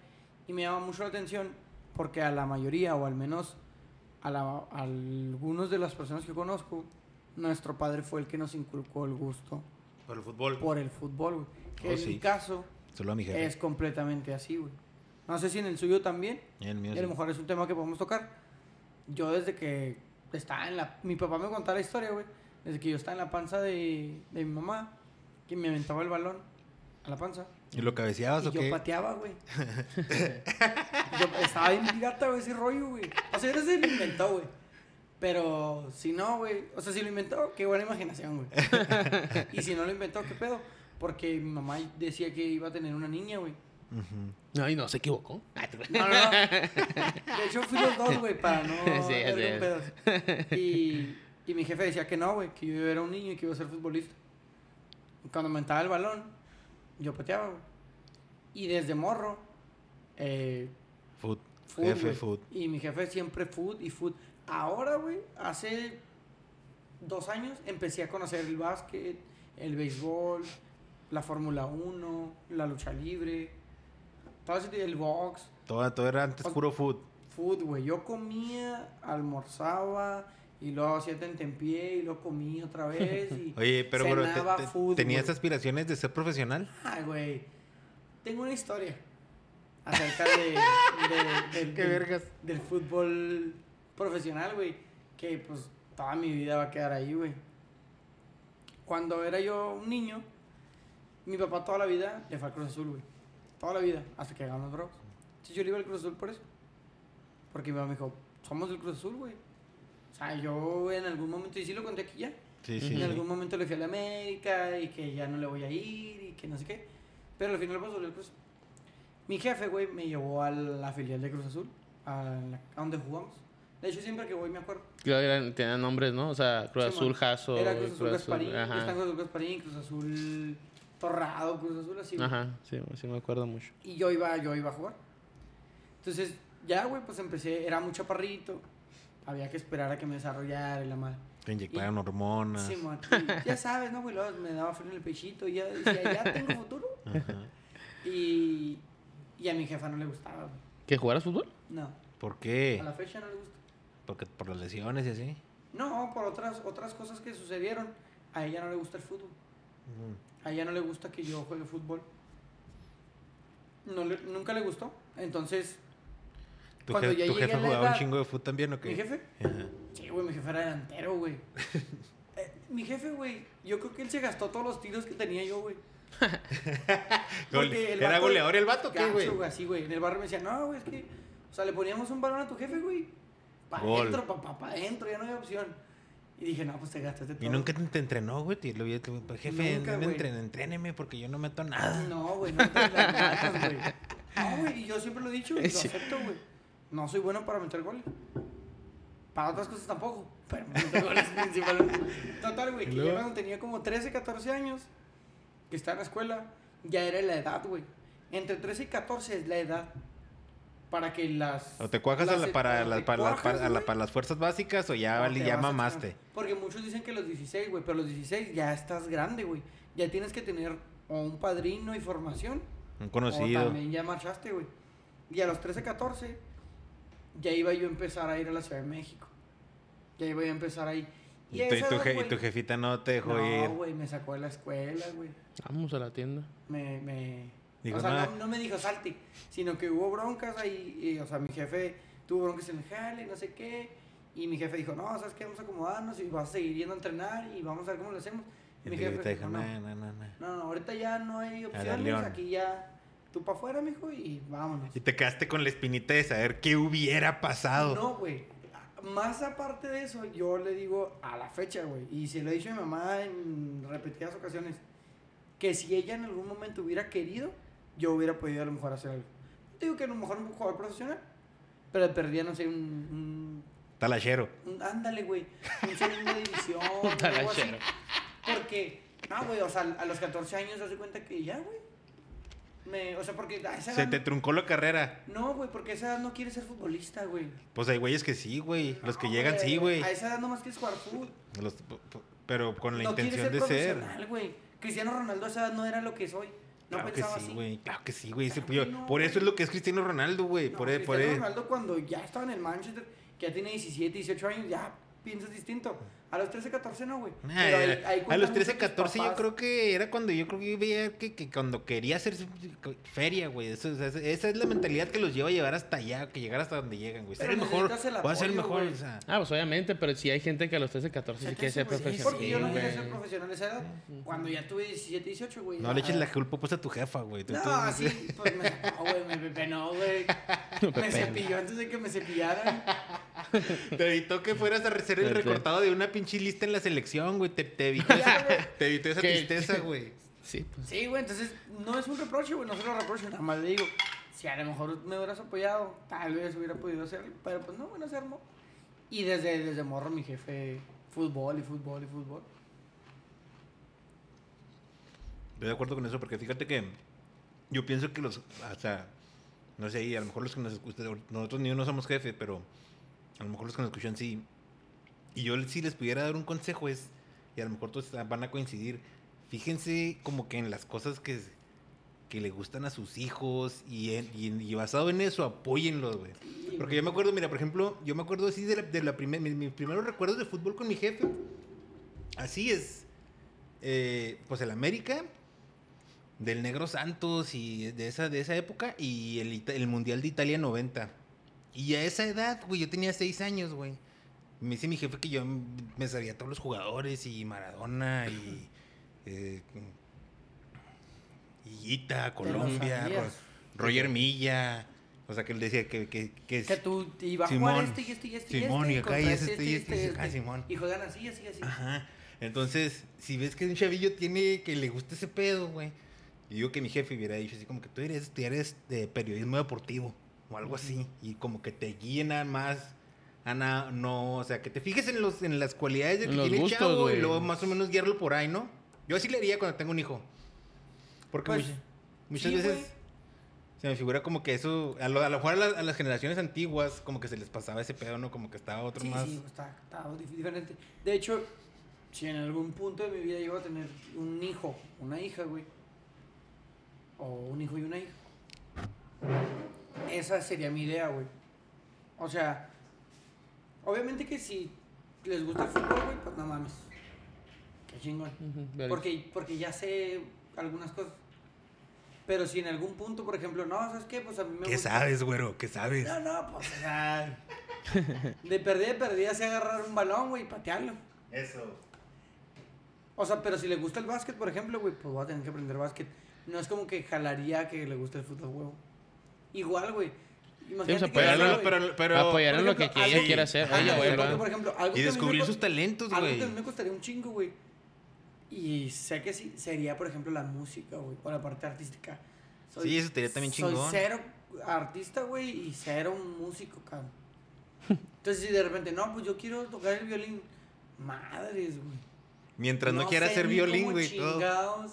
Speaker 4: y me llama mucho la atención porque a la mayoría o al menos a, la- a algunos de las personas que conozco, nuestro padre fue el que nos inculcó el gusto
Speaker 3: Por el fútbol.
Speaker 4: por el fútbol, güey. Que
Speaker 3: Oh,
Speaker 4: en
Speaker 3: sí.
Speaker 4: mi caso
Speaker 3: Solo a mi jefe.
Speaker 4: es completamente así, güey. No sé si en el suyo también,
Speaker 3: Y el mío
Speaker 4: y a
Speaker 3: sí.
Speaker 4: lo mejor es un tema que podemos tocar. Yo desde que estaba en la... Mi papá me contaba la historia, güey. Desde que yo estaba en la panza de, de mi mamá, que me aventaba el balón a la panza.
Speaker 3: ¿Y lo cabeceabas
Speaker 4: Y
Speaker 3: o
Speaker 4: yo
Speaker 3: qué?
Speaker 4: pateaba, güey. yo estaba bien pirata, güey, ese rollo, güey. O sea, ese lo inventó, güey. Pero si no, güey. O sea, si lo inventó, qué buena imaginación, güey. y si no lo inventó, qué pedo. Porque mi mamá decía que iba a tener una niña, güey.
Speaker 3: Ujú.
Speaker 2: Ay, no, se equivocó. Ah, te-
Speaker 4: No, no, no. De hecho, fui los dos, güey, para no.
Speaker 2: Sí, ya
Speaker 4: darle un
Speaker 2: sé.
Speaker 4: pedo. Y, y mi jefe decía que no, güey, que yo era un niño y que iba a ser futbolista. Y Cuando me entraba el balón, yo pateaba, güey. Y desde morro, eh,
Speaker 3: Food.
Speaker 4: Food,
Speaker 3: jefe,
Speaker 4: güey.
Speaker 3: food.
Speaker 4: Y mi jefe siempre food y food. Ahora, güey, hace dos años empecé a conocer el básquet, el béisbol, la Fórmula 1, la lucha libre, todo ese- el box,
Speaker 3: Todo, todo era antes
Speaker 4: O-
Speaker 3: puro food.
Speaker 4: food, güey. Yo comía, almorzaba y luego hacía tentempié y luego comía otra vez. Y
Speaker 3: Oye, pero bro, te-
Speaker 4: cenaba
Speaker 3: te-
Speaker 4: food,
Speaker 3: ¿tenías
Speaker 4: güey.
Speaker 3: aspiraciones de ser profesional?
Speaker 4: Ah, güey. Tengo una historia acerca de, de- del-
Speaker 3: Qué
Speaker 4: del-
Speaker 3: vergas.
Speaker 4: del fútbol profesional, güey. Que pues toda mi vida va a quedar ahí, güey. cuando era yo un niño, mi papá toda la vida le fue al Cruz Azul, güey. Toda la vida, hasta que ganó los Bravos. Sí, yo le iba al Cruz Azul por eso. Porque mi mamá me dijo, somos del Cruz Azul, güey. O sea, yo en algún momento, y sí lo conté aquí ya,
Speaker 3: Sí,
Speaker 2: Ujú.
Speaker 3: sí.
Speaker 4: en
Speaker 3: sí.
Speaker 4: algún momento le fui a la América y que ya no le voy a ir y que no sé qué. Pero al final pasó el Cruz. Mi jefe, güey, me llevó a la filial de Cruz Azul, a, la- a donde jugamos. De hecho, siempre que voy me acuerdo.
Speaker 2: Creo que eran- tenían nombres, ¿no? O sea, Cruz
Speaker 4: Sí,
Speaker 2: Azul,
Speaker 4: man.
Speaker 2: Jaso.
Speaker 4: Era Cruz Azul Gasparín,
Speaker 2: Ajá.
Speaker 4: está Cruz Azul Gasparín, Cruz Azul Torrado, Cruz Azul así. güey.
Speaker 2: Ajá, sí, sí me acuerdo mucho.
Speaker 4: Y yo iba, yo iba a jugar. Entonces, ya, güey, pues empecé, era muy chaparrito. Había que esperar a que me desarrollara y la madre.
Speaker 3: Te inyectaron hormonas.
Speaker 4: Sí, mo, tú- ya sabes, ¿no, güey? Luego me daba frío en el pechito y ya decía, ya tengo futuro.
Speaker 3: Ajá.
Speaker 4: Y, y a mi jefa no le gustaba, güey.
Speaker 2: ¿Que jugaras fútbol?
Speaker 4: No,
Speaker 3: ¿Por
Speaker 4: a
Speaker 3: qué?
Speaker 4: la fecha no le gusta.
Speaker 3: Porque por las lesiones y así.
Speaker 4: No, por otras, otras cosas que sucedieron, a ella no le gusta el fútbol.
Speaker 3: Mm.
Speaker 4: A ella no le gusta que yo juegue fútbol. No le- nunca le gustó. Entonces,
Speaker 3: ¿Tu,
Speaker 4: Cuando
Speaker 3: je-
Speaker 4: ya
Speaker 3: tu
Speaker 4: llegué
Speaker 3: jefe
Speaker 4: a la
Speaker 3: jugaba un
Speaker 4: edad-
Speaker 3: chingo de fútbol también o qué?
Speaker 4: mi jefe,
Speaker 3: Ajá.
Speaker 4: sí, güey, mi jefe era delantero, güey. Eh, mi jefe, güey, yo creo que él se gastó todos los tiros que tenía yo, güey. Porque
Speaker 3: Gole-
Speaker 4: el
Speaker 3: ¿Era
Speaker 4: vato-
Speaker 3: goleador el vato o qué,
Speaker 4: Gacho,
Speaker 3: güey?
Speaker 4: güey, así, güey. En el barrio me decían, no, güey, es que. O sea, le poníamos un balón a tu jefe, güey. Pa'
Speaker 3: Gol.
Speaker 4: adentro, papá, pa' adentro, ya no había opción. Y dije, no, pues te gastaste todo.
Speaker 3: Y nunca te, te entrenó, güey. Te lo vi, te- jefe,
Speaker 4: Nunca,
Speaker 3: no me
Speaker 4: güey.
Speaker 3: entren- entréneme porque yo no meto nada.
Speaker 4: No, güey, no te las ganas, güey. No, güey, y yo siempre lo he dicho, güey, lo
Speaker 2: Sí.
Speaker 4: acepto, güey. No soy bueno para meter goles. Para otras cosas tampoco, pero para meter goles principalmente. Total, güey, que
Speaker 3: luego?
Speaker 4: yo cuando tenía como 13, 14 años, que estaba en la escuela, ya era la edad, güey. Entre 13 y 14 es la edad para que las...
Speaker 3: O te cuajas a
Speaker 4: las-
Speaker 3: la- para,
Speaker 4: o
Speaker 3: las-
Speaker 4: te
Speaker 3: para, las-
Speaker 4: cuajas,
Speaker 3: para- a la-
Speaker 4: güey,
Speaker 3: para las fuerzas básicas o ya,
Speaker 4: o
Speaker 3: vali-
Speaker 4: te
Speaker 3: ya
Speaker 4: vas a
Speaker 3: mamaste.
Speaker 4: extremo. Porque muchos dicen que los 16, güey, pero los 16 ya estás grande, güey. Ya tienes que tener o un padrino y formación
Speaker 3: Un
Speaker 4: o
Speaker 3: conocido.
Speaker 4: también ya marchaste, güey. Y a los 13, 14, ya iba yo a empezar a ir a la Ciudad de México. Ya iba yo a empezar ahí.
Speaker 3: Y, tu, y
Speaker 4: esa
Speaker 3: tu
Speaker 4: edad,
Speaker 3: je- y
Speaker 4: güey,
Speaker 3: tu jefita no te dejó ir.
Speaker 4: No, güey, me sacó de la escuela, güey.
Speaker 2: Vamos a la tienda.
Speaker 4: Me, me...
Speaker 3: Dijo,
Speaker 4: o sea,
Speaker 3: "No".
Speaker 4: no, no me dijo salte, sino que hubo broncas ahí. y, o sea, mi jefe tuvo broncas en el jale, no sé qué. Y mi jefe dijo, no, ¿sabes qué? Vamos a acomodarnos y vas a seguir yendo a entrenar y vamos a ver cómo lo hacemos.
Speaker 3: Y
Speaker 4: Y
Speaker 3: tu
Speaker 4: mi
Speaker 3: jefita
Speaker 4: jefe
Speaker 3: dijo,
Speaker 4: dijo, no,
Speaker 3: no, no, no, no.
Speaker 4: no, no, ahorita ya no hay opciones,
Speaker 3: León.
Speaker 4: aquí ya tú para afuera, mijo, y vámonos.
Speaker 3: Y te quedaste con la espinita de saber qué hubiera pasado.
Speaker 4: No, güey. Más aparte de eso, yo le digo a la fecha, güey, y se lo he dicho a mi mamá en repetidas ocasiones, que si ella en algún momento hubiera querido, yo hubiera podido a lo mejor hacer algo. No te digo que a lo mejor un jugador profesional, pero perdía, no sé, un-
Speaker 3: Talachero.
Speaker 4: un, un- ándale, güey, un segunda división,
Speaker 2: Un
Speaker 4: algo así.
Speaker 2: talachero.
Speaker 4: Porque, no, güey, o sea, a los 14 años se hace cuenta que ya, güey. Me- O sea, porque a esa
Speaker 3: Se
Speaker 4: edad
Speaker 3: te truncó la carrera.
Speaker 4: no- No, güey, porque a esa edad no quiere ser futbolista, güey.
Speaker 3: Pues hay güeyes que sí, güey. Los que
Speaker 4: No,
Speaker 3: llegan sí, güey.
Speaker 4: A esa edad nomás quieres jugar fútbol.
Speaker 3: Los- p- p- Pero con la
Speaker 4: no quieres
Speaker 3: intención
Speaker 4: ser
Speaker 3: de ser.
Speaker 4: profesional, güey. Cristiano Ronaldo a esa edad no era lo que soy. No
Speaker 3: claro que
Speaker 4: pensaba
Speaker 3: sí,
Speaker 4: así.
Speaker 3: güey. Claro que sí, güey. Ese
Speaker 4: Claro
Speaker 3: pillo-
Speaker 4: que no,
Speaker 3: por eso
Speaker 4: güey.
Speaker 3: es lo que es Cristiano Ronaldo, güey.
Speaker 4: No,
Speaker 3: por e- por
Speaker 4: Cristiano
Speaker 3: e-
Speaker 4: Ronaldo cuando ya estaba en el Manchester, que ya tiene 17, 18 años, ya piensas distinto. A los 13, 14 no, güey.
Speaker 3: Nah,
Speaker 4: Pero ahí- ahí
Speaker 3: a
Speaker 4: cuentan
Speaker 3: los
Speaker 4: mucho
Speaker 3: 13,
Speaker 4: tus
Speaker 3: 14 yo
Speaker 4: papás.
Speaker 3: creo que era cuando yo creo que yo veía que, que cuando quería hacer su- feria, güey. Eso, o sea, esa es la mentalidad que los lleva a llevar hasta allá, que llegar hasta donde llegan, güey. Ser
Speaker 4: Pero
Speaker 3: el mejor,
Speaker 4: necesitas el
Speaker 3: voy a ser el
Speaker 4: apoyo,
Speaker 3: mejor,
Speaker 4: güey.
Speaker 3: o sea,
Speaker 2: Ah, pues obviamente, pero si hay gente que a los 13, 14 sí
Speaker 4: Sí,
Speaker 2: quiere ser
Speaker 4: güey,
Speaker 2: profesional.
Speaker 4: Porque yo no
Speaker 2: güey.
Speaker 4: quería ser profesional a esa edad. Cuando ya tuve 17, 18, güey.
Speaker 3: no le
Speaker 4: ya-
Speaker 3: eches la culpa pues a tu jefa, güey. Tú-
Speaker 4: No,
Speaker 3: tú-
Speaker 4: así, pues me sacó, güey, me pepenó, güey. Me cepilló antes de que me cepillaran.
Speaker 3: Te evitó que fueras a hacer el
Speaker 2: Perfecto.
Speaker 3: recortado de una pinche lista en la selección, güey. Te, te evitó, esa, te evitó esa
Speaker 2: Que-
Speaker 3: tristeza, güey.
Speaker 2: Sí, pues.
Speaker 4: Sí, güey, entonces no es un reproche, güey, no se lo reproche, nada más le digo, si a lo mejor me hubieras apoyado, tal vez hubiera podido hacerlo, pero pues no, bueno, se armó. Y desde, desde morro mi jefe, fútbol y fútbol y fútbol.
Speaker 3: Estoy de acuerdo con eso, porque fíjate que yo pienso que los, o sea, no sé, y a lo mejor los que nos escuchan, ahorita- nosotros ni uno somos jefe, pero a lo mejor los que nos escuchan sí. Y yo si les pudiera dar un consejo es, y a lo mejor todos van a coincidir, fíjense como que en las cosas que, que le gustan a sus hijos y, en- y en- y basado en eso, apóyenlos, güey.
Speaker 4: Sí,
Speaker 3: Porque yo me acuerdo, mira, por ejemplo, yo me acuerdo así de, la, de la primer- mis, mis primeros recuerdos de fútbol con mi jefe. Así es. Eh, pues el América, del Negro Santos y de esa, de esa época, y el, Ita- el Mundial de Italia 90. Y a esa edad, güey, yo tenía 6 años, güey. Me dice mi jefe que yo me sabía a todos los jugadores y Maradona y. eh, y Ita, Colombia,
Speaker 4: sabías.
Speaker 3: Ro- Roger Milla. O sea, que él decía que. que, que
Speaker 4: Que tú y va a
Speaker 3: Simón.
Speaker 4: jugar este y este y este.
Speaker 3: Simón, y
Speaker 4: este,
Speaker 3: acá,
Speaker 4: contra
Speaker 3: y ese, este, y este, y
Speaker 4: este,
Speaker 3: acá, Simón.
Speaker 4: Y juegan así, así, así.
Speaker 3: Ajá. Entonces, si ves que un chavillo tiene que le gusta ese pedo, güey. Y digo que mi jefe hubiera dicho así como que tú eres, tú eres de periodismo deportivo o algo así. Y como que te guíen a más. Ana, no, o sea, que te fijes en, los, en las cualidades de que
Speaker 2: En los
Speaker 3: tiene el
Speaker 2: gustos,
Speaker 3: chavo y
Speaker 2: güey.
Speaker 3: luego más o menos guiarlo por ahí, ¿no? Yo así le haría cuando tengo un hijo. Porque
Speaker 4: Pues,
Speaker 3: mucha- muchas
Speaker 4: sí,
Speaker 3: veces
Speaker 4: güey.
Speaker 3: se me figura como que eso, a lo, a lo mejor a las, a las generaciones antiguas, como que se les pasaba ese pedo, ¿no? Como que estaba otro
Speaker 4: Sí,
Speaker 3: más.
Speaker 4: sí, está, está dif- diferente. De hecho, si en algún punto de mi vida llego a tener un hijo, una hija, güey, o un hijo y una hija, esa sería mi idea, güey. O sea, obviamente que si les gusta el fútbol, güey, pues no mames. Qué chingón.
Speaker 2: Ujú, verga.
Speaker 4: Porque, porque ya sé algunas cosas. Pero si en algún punto, por ejemplo, no, ¿sabes qué? Pues a mí me
Speaker 3: ¿Qué
Speaker 4: gusta.
Speaker 3: sabes, güero? ¿Qué sabes?
Speaker 4: No, no, pues, o sea. De perdida, de perdida, se agarrar un balón, güey, y patearlo.
Speaker 3: Eso.
Speaker 4: O sea, pero si le gusta el básquet, por ejemplo, güey, pues voy a tener que aprender básquet. No es como que jalaría que le guste el fútbol, huevo. Igual, güey. Imagínate
Speaker 2: Sí, o sea,
Speaker 4: que-
Speaker 2: Pero
Speaker 3: Pero,
Speaker 2: no,
Speaker 3: pero,
Speaker 4: güey,
Speaker 3: pero,
Speaker 2: Apoyar en lo que
Speaker 4: ejemplo,
Speaker 2: ella
Speaker 4: algo-
Speaker 2: quiera hacer.
Speaker 4: Ajá,
Speaker 3: Oye,
Speaker 2: ella,
Speaker 4: güey,
Speaker 2: güey,
Speaker 3: pero-
Speaker 4: porque,
Speaker 2: ¿verdad?
Speaker 4: por ejemplo, algo
Speaker 3: Y
Speaker 4: que a mí me
Speaker 3: descubrir
Speaker 4: cos-
Speaker 3: sus talentos,
Speaker 4: Algo
Speaker 3: Pues, güey.
Speaker 4: que a mí me costaría un chingo, güey. Y sé que sí, sería, por ejemplo, la música, güey, o la parte artística.
Speaker 3: Sí, eso estaría también
Speaker 4: Soy
Speaker 3: chingón.
Speaker 4: cero artista, güey, y cero músico, cabrón. Entonces, si de repente, no, pues yo quiero tocar el violín. Madres, güey.
Speaker 3: Mientras no, quiera
Speaker 4: sé
Speaker 3: hacer
Speaker 4: ni
Speaker 3: violín,
Speaker 4: cómo
Speaker 3: güey, todo.
Speaker 4: chingados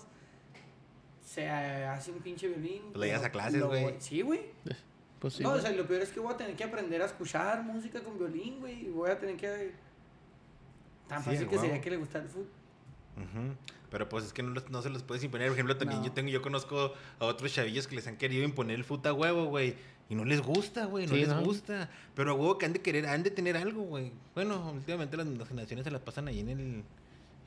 Speaker 4: Se eh, hace un pinche violín.
Speaker 3: Pues le llevas
Speaker 4: pero
Speaker 3: a clases,
Speaker 4: lo
Speaker 3: güey.
Speaker 4: voy- Sí, güey.
Speaker 2: Pues sí,
Speaker 4: no, o
Speaker 2: güey.
Speaker 4: sea, lo peor es que voy a tener que aprender a escuchar música con violín, güey. Y voy a tener que. Tan
Speaker 3: Sí,
Speaker 4: fácil
Speaker 3: a
Speaker 4: que
Speaker 3: huevo.
Speaker 4: sería que le gustara el fútbol.
Speaker 3: Ujú. Pero pues es que no, los- no se los puedes imponer. Por ejemplo, también
Speaker 4: No.
Speaker 3: yo tengo, yo conozco a otros chavillos que les han querido imponer el futa huevo, güey. Y no les gusta, güey, no
Speaker 2: Sí,
Speaker 3: les
Speaker 2: ¿no?
Speaker 3: gusta. Pero a huevo que han de querer, han de tener algo, güey. Bueno, últimamente las, las generaciones se las pasan ahí en el,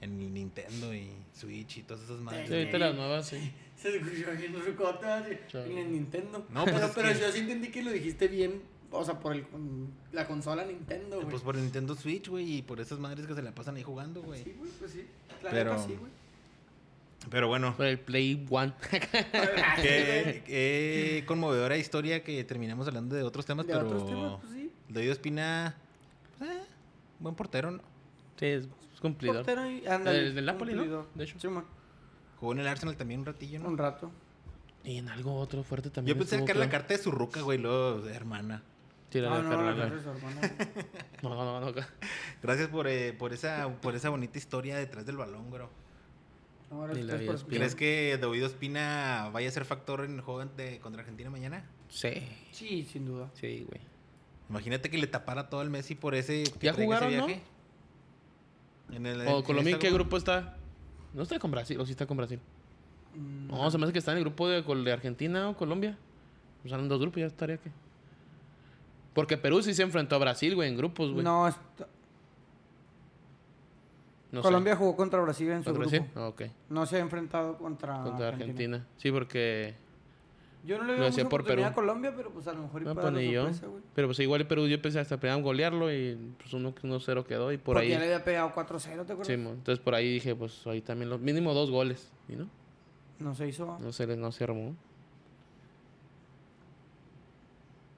Speaker 3: en el Nintendo y Switch y todas esas madres.
Speaker 2: Sí, ahorita
Speaker 3: güey.
Speaker 2: las nuevas, sí.
Speaker 4: Se escuchó aquí en Rucota,
Speaker 2: Chale.
Speaker 4: en el Nintendo.
Speaker 3: No, pues
Speaker 4: pero
Speaker 3: es
Speaker 4: pero
Speaker 3: que-
Speaker 4: yo sí entendí que lo dijiste bien. O sea, por el, con la consola Nintendo, güey.
Speaker 3: Pues por el Nintendo Switch, güey, y por esas madres que se la pasan ahí jugando, güey.
Speaker 4: Sí, güey, pues sí. La
Speaker 3: Pero-
Speaker 4: neta sí, güey.
Speaker 3: Pero bueno,
Speaker 2: Por el Play One.
Speaker 3: qué, qué conmovedora historia que terminamos hablando de otros temas,
Speaker 4: De
Speaker 3: pero...
Speaker 4: otros temas, pues sí.
Speaker 3: David Espina, pues, eh, buen portero, ¿no?
Speaker 2: Sí, es es cumplidor.
Speaker 4: Portero y- ándale,
Speaker 2: Del- del Napoli, ¿no?
Speaker 4: cumplidor.
Speaker 2: De hecho.
Speaker 4: Sí, man.
Speaker 3: Jugó en el Arsenal también un ratillo, ¿no?
Speaker 4: Un rato.
Speaker 2: Y en algo otro fuerte también.
Speaker 3: Yo pensé
Speaker 2: estuvo,
Speaker 3: que era la
Speaker 2: creo.
Speaker 3: carta de su ruca, güey, luego de hermana.
Speaker 2: Sí, la
Speaker 4: Ah,
Speaker 2: de
Speaker 4: no, la
Speaker 2: Ferrari.
Speaker 4: carrera de su hermano, güey.
Speaker 2: No, no, no, no.
Speaker 3: Gracias por, eh, por, esa, por esa bonita historia detrás del balón, bro.
Speaker 4: No, ahora
Speaker 2: Ni la
Speaker 4: ustedes
Speaker 2: vi
Speaker 4: por
Speaker 2: espiar.
Speaker 4: escuchar.
Speaker 3: ¿Crees que David Espina vaya a ser factor en el juego ante- contra Argentina mañana?
Speaker 2: Sí,
Speaker 4: Sí, sin duda.
Speaker 3: Pues,
Speaker 2: sí, güey.
Speaker 3: Imagínate que le tapara todo el Messi por ese. que
Speaker 2: ¿Ya
Speaker 3: traiga ese
Speaker 2: jugaron,
Speaker 3: viaje. En el-
Speaker 2: ¿O
Speaker 3: en
Speaker 2: Colombia en
Speaker 3: esta-
Speaker 2: qué grupo está? No está con Brasil, o sí está con Brasil.
Speaker 4: Mm,
Speaker 2: No, se me hace que está en el grupo de, Col- de Argentina o Colombia. Pues eran dos grupos, ya estaría que. Porque Perú sí se enfrentó a Brasil, güey, en grupos, güey.
Speaker 4: No, esto-
Speaker 2: No sé.
Speaker 4: Colombia jugó contra Brasil en su
Speaker 2: ¿Contra
Speaker 4: grupo.
Speaker 2: Brasil? Ah, ok.
Speaker 4: No se ha enfrentado contra,
Speaker 2: Contra Argentina. Sí, porque.
Speaker 4: Yo no le
Speaker 2: Lo
Speaker 4: veo
Speaker 2: hacía
Speaker 4: mucha
Speaker 2: por
Speaker 4: oportunidad
Speaker 2: Perú.
Speaker 4: a Colombia, pero pues a lo mejor y
Speaker 2: No,
Speaker 4: para
Speaker 2: pues
Speaker 4: la
Speaker 2: ni yo.
Speaker 4: sorpresa, güey.
Speaker 2: Pero pues igual el Perú yo pensé hasta peleaban golearlo y pues 1-0 uno, uno cero quedó y por
Speaker 4: Porque ya le
Speaker 2: ahí.
Speaker 4: había pegado 4-0, ¿te acuerdas?
Speaker 2: Sí, mo, entonces por ahí dije, pues ahí también los mínimo dos goles. ¿Y no?
Speaker 4: No se hizo.
Speaker 2: No se les no se armó.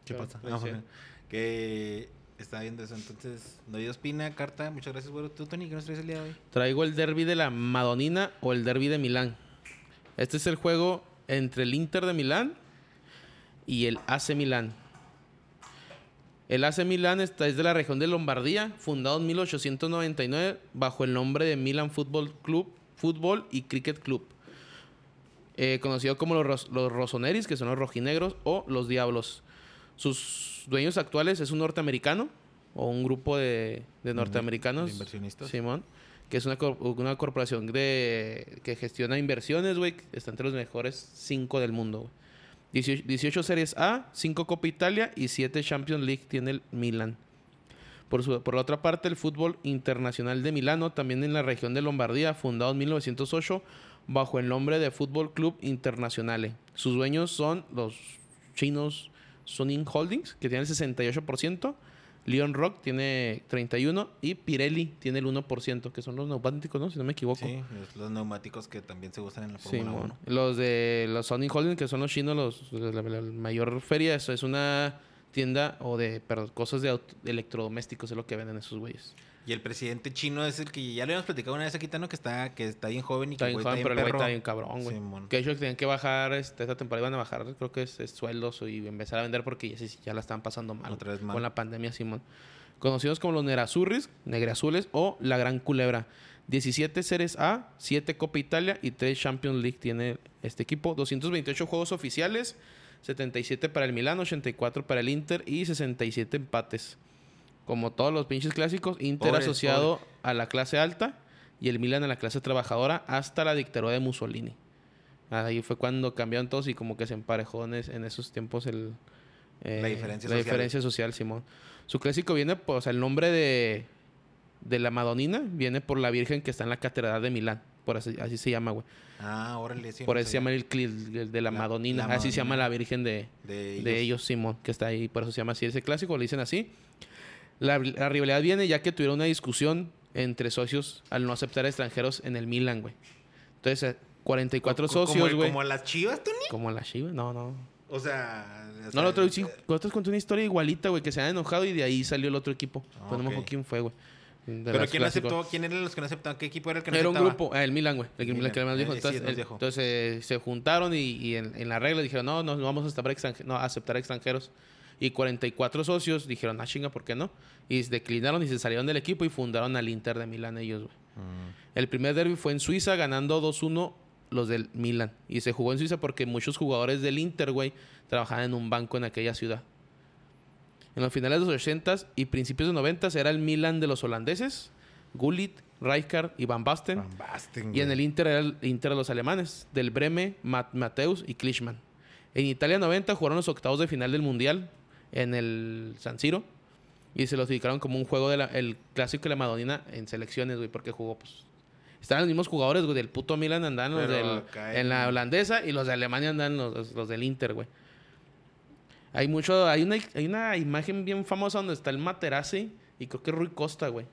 Speaker 3: ¿Qué
Speaker 2: Claro,
Speaker 3: pasa?
Speaker 2: ahí
Speaker 3: Ah,
Speaker 2: sí.
Speaker 3: bueno. Que está viendo eso. Entonces, David Espina, carta. Muchas gracias, güero. Tú, Tony, ¿qué nos traes el día de hoy?
Speaker 2: Traigo el derby de la Madonina o el derby de Milán. Este es el juego entre el Inter de Milán y el AC Milán. El AC Milán está, es de la región de Lombardía, fundado en 1899 bajo el nombre de Milan Football Club, Fútbol y Cricket Club. Eh, conocido como los, Ros- los Rosoneris, que son los rojinegros, o los Diablos. Sus dueños actuales es un norteamericano o un grupo de, de norteamericanos.
Speaker 3: de inversionistas.
Speaker 2: Simón, que es una, cor- una corporación de, que gestiona inversiones, güey. que Está entre los mejores cinco del mundo, güey. 18, 18 Series A, 5 Copa Italia y 7 Champions League tiene el Milan. Por, su- por la otra parte, el fútbol internacional de Milano, también en la región de Lombardía, fundado en 1908 bajo el nombre de Fútbol Club Internacionale. Sus dueños son los chinos Suning Holdings, que tiene el 68%, Leon Rock tiene 31 y Pirelli tiene el 1%, que son los neumáticos, ¿no? Si no me equivoco.
Speaker 3: Sí, es los neumáticos que también se usan en la
Speaker 2: Sí,
Speaker 3: Fórmula
Speaker 2: mon.
Speaker 3: 1.
Speaker 2: Los de los Sony Holding, que son los chinos, los, la, la- la mayor feria, eso es una tienda o de perdón, cosas de aut- de electrodomésticos, es lo que venden esos güeyes.
Speaker 3: Y el presidente chino es el que ya le habíamos platicado una vez aquí, ¿no? Que está, que está bien joven y
Speaker 2: Está
Speaker 3: que
Speaker 2: bien
Speaker 3: güey,
Speaker 2: joven, pero el güey
Speaker 3: perro.
Speaker 2: está bien cabrón, güey.
Speaker 3: Sí, mon.
Speaker 2: que de hecho tenían que bajar, este, esta temporada iban a bajar, creo que es, es sueldos y empezar a vender porque ya, sí- sí, ya la estaban pasando mal.
Speaker 3: Otra vez mal.
Speaker 2: Con la pandemia, Simón. Conocidos como los Nerazurris, Negreazules o La Gran Culebra. 17 Series A, 7 Copa Italia y 3 Champions League tiene este equipo. 228 juegos oficiales, 77 para el Milán, 84 para el Inter y 67 empates. Como todos los pinches clásicos, Inter
Speaker 3: Pobres,
Speaker 2: asociado a la clase alta y el Milan a la clase trabajadora hasta la dictadura de Mussolini. Ahí fue cuando cambiaron todos y como que se emparejó en, es- en esos tiempos el, eh,
Speaker 3: La diferencia
Speaker 2: la
Speaker 3: social.
Speaker 2: diferencia social, Simón. Su clásico viene, pues, o sea, el nombre de, de la Madonina viene por la Virgen que está en la Catedral de Milán. Por así, así se llama, güey.
Speaker 3: Ah, órale, sí.
Speaker 2: por
Speaker 3: no
Speaker 2: eso se
Speaker 3: sabía.
Speaker 2: llama el, cli- el de la,
Speaker 3: La-
Speaker 2: Madonina.
Speaker 3: la
Speaker 2: Así se llama
Speaker 3: Madonina.
Speaker 2: la Virgen de,
Speaker 3: de
Speaker 2: de ellos, Simón, que está ahí, por eso se llama así ese clásico, le dicen así. La, la rivalidad viene ya que tuvieron una discusión entre socios al no aceptar extranjeros en el Milan, güey. Entonces, eh, 44
Speaker 3: Co- co-
Speaker 2: socios,
Speaker 3: como,
Speaker 2: güey.
Speaker 3: Como las chivas, Tony.
Speaker 2: Como la Shiva, no, no.
Speaker 3: O sea. o
Speaker 2: No,
Speaker 3: sea,
Speaker 2: el otro, sí, otros contó una historia igualita, güey, que se han enojado y de ahí salió el otro equipo.
Speaker 3: Ah,
Speaker 2: Pero no me
Speaker 3: ok.
Speaker 2: acuerdo quién fue, güey. De
Speaker 3: Pero
Speaker 2: las
Speaker 3: ¿quién
Speaker 2: clásicos.
Speaker 3: aceptó? ¿Quién eran los que no aceptaban? ¿Qué equipo era el que no
Speaker 2: Era un
Speaker 3: aceptaba?
Speaker 2: grupo, ah, el Milan, güey. El, que-
Speaker 3: El
Speaker 2: el que más
Speaker 3: Milan,
Speaker 2: viejo.
Speaker 3: eh, sí,
Speaker 2: Entonces,
Speaker 3: nos
Speaker 2: el-
Speaker 3: dejó.
Speaker 2: entonces, eh, se juntaron y, y en, en la regla dijeron, no, no, no vamos a aceptar, extranje- no, aceptar extranjeros. Y 44 socios dijeron, ah, chinga, ¿por qué no? Y se declinaron y se salieron del equipo y fundaron al Inter de Milán ellos, güey.
Speaker 3: Mm,
Speaker 2: El primer derby fue en Suiza, ganando 2-1 los del Milan. Y se jugó en Suiza porque muchos jugadores del Inter, güey, trabajaban en un banco en aquella ciudad. En los finales de los 80s y principios de los 90s era el Milan de los holandeses, Gullit, Rijkaard y Van Basten.
Speaker 3: Van Basten,
Speaker 2: Y en
Speaker 3: güey.
Speaker 2: el Inter era el Inter de los alemanes, del Breme, Ma- Mateus y Klischmann. En Italia 90 jugaron los octavos de final del Mundial en el San Siro. Y se los dedicaron como un juego del clásico de la Madonina en selecciones, güey, porque jugó, pues. Estaban los mismos jugadores, güey, del puto Milan andaban los
Speaker 3: Pero
Speaker 2: del-
Speaker 3: acá en-
Speaker 2: en la holandesa y los de Alemania andaban los- los, los del Inter, güey. Hay mucho, hay una, hay una imagen bien famosa donde está el Materazzi y creo que Rui Costa, güey.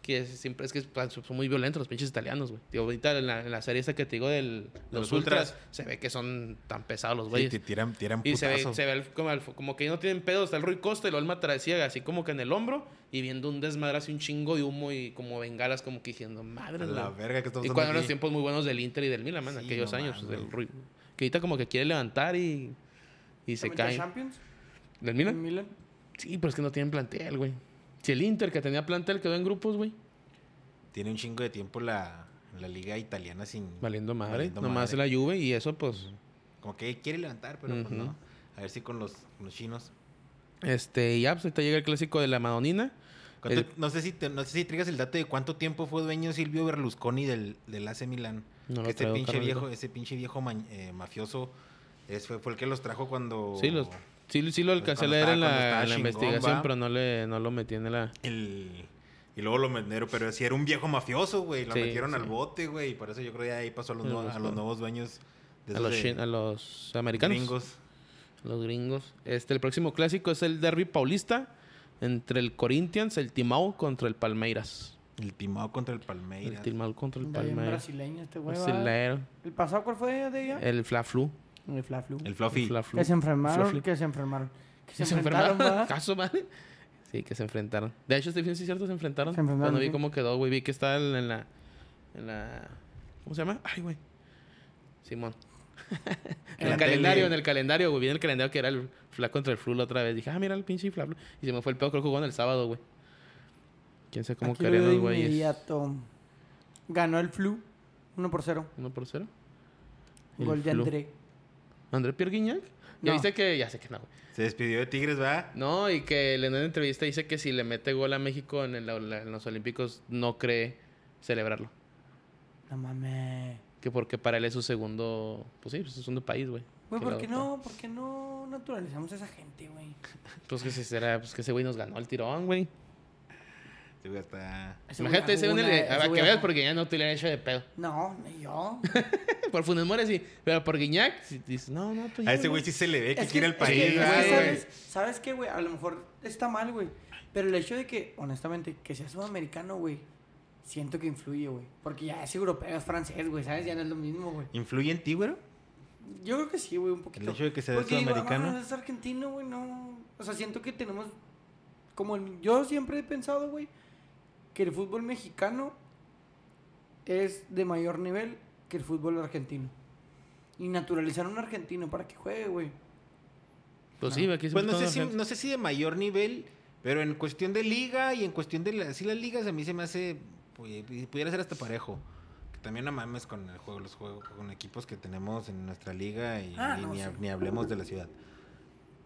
Speaker 2: Que es- siempre es que es- son muy violentos los pinches italianos, güey. Tío, ahorita en la, en la serie esa que te digo del, los,
Speaker 3: los
Speaker 2: ultras,
Speaker 3: ultras.
Speaker 2: se ve que son tan pesados los
Speaker 3: Sí,
Speaker 2: güeyes.
Speaker 3: te tiran, tiran
Speaker 2: y se ve,
Speaker 3: putazo.
Speaker 2: se ve el- como, el- como que no tienen pedo. Está el Rui Costa y luego el Materazzi así como que en el hombro y viendo un desmadre así un chingo de humo y como bengalas como que diciendo, madre,
Speaker 3: A la
Speaker 2: güey".
Speaker 3: verga que estamos
Speaker 2: Y
Speaker 3: dando
Speaker 2: cuando eran los
Speaker 3: aquí.
Speaker 2: tiempos muy buenos del Inter y del Milan, man,
Speaker 3: Sí,
Speaker 2: aquellos
Speaker 3: no
Speaker 2: años.
Speaker 3: mames.
Speaker 2: del Rui- que ahorita como que quiere levantar y, y se
Speaker 4: También está
Speaker 2: caen.
Speaker 4: Champions?
Speaker 2: ¿Del Milan?
Speaker 4: en Milan.
Speaker 2: Sí, pero es que no tienen plantel, güey. Si el Inter que tenía plantel quedó en grupos, güey.
Speaker 3: Tiene un chingo de tiempo la, la liga italiana sin.
Speaker 2: Valiendo madre.
Speaker 3: Valiendo
Speaker 2: nomás
Speaker 3: madre.
Speaker 2: la Juve y eso, pues.
Speaker 3: Como que quiere levantar, pero pues
Speaker 2: Ujú.
Speaker 3: no. A ver si con los, con los chinos.
Speaker 2: Este, y ya, pues ahorita llega el clásico de la Madonina.
Speaker 3: ¿Cuánto-
Speaker 2: El-
Speaker 3: No sé si te- no sé si traigas el dato de cuánto tiempo fue dueño Silvio Berlusconi del, del AC Milan.
Speaker 2: No lo
Speaker 3: Que ese,
Speaker 2: traigo,
Speaker 3: pinche
Speaker 2: carnalito.
Speaker 3: viejo, ese pinche viejo ma- eh, mafioso es- fue, fue el que los trajo cuando
Speaker 2: Sí, los, sí, sí lo
Speaker 3: Oh. Pues
Speaker 2: alcancé a
Speaker 3: cuando
Speaker 2: leer en
Speaker 3: estaba- cuando
Speaker 2: la,
Speaker 3: estaba
Speaker 2: en la
Speaker 3: chingón,
Speaker 2: investigación,
Speaker 3: va.
Speaker 2: pero no, le, no lo metí en la.
Speaker 3: el- y luego lo metieron, pero si era un viejo mafioso, güey. Lo
Speaker 2: Sí,
Speaker 3: metieron al
Speaker 2: sí.
Speaker 3: bote, güey. Y por eso yo creo que ahí pasó a los,
Speaker 2: Los
Speaker 3: nue- a
Speaker 2: buscó.
Speaker 3: los nuevos dueños
Speaker 2: A los,
Speaker 3: esos
Speaker 2: chin- a los americanos.
Speaker 3: gringos.
Speaker 2: Los gringos. Este, el próximo clásico es el derby paulista entre el Corinthians, el Timao contra el Palmeiras.
Speaker 3: El timado contra el Palmeiras.
Speaker 2: El Timao contra el
Speaker 4: Anda bien
Speaker 2: Palmeiras.
Speaker 4: brasileño este güey. ¿verdad?
Speaker 2: Brasileiro.
Speaker 4: ¿El pasado cuál fue de ella?
Speaker 2: El Fla Flu.
Speaker 4: El Fla Flu.
Speaker 3: El Fluffy.
Speaker 2: El Fla Flu.
Speaker 4: Que se enfermaron,
Speaker 2: Fluffy.
Speaker 4: que se enfermaron. Que se,
Speaker 2: se
Speaker 4: enfrentaron,
Speaker 2: enfermaron.
Speaker 4: ¿verdad?
Speaker 2: ¿Caso, madre? Sí, que se enfrentaron. De hecho, este fin sí es cierto, se enfrentaron.
Speaker 4: Se enfrentaron,
Speaker 2: Cuando vi
Speaker 4: sí.
Speaker 2: cómo quedó, güey, vi que está en en la, en la... ¿Cómo se llama? Ay, güey. Simón. en
Speaker 3: En
Speaker 2: el
Speaker 3: la
Speaker 2: calendario,
Speaker 3: tele.
Speaker 2: en el calendario, güey. Vi en el calendario que era el fla contra el flu la otra vez. Dije, ah, mira el pinche fla. Flu. Y se me fue el peor, creo que jugó en el sábado, güey. Quién sabe cómo
Speaker 4: Aquí
Speaker 2: querían
Speaker 4: lo
Speaker 2: los
Speaker 4: veo
Speaker 2: güeyes.
Speaker 4: inmediato. Ganó el Flu 1 por 0.
Speaker 2: ¿Uno por cero? El
Speaker 4: Gol de
Speaker 2: Flu.
Speaker 4: André.
Speaker 2: ¿André Pierre Guignac?
Speaker 4: No.
Speaker 2: Ya dice que... Ya sé que no, güey.
Speaker 3: Se despidió de Tigres, ¿va?
Speaker 2: No, y que le- en una entrevista dice que si le mete gol a México en, el- en los Olímpicos no cree celebrarlo.
Speaker 4: No mames.
Speaker 2: Que porque para él es su segundo, pues sí, pues, su segundo país, güey.
Speaker 4: Güey,
Speaker 2: Que
Speaker 4: ¿por
Speaker 2: lo
Speaker 4: qué
Speaker 2: adoptó.
Speaker 4: no, por qué no naturalizamos a esa gente, güey?
Speaker 2: Pues que, si será, pues que ese güey nos ganó el tirón, güey.
Speaker 3: Sí, güey, está-
Speaker 4: Ese güey
Speaker 2: Imagínate, ese
Speaker 4: agarró
Speaker 2: güey,
Speaker 4: una-
Speaker 2: le-
Speaker 4: ese
Speaker 2: a
Speaker 4: güey
Speaker 2: ver, que veas,
Speaker 4: agarró-
Speaker 2: porque ya no te le han hecho de pedo.
Speaker 4: No, ni yo.
Speaker 2: por Funes Mori sí, pero por Guiñac, sí, dices, no, no, pues
Speaker 3: A
Speaker 2: yo,
Speaker 3: ese
Speaker 2: ¿no?
Speaker 3: güey sí se le ve que
Speaker 4: Es
Speaker 3: quiere el
Speaker 4: es que,
Speaker 3: país,
Speaker 2: sí,
Speaker 3: ¿va,
Speaker 4: güey,
Speaker 2: güey?
Speaker 3: güey?
Speaker 4: ¿sabes, ¿Sabes qué, güey? A lo mejor está mal, güey. Pero el hecho de que, honestamente, que sea sudamericano, güey, siento que influye, güey. Porque ya es europeo, es francés, güey, ¿sabes? Ya no es lo mismo, güey.
Speaker 3: ¿Influye en ti, güero?
Speaker 4: Yo creo que sí, güey, un poquito.
Speaker 3: hecho de que sea
Speaker 4: Porque digo, ah,
Speaker 3: sudamericano.
Speaker 4: mames, es argentino, güey, no. O sea, siento que tenemos. Como el- yo siempre he pensado, güey, que el fútbol mexicano es de mayor nivel que el fútbol argentino. Y naturalizar a un argentino para que juegue, güey.
Speaker 2: Pues sí, aquí se
Speaker 3: Pues no
Speaker 2: toda
Speaker 3: sé,
Speaker 2: la
Speaker 3: si,
Speaker 2: gente.
Speaker 3: no sé si de mayor nivel, pero en cuestión de liga y en cuestión de la, sí, las ligas a mí se me hace, pu- pudiera ser hasta parejo. Que También no mames con el juego, los juegos, con equipos que tenemos en nuestra liga y,
Speaker 4: Ah,
Speaker 3: y
Speaker 4: no,
Speaker 3: ni, ha-
Speaker 4: sí.
Speaker 3: ni hablemos de la ciudad.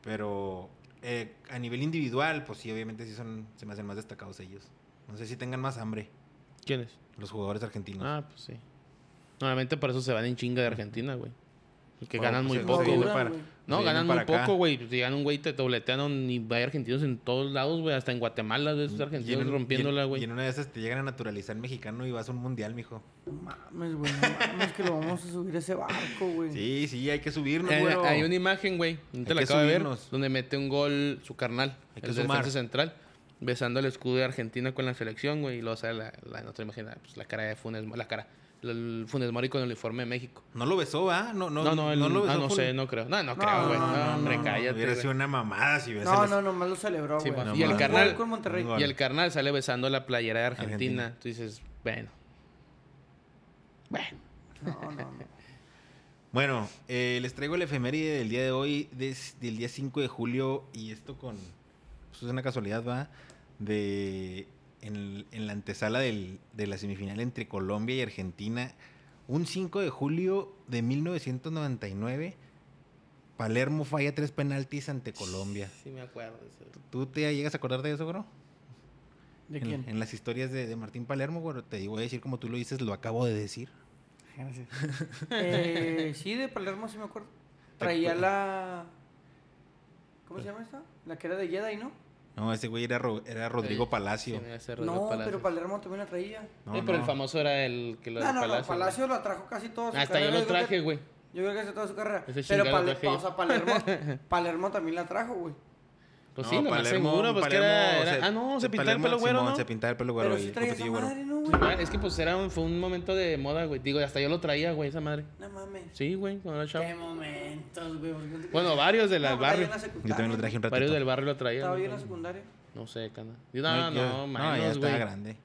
Speaker 3: Pero eh, a nivel individual, pues sí, obviamente sí son, se me hacen más destacados ellos. No sé si tengan más hambre
Speaker 2: ¿Quién es?
Speaker 3: los jugadores argentinos.
Speaker 2: Ah, pues sí. Normalmente por eso se van en chinga de Argentina, güey. Y que
Speaker 3: Bueno,
Speaker 2: ganan muy
Speaker 3: pues se-
Speaker 2: poco,
Speaker 3: se
Speaker 2: güey.
Speaker 3: vienen
Speaker 4: Duran,
Speaker 3: para-
Speaker 4: güey.
Speaker 2: No,
Speaker 3: se
Speaker 2: ganan
Speaker 3: vienen
Speaker 2: muy
Speaker 3: para acá.
Speaker 2: poco, güey. Si ganan, güey, te dobletearon y hay argentinos en todos lados, güey. Hasta en Guatemala, de esos
Speaker 3: Y en
Speaker 2: argentinos
Speaker 3: un- y en-
Speaker 2: rompiéndola,
Speaker 3: Y
Speaker 2: güey.
Speaker 3: en una de esas te llegan a naturalizar mexicano y vas a un mundial, mijo.
Speaker 4: No mames, güey, no mames que lo vamos a subir a ese barco, güey.
Speaker 3: Sí, sí, hay que subirnos,
Speaker 2: Eh,
Speaker 3: güero.
Speaker 2: hay una imagen, güey, no te
Speaker 3: Hay
Speaker 2: la
Speaker 3: que
Speaker 2: acabo de ver,
Speaker 3: subirnos.
Speaker 2: donde mete un gol su carnal,
Speaker 3: Hay que
Speaker 2: el de
Speaker 3: sumar.
Speaker 2: defensa central, besando el escudo de Argentina con la selección, güey, y luego sale la, la no te imaginas, pues, la cara de Funes, Mo- la cara, el Funes Mori con el uniforme de México.
Speaker 3: No lo besó, ¿va? No, no,
Speaker 2: No, no, el-
Speaker 3: lo besó.
Speaker 2: ah, no
Speaker 3: Jul-
Speaker 2: sé, no creo. No, no
Speaker 4: No,
Speaker 2: creo, güey.
Speaker 4: no,
Speaker 2: No,
Speaker 4: no,
Speaker 2: hombre,
Speaker 4: no,
Speaker 2: cállate.
Speaker 3: Hubiera
Speaker 2: güey.
Speaker 3: sido una mamada si hubiese
Speaker 4: No,
Speaker 3: les-
Speaker 4: no, nomás lo celebró,
Speaker 2: Sí,
Speaker 4: güey.
Speaker 2: bueno,
Speaker 4: Así
Speaker 3: y el
Speaker 4: como
Speaker 2: carnal-
Speaker 4: jugó con Monterrey.
Speaker 3: No,
Speaker 2: Y el carnal sale besando la playera de Argentina.
Speaker 3: Argentina.
Speaker 2: Tú dices, bueno. Bueno.
Speaker 4: No, no, no.
Speaker 3: Bueno, eh, les traigo la efeméride del día de hoy, des- del día 5 de julio, y esto con. pues, es una casualidad, ¿va? De. En, el- en la antesala del- de la semifinal entre Colombia y Argentina, un 5 de julio de 1999, Palermo falla tres penaltis ante Colombia.
Speaker 2: Sí me acuerdo. de eso.
Speaker 3: ¿Tú te llegas a acordar de eso, bro?
Speaker 4: ¿De
Speaker 3: en,
Speaker 4: quién?
Speaker 3: en las historias de, de Martín Palermo, güero, te voy a decir como tú lo dices, lo acabo de decir.
Speaker 4: Gracias. Eh, sí, de Palermo, sí me acuerdo. Traía
Speaker 3: acuerdas?
Speaker 4: la. ¿Cómo se llama esta? La que era de Jedi, ¿no?
Speaker 3: No, ese güey era, Ro- era Rodrigo
Speaker 2: Eh,
Speaker 3: Palacio.
Speaker 2: Sí, ese Rodrigo
Speaker 4: No,
Speaker 2: Palacios.
Speaker 4: pero Palermo también la traía.
Speaker 3: No,
Speaker 2: Eh, pero
Speaker 3: no.
Speaker 2: el famoso era el que lo
Speaker 4: No,
Speaker 2: del
Speaker 4: no, no,
Speaker 2: Palacio, güey. Ah,
Speaker 4: Palacio lo trajo casi todo su
Speaker 2: Hasta yo
Speaker 4: carrera,
Speaker 2: lo
Speaker 4: creo
Speaker 2: traje,
Speaker 4: que-
Speaker 2: güey.
Speaker 4: Yo creo que hace toda su carrera.
Speaker 2: Ese
Speaker 4: Pero
Speaker 2: chingado lo
Speaker 4: Pale-
Speaker 2: traje yo.
Speaker 4: o sea, Palermo, Palermo también la trajo, güey.
Speaker 2: Pues
Speaker 3: No,
Speaker 2: sí, lo más
Speaker 3: Palermo-
Speaker 2: seguro, pues que
Speaker 3: Palermo,
Speaker 2: era, era-
Speaker 3: se-
Speaker 2: Ah, no, se pintaba el
Speaker 3: Palermo,
Speaker 2: pelo güero,
Speaker 3: Simón,
Speaker 2: ¿no?
Speaker 3: Se pintaba el pelo güero.
Speaker 4: Pero
Speaker 3: y
Speaker 4: sí
Speaker 3: el
Speaker 4: traía esa
Speaker 3: copetillo güero.
Speaker 4: madre, ¿no,
Speaker 2: Ah,
Speaker 4: güey?
Speaker 2: Es que pues era un, fue un momento de moda, güey. Digo, hasta yo lo traía, güey, esa madre.
Speaker 4: No mames.
Speaker 2: Sí, güey, cuando era chavo.
Speaker 4: Qué momentos, güey. porque no te-
Speaker 2: Bueno, varios del
Speaker 4: No, traía
Speaker 2: barrio.
Speaker 4: en la
Speaker 3: Yo también lo traje un ratito.
Speaker 2: Varios del barrio lo traían.
Speaker 4: Estaba
Speaker 2: güey.
Speaker 4: yo en la secundaria.
Speaker 2: No sé, cana. Yo, no, no,
Speaker 3: yo-
Speaker 2: no,
Speaker 3: no, ya
Speaker 2: manos,
Speaker 3: estaba
Speaker 2: güey.
Speaker 3: grande.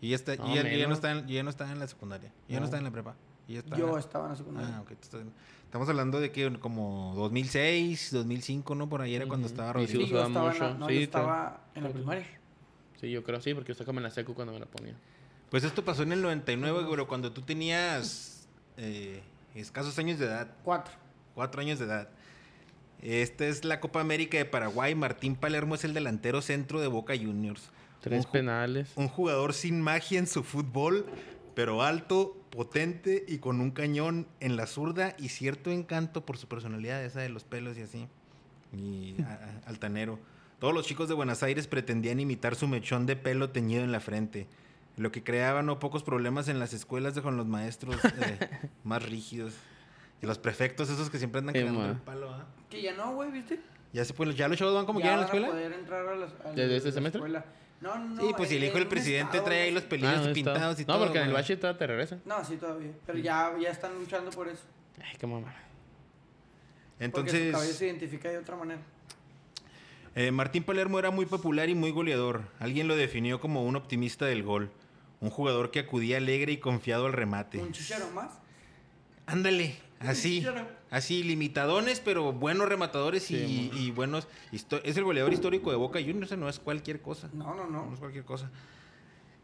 Speaker 3: Y ya, está, yo
Speaker 2: No,
Speaker 3: ya- yo ya no
Speaker 2: menos.
Speaker 3: estaba, en- yo ya no estaba en la secundaria. Yo ya no
Speaker 2: No.
Speaker 3: estaba en la prepa. Yo ya estaba-
Speaker 4: Yo estaba en la
Speaker 3: Ah,
Speaker 4: secundaria.
Speaker 3: ok, tú estás- Estamos hablando de que como 2006, 2005, ¿no? Por ahí era cuando
Speaker 2: Ujú.
Speaker 3: estaba
Speaker 2: Y
Speaker 4: Sí,
Speaker 3: Rodrigo.
Speaker 2: sí,
Speaker 4: yo
Speaker 2: usaba
Speaker 4: estaba en la-
Speaker 2: mucho.
Speaker 4: no,
Speaker 2: Sí,
Speaker 4: yo
Speaker 2: te-
Speaker 4: estaba en la primaria.
Speaker 2: Sí, yo creo sí, porque yo sacaba en la seco cuando me la ponía.
Speaker 3: Pues esto pasó en el 99, güero, cuando tú tenías eh, escasos años de edad.
Speaker 4: Cuatro.
Speaker 3: Cuatro años de edad. Esta es la Copa América de Paraguay. Martín Palermo es el delantero centro de Boca Juniors.
Speaker 2: Tres
Speaker 3: Un ju-
Speaker 2: penales. Ah,
Speaker 3: Un jugador sin magia en su fútbol, pero alto, potente y con un cañón en la zurda y cierto encanto por su personalidad, esa de los pelos y así. Y a- a- altanero. Todos los chicos de Buenos Aires pretendían imitar su mechón de pelo teñido en la frente, lo que creaba no pocos problemas en las escuelas de con los maestros eh, más rígidos. Y los prefectos esos que siempre andan
Speaker 2: Sí,
Speaker 3: cagando
Speaker 2: ma.
Speaker 3: el palo, ¿ah?
Speaker 4: Que ya no, güey, ¿viste?
Speaker 3: Ya se pues, ya los chavos van como
Speaker 4: Ya
Speaker 3: quieran a la
Speaker 4: van a
Speaker 3: escuela.
Speaker 4: poder entrar a las- a la-
Speaker 2: ¿Desde este
Speaker 4: la
Speaker 2: semestre?
Speaker 4: escuela. No, no, no.
Speaker 3: Sí, pues si el
Speaker 4: en-
Speaker 3: hijo del
Speaker 4: en un
Speaker 3: presidente
Speaker 4: estado,
Speaker 3: trae ahí
Speaker 4: güey.
Speaker 2: Ah,
Speaker 3: los pelillos
Speaker 2: no,
Speaker 3: pintados
Speaker 2: está-
Speaker 3: y todo.
Speaker 2: No, porque en el
Speaker 3: güey.
Speaker 2: bache todavía te regresa.
Speaker 4: No, sí, todavía. Pero ya, ya están luchando por eso.
Speaker 2: Ay, qué mamá.
Speaker 4: Porque su cabello se
Speaker 3: Entonces,
Speaker 4: identifica de otra manera.
Speaker 3: eh, Martín Palermo era muy popular y muy goleador. Alguien lo definió como un optimista del gol. Un jugador que acudía alegre y confiado al remate.
Speaker 4: Un chichero más.
Speaker 3: Ándale, así.
Speaker 4: chicharo.
Speaker 3: Así, limitadones, pero buenos rematadores
Speaker 2: Sí,
Speaker 3: y, y buenos. histo- Es el goleador histórico de Boca Juniors, no es cualquier cosa.
Speaker 4: No, no,
Speaker 3: No
Speaker 4: no.
Speaker 3: es cualquier cosa.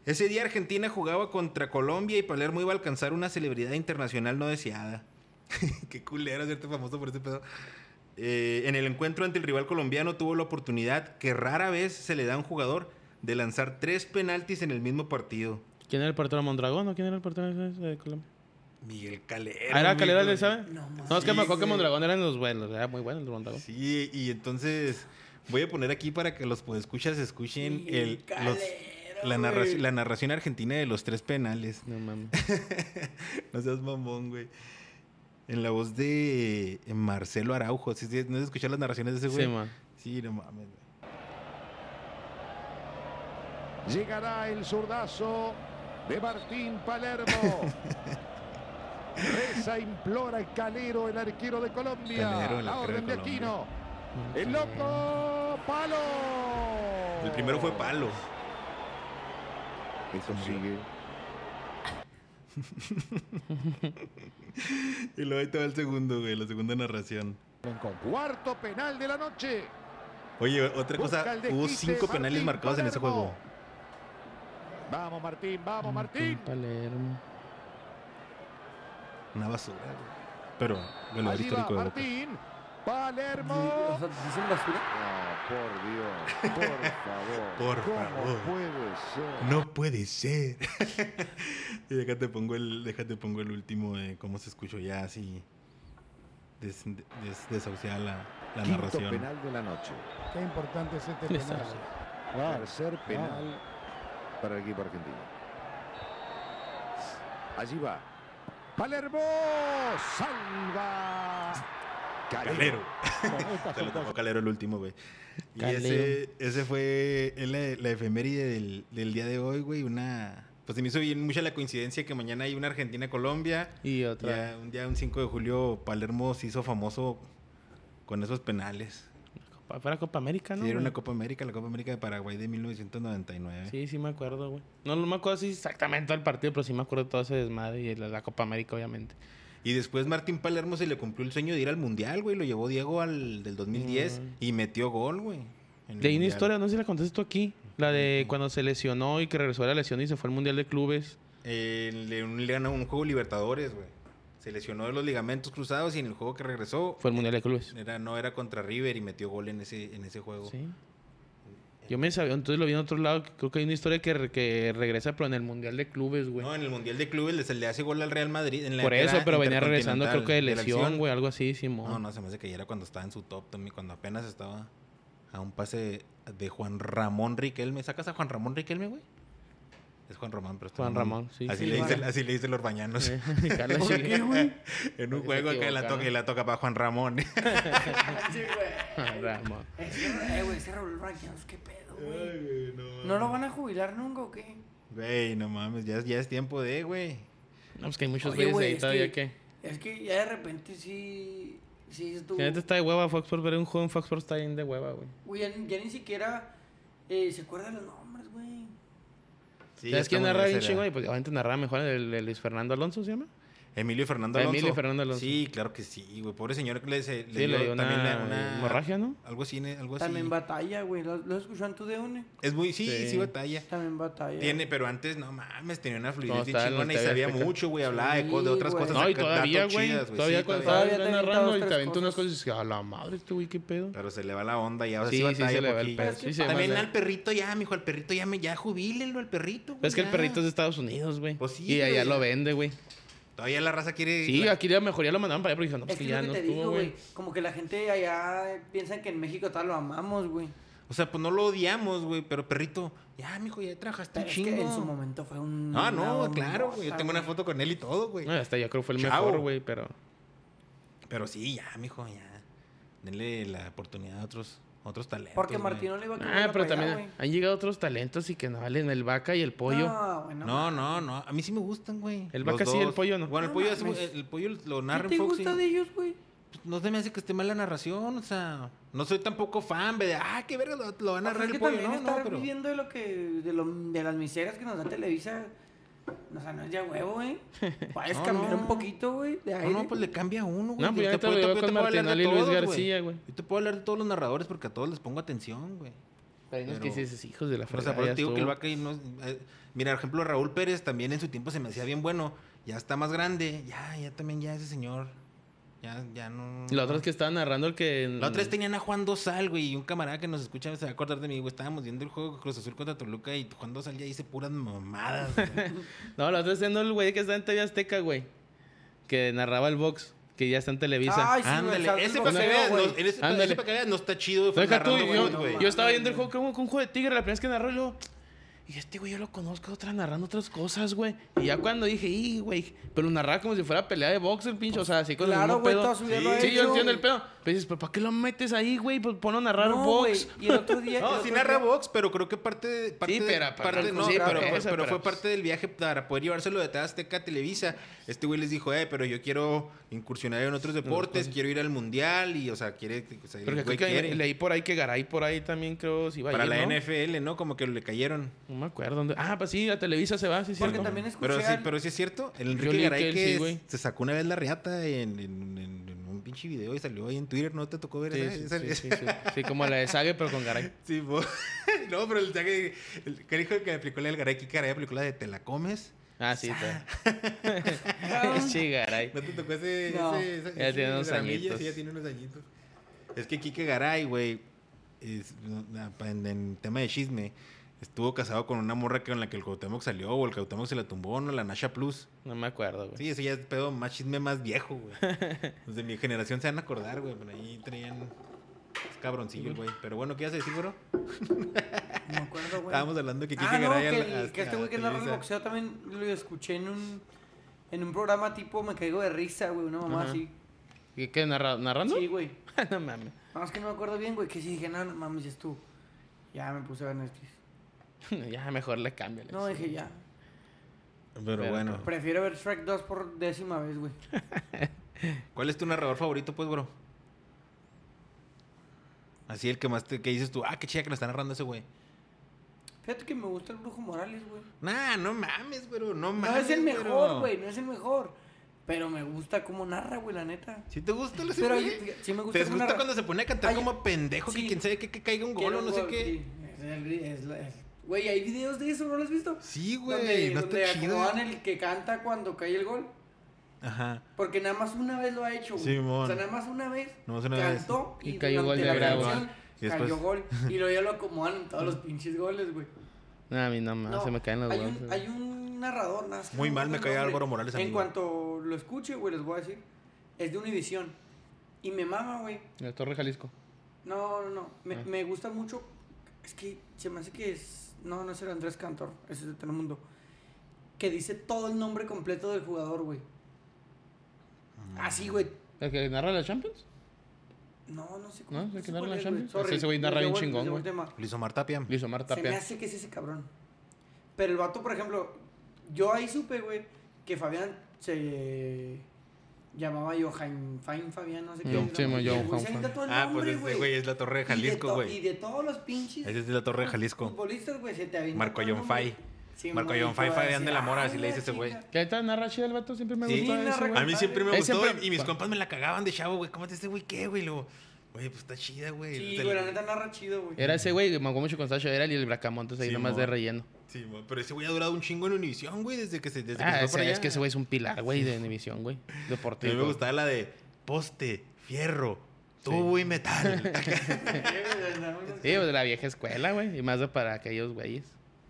Speaker 3: Ese día Argentina jugaba contra Colombia y Palermo iba a alcanzar una celebridad internacional no deseada. Qué culero hacerte famoso por este pedo. Eh, en el encuentro ante el rival colombiano tuvo la oportunidad, que rara vez se le da a un jugador, de lanzar tres penaltis en el mismo partido.
Speaker 2: ¿Quién era el portero Mondragón o quién era el portero ese de Colombia?
Speaker 3: Miguel Calera.
Speaker 2: Ah, ¿Era
Speaker 3: amigo.
Speaker 2: Calera, le sabe?
Speaker 4: No,
Speaker 2: No, es que
Speaker 3: Sí,
Speaker 2: me acuerdo que
Speaker 3: sí.
Speaker 2: Mondragón eran los buenos. Era muy bueno el Mondragón.
Speaker 3: Sí, y entonces voy a poner aquí para que los podescuchas escuchen el,
Speaker 4: Miguel
Speaker 3: los-
Speaker 4: Calera,
Speaker 3: la, narra-
Speaker 4: güey.
Speaker 3: la narración argentina de los tres penales.
Speaker 2: No mames.
Speaker 3: No seas mamón, güey. En la voz de eh, Marcelo Araujo. ¿Sí, sí, no has escuchado las narraciones de ese güey?
Speaker 2: Sí, man.
Speaker 3: Sí, no mames, güey.
Speaker 1: Llegará el zurdazo de Martín Palermo. Reza, implora Calero, el arquero de Colombia.
Speaker 3: Calero, el
Speaker 1: la
Speaker 3: arquero de
Speaker 1: orden de
Speaker 3: Colombia.
Speaker 1: Aquino. El loco palo.
Speaker 3: El primero fue palo.
Speaker 1: Eso sigue.
Speaker 3: Y luego ahí te va el segundo, güey, la segunda narración.
Speaker 1: Con cuarto penal de la noche.
Speaker 3: Oye, otra
Speaker 1: Busca
Speaker 3: cosa,
Speaker 1: el desquite,
Speaker 3: hubo cinco penales
Speaker 1: Martín
Speaker 3: marcados en ese
Speaker 1: Palermo.
Speaker 3: juego.
Speaker 1: Vamos Martín, vamos Martín.
Speaker 2: Palermo.
Speaker 3: Una basura, güey. Pero, bueno,
Speaker 1: Allí va
Speaker 3: histórico de Boca.
Speaker 1: Martín.
Speaker 4: O
Speaker 1: Palermo.
Speaker 4: sea, dicen basura.
Speaker 1: por Dios,
Speaker 3: Por
Speaker 1: por favor. ¿Cómo
Speaker 3: favor.
Speaker 1: puede ser?
Speaker 3: No puede ser. y déjate pongo el, déjate pongo el último de cómo se escuchó ya así des, des- desahuciada la, la
Speaker 1: Quinto
Speaker 3: narración.
Speaker 1: penal de la noche.
Speaker 5: Qué importante es este
Speaker 2: Esa-
Speaker 5: penal.
Speaker 1: Tercer penal para el equipo argentino. Allí va. Palermo salva.
Speaker 3: Calero.
Speaker 5: Con estas
Speaker 3: Te lo
Speaker 5: son
Speaker 3: tocó
Speaker 5: cosas.
Speaker 3: Calero el último, güey. Y
Speaker 2: Calero.
Speaker 3: ese, ese fue el- la, efeméride del, del día de hoy, güey. Una. Pues se me hizo bien mucha la coincidencia que mañana hay una Argentina-Colombia.
Speaker 2: Y otra.
Speaker 3: Ya un día, un 5 de julio, Palermo se hizo famoso con esos penales.
Speaker 2: Copa- Fuera Copa América, ¿no?
Speaker 3: Sí, era
Speaker 2: güey?
Speaker 3: una Copa América, la Copa América de Paraguay de 1999.
Speaker 2: Sí, sí me acuerdo, güey. No, no me acuerdo si exactamente todo el partido, pero sí me acuerdo de todo ese desmadre y la, la Copa América, obviamente.
Speaker 3: Y después Martín Palermo se le cumplió el sueño de ir al Mundial, güey. Lo llevó Diego al del 2010
Speaker 2: Mm.
Speaker 3: y metió gol, güey. en el
Speaker 2: De ahí una
Speaker 3: Mundial.
Speaker 2: historia, no sé si la contaste tú aquí. La de cuando se lesionó y que regresó de la lesión y se fue al Mundial de Clubes.
Speaker 3: Eh, le, un, le ganó un juego Libertadores, güey. Se lesionó de los ligamentos cruzados y en el juego que regresó
Speaker 2: Fue al Mundial de Clubes.
Speaker 3: era, no era contra River y metió gol en ese, en ese juego.
Speaker 2: Sí. Yo me sabía, entonces lo vi en otro lado. que Creo que hay una historia que, re- que regresa, pero en el Mundial de Clubes, güey.
Speaker 3: No, en el Mundial de Clubes le, se le hace gol al Real Madrid. En la
Speaker 2: Por
Speaker 3: era
Speaker 2: eso, pero venía regresando, creo que de
Speaker 3: intercontinental, la
Speaker 2: lesión,
Speaker 3: acción.
Speaker 2: güey, algo así, Simón.
Speaker 3: No, no, se me hace que ya era cuando estaba en su top también, cuando apenas estaba a un pase de Juan Ramón Riquelme. ¿Sacas a Juan Ramón Riquelme, güey? Es Juan Román, pero está
Speaker 2: Juan
Speaker 3: mal.
Speaker 2: Ramón, Eh. sí, sí,
Speaker 3: Así, le,
Speaker 2: Juan.
Speaker 3: dice, así le dice los bañanos.
Speaker 2: Carlos
Speaker 4: ¿Por
Speaker 2: Chile.
Speaker 4: qué, güey?
Speaker 3: en un
Speaker 2: Porque se
Speaker 3: juego que la
Speaker 2: equivocaron.
Speaker 3: toca y la toca para Juan Ramón.
Speaker 4: Sí, güey.
Speaker 2: Ah, Ramón.
Speaker 4: Ese- eh, güey, ese Raúl Rayados, qué pedo, güey. ¿No lo van a jubilar nunca o qué?
Speaker 3: Güey, no mames, ya, es- ya es tiempo de, güey.
Speaker 2: No, pues que hay muchos
Speaker 4: Oye,
Speaker 2: güeyes
Speaker 4: güey,
Speaker 2: ahí
Speaker 4: es
Speaker 2: todavía que...
Speaker 4: que- Es que ya de repente sí. Sí, dices tú,
Speaker 2: La neta está de hueva Fox Sports, ver un juego en Fox Sports está bien de hueva, güey.
Speaker 4: Güey, ya, ya ni siquiera eh, se acuerdan los nombres, güey.
Speaker 3: Sí,
Speaker 2: ¿Sabes
Speaker 3: ya
Speaker 2: quién
Speaker 3: estamos en
Speaker 2: narra bien
Speaker 3: esa
Speaker 2: chingón?
Speaker 3: edad.
Speaker 2: Y pues obviamente narraba mejor el, el Luis Fernando Alonso, ¿se llama?
Speaker 3: Emilio Fernando Alonso.
Speaker 2: Emilio Fernando Alonso.
Speaker 3: Sí, claro que sí, güey. Pobre señor que le, se- le
Speaker 2: Sí, le dio
Speaker 3: también
Speaker 2: una eh, hemorragia, ¿no?
Speaker 3: Algo así, ne- algo así.
Speaker 4: También batalla, güey. ¿Lo, lo escuchó en tu de une?
Speaker 3: Es muy, sí, sí,
Speaker 2: Sí.
Speaker 3: batalla.
Speaker 4: También batalla.
Speaker 3: Tiene, pero antes, no mames, tenía una fluidez
Speaker 2: No,
Speaker 3: bien
Speaker 2: estaba en la
Speaker 3: chingona y
Speaker 2: TV
Speaker 3: sabía
Speaker 2: Azteca.
Speaker 3: mucho, güey. Hablaba de, co- de otras
Speaker 4: Sí,
Speaker 3: cosas.
Speaker 4: güey.
Speaker 2: No, y
Speaker 3: acá,
Speaker 2: todavía,
Speaker 3: datos
Speaker 2: güey.
Speaker 3: chidas, güey.
Speaker 2: Todavía
Speaker 3: Sí,
Speaker 2: cuando
Speaker 3: todavía.
Speaker 2: estaba
Speaker 4: Todavía te
Speaker 2: narrando
Speaker 4: aventaba
Speaker 2: y te
Speaker 4: tres
Speaker 2: aventó
Speaker 4: cosas.
Speaker 2: unas cosas y dices, a la madre, este güey, qué pedo.
Speaker 3: Pero se le va la onda ya. O sea,
Speaker 2: Sí,
Speaker 3: sí,
Speaker 2: sí,
Speaker 3: batalla
Speaker 2: se le va el
Speaker 3: poquillo.
Speaker 2: pedo, sí, se
Speaker 3: También
Speaker 2: manda.
Speaker 3: al perrito ya, mijo, al perrito ya, me, ya jubílenlo al perrito. güey,
Speaker 2: Es que el
Speaker 3: ya.
Speaker 2: perrito es de Estados Unidos, güey.
Speaker 3: Pues sí,
Speaker 2: y allá
Speaker 3: güey.
Speaker 2: lo vende, güey.
Speaker 3: Todavía la raza quiere.
Speaker 2: Sí,
Speaker 3: la-
Speaker 2: aquí a lo mejor ya lo mandaban para allá, pero dijeron, no,
Speaker 4: Es
Speaker 2: pues
Speaker 4: que
Speaker 2: que
Speaker 4: es lo
Speaker 2: ya
Speaker 4: que
Speaker 2: no
Speaker 4: te
Speaker 2: estuvo,
Speaker 4: digo,
Speaker 2: güey.
Speaker 4: güey. Como que la gente allá piensa que en México tal lo amamos, güey.
Speaker 3: O sea, pues no lo odiamos, güey, pero perrito, ya, mijo, ya trabajaste un
Speaker 4: Pero es que
Speaker 3: chingo.
Speaker 4: en su momento fue un. una
Speaker 3: Ah, no,
Speaker 4: bombota,
Speaker 3: claro, güey. Yo tengo una
Speaker 4: güey.
Speaker 3: foto con él y todo, güey.
Speaker 2: No,
Speaker 4: Eh.
Speaker 2: hasta yo creo que fue el
Speaker 3: Chavo.
Speaker 2: mejor, güey, pero...
Speaker 3: Pero sí, ya, mijo, ya. Denle la oportunidad a otros, otros talentos.
Speaker 4: Porque
Speaker 3: güey.
Speaker 4: Martino le iba a
Speaker 2: Ah,
Speaker 4: quebrar
Speaker 2: pero
Speaker 4: para allá,
Speaker 2: también
Speaker 4: güey.
Speaker 2: han llegado otros talentos y que no valen el vaca y el pollo.
Speaker 4: No, güey, no.
Speaker 3: No, no, no. A mí sí me gustan, güey.
Speaker 2: El
Speaker 3: Los
Speaker 2: vaca sí, el
Speaker 3: dos.
Speaker 2: pollo no.
Speaker 3: Bueno,
Speaker 4: No
Speaker 3: el pollo, es-
Speaker 4: mames.
Speaker 3: el, el pollo lo
Speaker 4: ¿Qué
Speaker 3: narra en
Speaker 4: te
Speaker 3: Fox,
Speaker 4: gusta
Speaker 3: sí.
Speaker 4: de ellos, güey?
Speaker 3: Pues No se me hace que esté mal la narración, o sea. No soy tampoco fan, güey, de. Ah, qué verga, lo, lo va a
Speaker 4: Pues
Speaker 3: narrar
Speaker 4: es que
Speaker 3: el pollo.
Speaker 4: también
Speaker 3: No,
Speaker 4: estar
Speaker 3: no, pero.
Speaker 4: viviendo de lo que de, lo- de las miserias que nos da Televisa o sea no es de a huevo güey puedes
Speaker 3: No,
Speaker 4: cambiar
Speaker 3: no.
Speaker 4: un poquito güey de
Speaker 3: No,
Speaker 4: aire
Speaker 3: no, pues le cambia a uno, güey.
Speaker 2: No, pues
Speaker 3: Yo
Speaker 2: ya
Speaker 3: te
Speaker 2: te
Speaker 3: puedo-
Speaker 2: lo
Speaker 3: yo
Speaker 2: llevo
Speaker 3: te
Speaker 2: con
Speaker 3: puedo hablar de
Speaker 2: Martinoli y Luis
Speaker 3: todos,
Speaker 2: García, güey.
Speaker 3: Yo te puedo hablar de todos los narradores porque a todos les pongo atención, güey.
Speaker 2: Hay unos que
Speaker 3: Pero-
Speaker 2: dices, hijos de la
Speaker 3: O
Speaker 2: fregada.
Speaker 3: sea, por eso
Speaker 2: ya
Speaker 3: te digo que el
Speaker 2: estuvo.
Speaker 3: vaca ahí no es- eh, Mira, por ejemplo, Raúl Pérez también en su tiempo se me hacía bien bueno. Ya está más grande. Ya, ya también, ya ese señor. Ya, ya no.
Speaker 2: La otra es que mm. estaba narrando el que...
Speaker 3: La otra vez tenían a Juan Dosal, güey, y un camarada que nos escucha se va a acordar de mí, güey. Estábamos viendo el juego Cruz Azul contra Toluca y Juan Dosal ya dice puras mamadas, güey.
Speaker 2: No, la otra vez siendo el güey que está en TV Azteca, güey. Que narraba el box, que ya está en Televisa.
Speaker 4: Ay, sí, güey,
Speaker 3: Ándale,
Speaker 4: salta el
Speaker 3: ese para que
Speaker 4: boxeo,
Speaker 3: veas, no,
Speaker 4: güey.
Speaker 3: ese pa-
Speaker 2: Ándale.
Speaker 3: ese para que veas, no está chido, güey.
Speaker 2: Deja tú,
Speaker 3: narrando
Speaker 2: yo,
Speaker 3: fútbol, güey.
Speaker 2: yo estaba viendo el juego con un juego de tigre, la primera vez que narró, y luego, Y este güey yo lo conozco otra narrando otras cosas, güey. Y ya cuando dije, y güey, pero lo narraba como si fuera pelea de box el pinche, o sea, así con el
Speaker 4: Claro,
Speaker 2: mismo
Speaker 4: güey,
Speaker 2: pedo.
Speaker 4: toda su vida
Speaker 2: Sí,
Speaker 4: lo ha
Speaker 2: sí, yo
Speaker 4: hecho.
Speaker 2: entiendo el pedo. Pero dices, pero ¿para qué lo metes ahí, güey? Pues ponlo a narrar
Speaker 4: No,
Speaker 2: box.
Speaker 4: güey, Y el otro día. el
Speaker 3: No,
Speaker 4: otro
Speaker 3: sí narra
Speaker 4: día-
Speaker 3: box, pero creo que parte de. Parte, de-
Speaker 2: pero- pero
Speaker 3: parte-
Speaker 2: el
Speaker 3: no,
Speaker 2: concepto
Speaker 3: pero,
Speaker 2: es
Speaker 3: fue-
Speaker 2: ese,
Speaker 3: pero
Speaker 2: pero
Speaker 3: fue
Speaker 2: pues-
Speaker 3: parte del viaje para poder llevárselo de TV Azteca a Televisa. Este güey les dijo, eh, pero yo quiero incursionar en otros deportes, quiero ir al mundial y, o sea, quiere. o sea, el
Speaker 2: Porque
Speaker 3: güey
Speaker 2: creo que
Speaker 3: quiere.
Speaker 2: leí por ahí que Garay por ahí también creo si iba a
Speaker 3: Para
Speaker 2: ir,
Speaker 3: la
Speaker 2: ¿no?
Speaker 3: NFL, ¿no? Como que le cayeron.
Speaker 2: No me acuerdo dónde. Ah, pues sí, a Televisa se va, sí, sí.
Speaker 4: Porque también escuché.
Speaker 3: Pero sí,
Speaker 4: al-
Speaker 3: pero sí es cierto, el
Speaker 2: leí
Speaker 3: Enrique
Speaker 2: que
Speaker 3: Garay que,
Speaker 2: él sí, güey.
Speaker 3: se sacó una vez la riata en, en- en- en un pinche video y salió ahí en Twitter, ¿no te tocó ver
Speaker 2: Sí,
Speaker 3: esa?
Speaker 2: sí,
Speaker 3: esa-
Speaker 2: sí,
Speaker 3: esa-
Speaker 2: sí, sí. Sí, como la de Sage, pero con Garay.
Speaker 3: Sí, po. no, pero el que, el que dijo que aplicó la del Garay, que Garay aplicó la de ¿Te la comes?
Speaker 2: Ah, sí, está. sí, Garay.
Speaker 3: ¿No te tocó ese?
Speaker 4: No.
Speaker 3: ese- ese-
Speaker 2: Ya
Speaker 3: ese
Speaker 2: tiene unos
Speaker 3: dramilla?
Speaker 2: añitos.
Speaker 3: Sí, ya tiene unos añitos. Es que Kike Garay, güey, es- en, en tema de chisme, estuvo casado con una morra con la que el Cuauhtémoc salió o el Cuauhtémoc se la tumbó, ¿no? La Nasha Plus.
Speaker 2: No me acuerdo, güey.
Speaker 3: Sí, eso ya es pedo más chisme más viejo, güey. Los de mi generación se van a acordar, güey. Por ahí traían... Es cabroncillo, el güey. Pero bueno, ¿qué ibas a decir, bro?
Speaker 4: No me acuerdo, güey.
Speaker 3: Estábamos hablando que Kike
Speaker 4: ah, no,
Speaker 3: Garay...
Speaker 4: que,
Speaker 3: al-
Speaker 4: el-
Speaker 3: a-
Speaker 4: que este
Speaker 3: a
Speaker 4: güey que narra el
Speaker 3: Televisa.
Speaker 4: boxeo también lo escuché en un, en un programa tipo Me Caigo de Risa, güey, una mamá
Speaker 2: Ajá.
Speaker 4: así.
Speaker 2: ¿Y ¿Qué? narra- ¿Narrando?
Speaker 4: Sí, güey.
Speaker 2: no mames.
Speaker 4: Nada más que no me acuerdo bien, güey, que sí dije, no, no mames, es tú. Ya me puse a ver Netflix.
Speaker 2: ya mejor le cambio. le
Speaker 4: No,
Speaker 2: decía.
Speaker 4: dije, ya.
Speaker 3: Pero
Speaker 2: Pero-
Speaker 3: bueno.
Speaker 4: Prefiero ver Shrek 2 por décima vez, güey.
Speaker 3: ¿Cuál es tu narrador favorito, pues, bro? Así el que más te que dices tú, ah, qué chida que lo está narrando ese güey.
Speaker 4: Fíjate que me gusta el Brujo Morales, güey.
Speaker 3: Nah, no mames, bro, no mames.
Speaker 4: No es el
Speaker 3: güero.
Speaker 4: mejor, güey, no es el mejor. Pero me gusta cómo narra, güey, la neta.
Speaker 3: ¿Sí te gusta ese
Speaker 4: Pero
Speaker 3: güey?
Speaker 4: oye, sí me gusta
Speaker 3: ¿Te
Speaker 4: cómo
Speaker 3: gusta
Speaker 4: narra-
Speaker 3: cuando se pone a cantar
Speaker 4: Ay,
Speaker 3: como pendejo
Speaker 4: sí.
Speaker 3: que quién sabe que, que caiga un gol
Speaker 4: Quiero
Speaker 3: o
Speaker 4: un
Speaker 3: no sé
Speaker 4: gol,
Speaker 3: qué?
Speaker 4: sí. Es el- es la- es- Güey, hay videos de eso, ¿no lo has visto?
Speaker 3: Sí,
Speaker 4: Donde-
Speaker 3: güey, no
Speaker 4: donde
Speaker 3: está chido.
Speaker 4: acomodan el que canta cuando cae el gol.
Speaker 3: Ajá.
Speaker 4: Porque nada más una vez lo ha hecho. güey.
Speaker 3: Simón.
Speaker 4: o sea, nada más una vez.
Speaker 3: Nada más una vez.
Speaker 4: cantó
Speaker 2: Y
Speaker 4: y,
Speaker 2: cayó
Speaker 4: durante
Speaker 2: gol de
Speaker 4: la
Speaker 2: grabo.
Speaker 4: canción
Speaker 3: Y después-
Speaker 4: Cayó gol. Y luego ya lo acomodan en todos los pinches goles, güey.
Speaker 2: No, a mí no mames,
Speaker 4: No,
Speaker 2: se me caen los
Speaker 4: hay
Speaker 2: huevos.
Speaker 4: un, hay un narrador, nada más que
Speaker 3: Muy
Speaker 4: no
Speaker 3: mal
Speaker 4: acuerdo
Speaker 3: me
Speaker 4: el
Speaker 3: cae
Speaker 4: nombre.
Speaker 3: Álvaro Morales a mí,
Speaker 4: En
Speaker 3: güey.
Speaker 4: cuanto lo escuche, güey, les voy a decir. Es de Univisión. Y me mama, güey.
Speaker 2: La Torre Jalisco.
Speaker 4: No, no, no. Me,
Speaker 2: Ah.
Speaker 4: me gusta mucho. Es que se me hace que es. No, no es el Andrés Cantor. Ese es de Telemundo. Que dice todo el nombre completo del jugador, güey.
Speaker 3: Mm.
Speaker 4: Así, güey.
Speaker 2: ¿El que narra la Champions?
Speaker 4: No, no sé
Speaker 2: ¿No? ¿Es el
Speaker 4: sé
Speaker 2: que narra
Speaker 4: cuál
Speaker 2: la
Speaker 4: es,
Speaker 2: Champions?
Speaker 4: güey.
Speaker 2: Ese
Speaker 4: Sorry,
Speaker 2: güey narra
Speaker 4: me
Speaker 2: bien
Speaker 4: llevo el-
Speaker 2: chingón,
Speaker 4: me llevo
Speaker 2: güey.
Speaker 4: el tema.
Speaker 3: Luis Omar Tapia.
Speaker 2: Luis Omar
Speaker 4: Se me
Speaker 2: Tapia.
Speaker 4: hace que es ese cabrón. Pero el vato, por ejemplo, yo ahí supe, güey, que Fabián se llamaba Johan Fain Fabián, no sé qué.
Speaker 2: Mm,
Speaker 4: era,
Speaker 2: sí,
Speaker 4: güey. Y el
Speaker 2: Johan
Speaker 4: güey se
Speaker 2: Fain.
Speaker 4: inventó el
Speaker 3: Ah, pues
Speaker 4: nombre,
Speaker 3: ese güey es la Torre de Jalisco,
Speaker 4: Y, de
Speaker 3: güey.
Speaker 4: todos los pinches
Speaker 3: Ese es de la Torre de Jalisco.
Speaker 4: futbolistas, güey, se te avienta
Speaker 3: Marco
Speaker 4: todo el
Speaker 3: John
Speaker 4: nombre.
Speaker 3: Fay.
Speaker 4: Sí,
Speaker 3: Marco
Speaker 4: mamá,
Speaker 3: John
Speaker 4: y
Speaker 3: Fay,
Speaker 4: tú vas a
Speaker 3: Fabián de la
Speaker 4: decir,
Speaker 3: Mora,
Speaker 4: "Ah,
Speaker 3: así le dice ese
Speaker 4: chica".
Speaker 3: güey.
Speaker 2: Que ahí está, narra chida el vato, siempre me
Speaker 3: Sí,
Speaker 2: gusta ese, güey.
Speaker 3: A mí siempre me
Speaker 2: Él
Speaker 3: gustó
Speaker 2: siempre-
Speaker 3: y mis compas me la cagaban de chavo, güey. ¿Cómo te dice, güey? ¿Qué, güey? Luego, Güey, pues está chida, güey.
Speaker 4: Sí,
Speaker 3: Está-
Speaker 4: güey, la neta narra chido, güey.
Speaker 2: Era ese güey, me acuerdo mucho con Sasha, era el y el Bracamontes ahí
Speaker 3: Sí,
Speaker 2: nomás de
Speaker 3: mon.
Speaker 2: relleno.
Speaker 3: Sí, mo- pero ese güey ha durado un chingo en Univisión, güey, desde que se desde
Speaker 2: Ah,
Speaker 3: que se fue para
Speaker 2: ese- es
Speaker 3: allá.
Speaker 2: que ese güey es un pilar, güey, de división, güey.
Speaker 3: A mí
Speaker 2: Deportivo.
Speaker 3: me gustaba la de poste, fierro, tubo y metal.
Speaker 2: Sí, pues, de la vieja escuela, güey. Y más de para aquellos güeyes.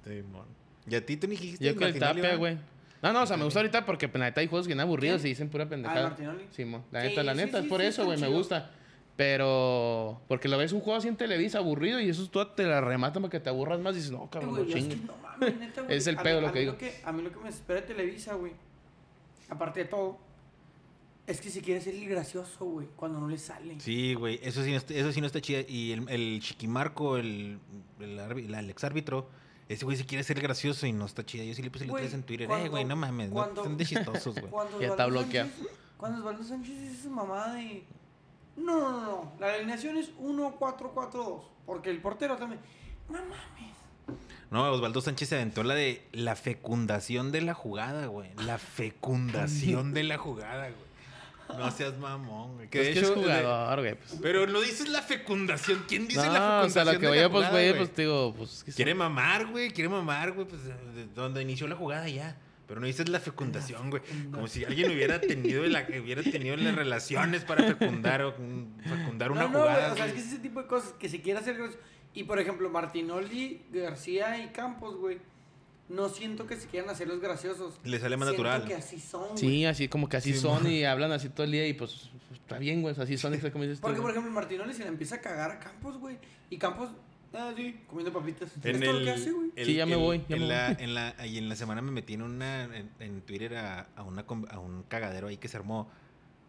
Speaker 3: Sí, mo. y a ti, tú ni dijiste
Speaker 2: Yo con el
Speaker 3: Martinoli,
Speaker 2: Tapia,
Speaker 3: ¿verdad?
Speaker 2: güey. No, no, o sea, me gusta ahorita porque pues, la neta hay juegos bien aburridos
Speaker 4: ¿Quién?
Speaker 2: y dicen pura
Speaker 4: Ah,
Speaker 2: pendejada.
Speaker 4: Martinoli.
Speaker 2: Sí, mo. la
Speaker 4: Sí,
Speaker 2: neta, la
Speaker 4: sí,
Speaker 2: neta,
Speaker 4: sí,
Speaker 2: es por
Speaker 4: sí,
Speaker 2: eso,
Speaker 4: está
Speaker 2: güey, me
Speaker 4: chido.
Speaker 2: gusta. Pero, porque lo ves un juego así en Televisa aburrido y eso tú te la rematan para que te aburras más y dices, no, cabrón,
Speaker 4: Güey,
Speaker 2: no
Speaker 4: es que
Speaker 2: chingues.
Speaker 4: no mames, neta, güey.
Speaker 2: Es
Speaker 4: A
Speaker 2: el
Speaker 4: mí-
Speaker 2: pedo lo
Speaker 4: a
Speaker 2: que
Speaker 4: mí
Speaker 2: digo.
Speaker 4: A mí lo que me espera de Televisa, güey, aparte de todo, es que si quieres ser el gracioso, güey, cuando no le sale.
Speaker 3: Sí, güey, eso sí no está, eso sí no está chida. Y el, el Chiquimarco, el, el, árbi- el, ex árbitro, ese güey se quiere ser gracioso y no está chida. Yo sí le puse el
Speaker 4: Güey,
Speaker 3: tres en Twitter. Eh,
Speaker 4: cuando-
Speaker 3: güey, no mames, no
Speaker 4: cuando-
Speaker 3: están de chistosos, güey.
Speaker 4: Cuando
Speaker 2: Ya
Speaker 4: Osvaldo
Speaker 2: está bloqueado.
Speaker 4: Sánchez- Cuando Osvaldo Sánchez dice su mamá de... No, no, no, no, la alineación es 1-4-4-2, porque el portero también... No mames.
Speaker 3: No, Osvaldo Sánchez se aventó la de la fecundación de la jugada, güey. La fecundación de la jugada, güey. No seas mamón, güey. Que
Speaker 2: Pues
Speaker 3: de
Speaker 2: que es
Speaker 3: hecho,
Speaker 2: jugador, güey. Pues.
Speaker 3: de- pero no dices la fecundación. ¿Quién dice
Speaker 2: No,
Speaker 3: la fecundación?
Speaker 2: o sea, lo que
Speaker 3: de
Speaker 2: voy
Speaker 3: la
Speaker 2: a, pues,
Speaker 3: jugada,
Speaker 2: güey,
Speaker 3: güey?
Speaker 2: pues digo, pues. que sí.
Speaker 3: Quiere mamar, güey. Quiere mamar, güey. Pues de donde inició la jugada ya. Pero no dices la fecundación, güey. Como si alguien hubiera tenido, la, hubiera tenido las relaciones para fecundar, o, mm, fecundar una
Speaker 4: no, no,
Speaker 3: jugada.
Speaker 4: güey, o sea, es
Speaker 3: güey.
Speaker 4: que es ese tipo de cosas que se quiere hacer gracioso. Y por ejemplo, Martinoli, García y Campos, güey, no siento que se quieran hacer los graciosos.
Speaker 3: Le sale más
Speaker 4: Siento
Speaker 3: natural.
Speaker 4: que así son, Oh, güey.
Speaker 2: Sí, así como que así son y hablan así todo el día y pues está bien, güey. Así son, exactamente.
Speaker 4: Porque, por ejemplo, Martinoli se le empieza a cagar a Campos, güey. Y Campos Ah, sí, comiendo papitas.
Speaker 3: En
Speaker 4: es todo lo que
Speaker 3: el-
Speaker 4: hace, güey.
Speaker 3: el-
Speaker 2: Sí, ya me
Speaker 3: el-
Speaker 2: voy, ya
Speaker 3: en
Speaker 2: me
Speaker 3: la,
Speaker 2: voy.
Speaker 3: En la, ahí en la semana me metí en, una, en, en Twitter a, a una, con- a un cagadero ahí que se armó.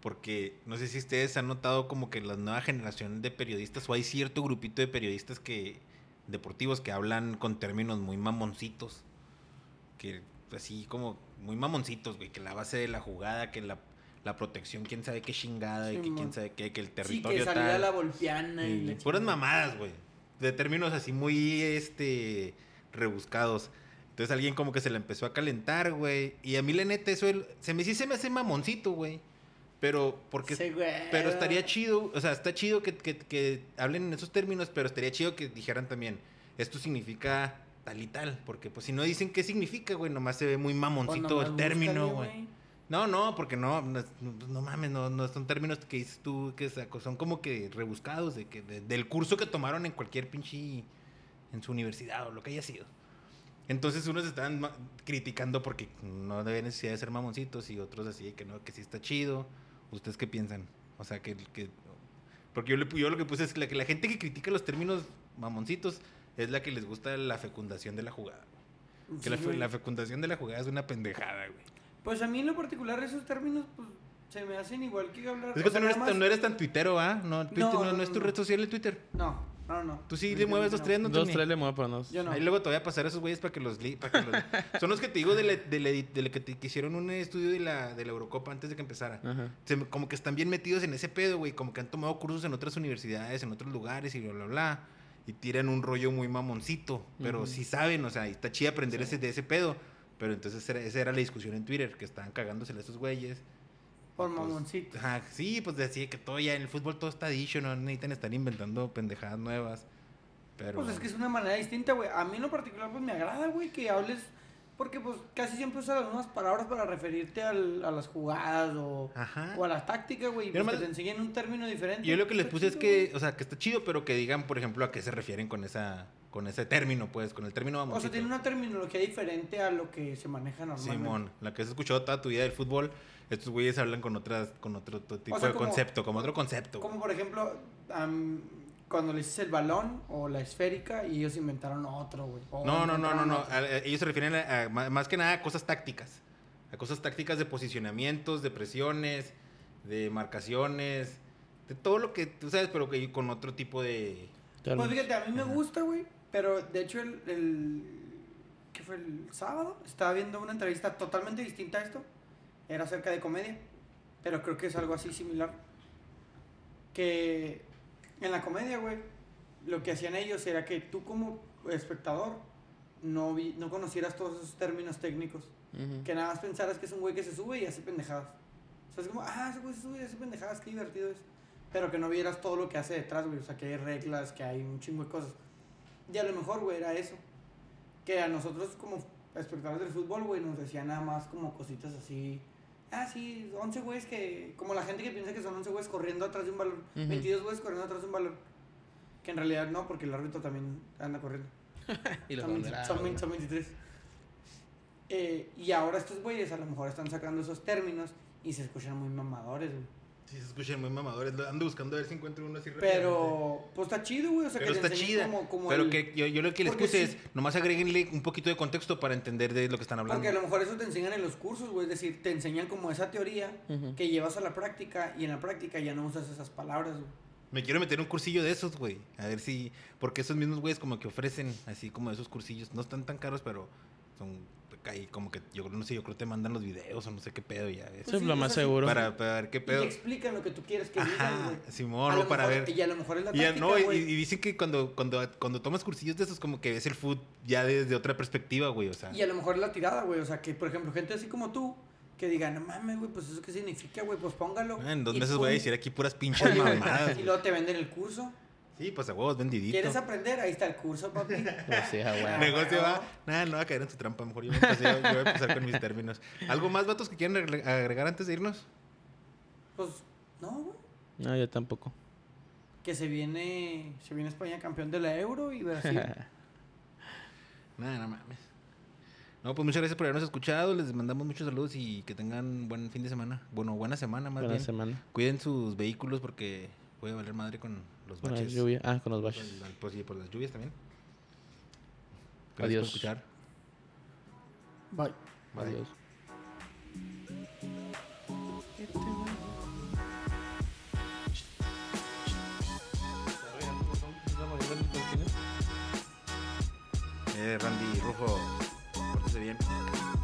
Speaker 3: Porque no sé si ustedes han notado como que la nueva generación de periodistas, o hay cierto grupito de periodistas que deportivos que hablan con términos muy mamoncitos. Que así como muy mamoncitos, güey. Que la base de la jugada, que la, la protección, quién sabe qué chingada, y que
Speaker 4: Simón.
Speaker 3: quién sabe qué, que el
Speaker 4: Sí,
Speaker 3: territorio
Speaker 4: que salía
Speaker 3: tal.
Speaker 4: la volpiana y, la
Speaker 3: Sí, puras
Speaker 4: chingada.
Speaker 3: mamadas, güey. De términos así muy, este, rebuscados. Entonces alguien como que se la empezó a calentar, güey. Y a mí la neta eso el- se me sí se me hace mamoncito, güey. Pero porque
Speaker 4: Sí, güey.
Speaker 3: pero estaría chido, o sea, está chido que, que- que hablen en esos términos, pero estaría chido que dijeran también, esto significa tal y tal, porque pues si no dicen qué significa, güey, nomás se ve muy
Speaker 4: Pues
Speaker 3: mamoncito
Speaker 4: nomás
Speaker 3: el término,
Speaker 4: búscale,
Speaker 3: güey. No, no, porque no, no, pues no mames, no, no son términos que dices tú, que saco, son como que rebuscados de que de- del curso que tomaron en cualquier pinche, en su universidad o lo que haya sido. Entonces unos estaban ma- criticando porque no había necesidad de ser mamoncitos y otros así de que no, que sí está chido. ¿Ustedes qué piensan? O sea, que... que- porque yo, le, pu- yo lo que puse es que la, que la gente que critica los términos mamoncitos es la que les gusta la fecundación de la jugada. Que
Speaker 4: Sí,
Speaker 3: la, fe-
Speaker 4: güey.
Speaker 3: la fecundación de la jugada es una pendejada, güey.
Speaker 4: Pues a mí en lo particular esos términos pues se me hacen igual que hablar.
Speaker 3: Es que
Speaker 4: o
Speaker 3: tú
Speaker 4: sea,
Speaker 3: no eres,
Speaker 4: nada más-
Speaker 3: no eres tan tuitero, ¿ah? No, Twitter no,
Speaker 4: no,
Speaker 3: no es tu
Speaker 4: no.
Speaker 3: red social el Twitter.
Speaker 4: No, no, no.
Speaker 3: Tú sí le mueves dos, tres, no
Speaker 2: Dos,
Speaker 3: Tony?
Speaker 2: tres le muevo, pero no.
Speaker 4: Yo no.
Speaker 3: Ahí luego te voy a pasar a esos güeyes para que los... li- Para que los- Son los que te digo de la, de la- de la que, te, que hicieron un estudio de la, de la Eurocopa antes de que empezara.
Speaker 4: Ah.
Speaker 2: Ajá.
Speaker 3: Se me- como que están bien metidos en ese pedo, güey. Como que han tomado cursos en otras universidades, en otros lugares y bla, bla, bla. Y tiran un rollo muy mamoncito. Pero
Speaker 2: Ujú.
Speaker 3: sí saben, o sea, y está chido aprender ese, de ese pedo. Pero entonces era- esa era la discusión en Twitter, que estaban cagándosele a esos güeyes.
Speaker 4: Por
Speaker 3: Pues,
Speaker 4: mamoncito.
Speaker 3: Ajá, sí, pues decía que todo ya en el fútbol todo está dicho, no necesitan estar inventando pendejadas nuevas. Pero
Speaker 4: Pues es que es una manera distinta, güey. A mí en lo particular pues me agrada, güey, que hables. Porque pues casi siempre usas las mismas palabras para referirte al- a las jugadas o,
Speaker 3: Ajá.
Speaker 4: o a la táctica, güey. Y pues,
Speaker 3: Yo
Speaker 4: que
Speaker 3: nomás-
Speaker 4: te enseñen un término diferente.
Speaker 3: yo lo que les
Speaker 4: Está
Speaker 3: puse es
Speaker 4: chido,
Speaker 3: que,
Speaker 4: güey.
Speaker 3: o sea, que está chido, pero que digan, por ejemplo, a qué se refieren con esa con ese término, pues, con el término
Speaker 4: O sea,
Speaker 3: mamoncito.
Speaker 4: tiene una terminología diferente a lo que se maneja normalmente.
Speaker 3: Simón, la que has escuchado toda tu vida del fútbol, estos güeyes hablan con otras con otro to- tipo
Speaker 4: sea,
Speaker 3: de
Speaker 4: como-
Speaker 3: concepto, como otro concepto.
Speaker 4: Como por ejemplo, am, cuando le dices el balón o la esférica y ellos inventaron otro, güey. O
Speaker 3: No, no, no, no,
Speaker 4: inventaron
Speaker 3: no.
Speaker 4: otro.
Speaker 3: A- a- Ellos se refieren a, a ma- más que nada a cosas tácticas. A cosas tácticas de posicionamientos, de presiones, de marcaciones, de todo lo que tú sabes, pero que con otro tipo de.
Speaker 4: Pues
Speaker 2: Tal-
Speaker 4: fíjate, a mí me
Speaker 3: Ajá.
Speaker 4: gusta, güey. Pero de hecho, el, el. ¿Qué fue el sábado? Estaba viendo una entrevista totalmente distinta a esto. Era acerca de comedia. Pero creo que es algo así similar. Que en la comedia, güey, lo que hacían ellos era que tú, como espectador, no, vi- no conocieras todos esos términos técnicos.
Speaker 2: Ujú.
Speaker 4: Que nada más pensaras que es un güey que se sube y hace pendejadas. O sea, es como, ah, ese güey se sube y hace pendejadas, qué divertido es. Pero que no vieras todo lo que hace detrás, güey. O sea, que hay reglas, que hay un chingo de cosas. Y a lo mejor, güey, era eso. Que a nosotros como espectadores del fútbol, güey, nos decían nada más como cositas así. Ah, sí, 11 güeyes que... Como la gente que piensa que son 11 güeyes corriendo atrás de un balón.
Speaker 2: Ujú.
Speaker 4: 22 güeyes corriendo atrás de un balón. Que en realidad no, porque el árbitro también anda corriendo.
Speaker 2: Y lo
Speaker 4: Son
Speaker 2: pondrá,
Speaker 4: 20 son
Speaker 2: güey.
Speaker 4: 20 son 23. Eh, y ahora estos güeyes a lo mejor están sacando esos términos y se escuchan muy mamadores, güey.
Speaker 3: Sí, se escuchan muy mamadores. lo- Ando buscando a ver si encuentro uno así rápidamente.
Speaker 4: Pero, pues está chido, güey. O sea,
Speaker 3: Pero
Speaker 4: que te
Speaker 3: está
Speaker 4: enseñen
Speaker 3: chida.
Speaker 4: Como, como
Speaker 3: pero
Speaker 4: el-
Speaker 3: que yo, yo lo que les
Speaker 4: Porque
Speaker 3: puse
Speaker 4: sí.
Speaker 3: es, nomás agréguenle un poquito de contexto para entender de lo que están hablando.
Speaker 4: Porque a lo mejor eso te enseñan en los cursos, güey. Es decir, te enseñan como esa teoría
Speaker 2: Ujú.
Speaker 4: que llevas a la práctica y en la práctica ya no usas esas palabras, güey.
Speaker 3: Me quiero meter un cursillo de esos, güey. A ver si. Porque esos mismos güeyes como que ofrecen, así como esos cursillos. No están tan caros, pero son. Ahí como que yo no sé, yo creo que te mandan los videos o no sé qué pedo ya. ¿ves?
Speaker 2: Eso es
Speaker 4: sí,
Speaker 2: lo
Speaker 4: o
Speaker 2: más
Speaker 4: sea, sí.
Speaker 2: seguro.
Speaker 3: Para, para ver qué
Speaker 4: Y te
Speaker 3: pedo.
Speaker 4: explican lo que tú quieres que digan,
Speaker 3: Ajá,
Speaker 4: güey.
Speaker 3: Simón,
Speaker 4: A
Speaker 3: o
Speaker 4: lo
Speaker 3: para
Speaker 4: mejor-
Speaker 3: ver.
Speaker 4: Y a lo mejor es la
Speaker 3: Y, ya,
Speaker 4: táctica,
Speaker 3: no, y,
Speaker 4: güey.
Speaker 3: y dicen que cuando, cuando, cuando tomas cursillos de esos, como que ves el food ya desde otra perspectiva, güey. O sea,
Speaker 4: Y a lo mejor es la tirada, güey. O sea, que por ejemplo, gente así como tú, que diga, no mames, güey, pues eso qué significa, güey, pues póngalo.
Speaker 3: ah, en dos
Speaker 4: Y
Speaker 3: meses
Speaker 4: pum,
Speaker 3: voy a decir aquí puras pinches mamadas.
Speaker 4: Y
Speaker 3: güey.
Speaker 4: luego te venden el curso.
Speaker 3: Sí, pues a huevos, vendidito.
Speaker 4: ¿Quieres aprender? Ahí está el curso, papi.
Speaker 2: Pues sí, a huevo.
Speaker 3: Negocio va. Nada, no va a caer en su trampa. Mejor yo voy a empezar, yo voy a empezar con mis términos. ¿Algo más, vatos, que quieran agre- agregar antes de irnos?
Speaker 4: Pues, no, güey.
Speaker 2: No, yo tampoco.
Speaker 4: Que se viene, se viene España campeón de la Euro y Brasil.
Speaker 3: Nada, no mames. No, pues muchas gracias por habernos escuchado. Les mandamos muchos saludos y que tengan buen fin de semana. Bueno, buena semana más
Speaker 2: Buena
Speaker 3: bien.
Speaker 2: semana.
Speaker 3: Cuiden sus vehículos porque Puede valer madre con los
Speaker 2: Con la
Speaker 3: baches.
Speaker 2: lluvia. Ah, con los
Speaker 3: Por
Speaker 2: baches.
Speaker 3: la- Pues sí, por las lluvias también. Gracias
Speaker 2: Adiós.
Speaker 3: por escuchar.
Speaker 5: Bye.
Speaker 3: Bye.
Speaker 2: Adiós.
Speaker 4: Este,
Speaker 3: Eh, Randy Rufo, pórtese bien.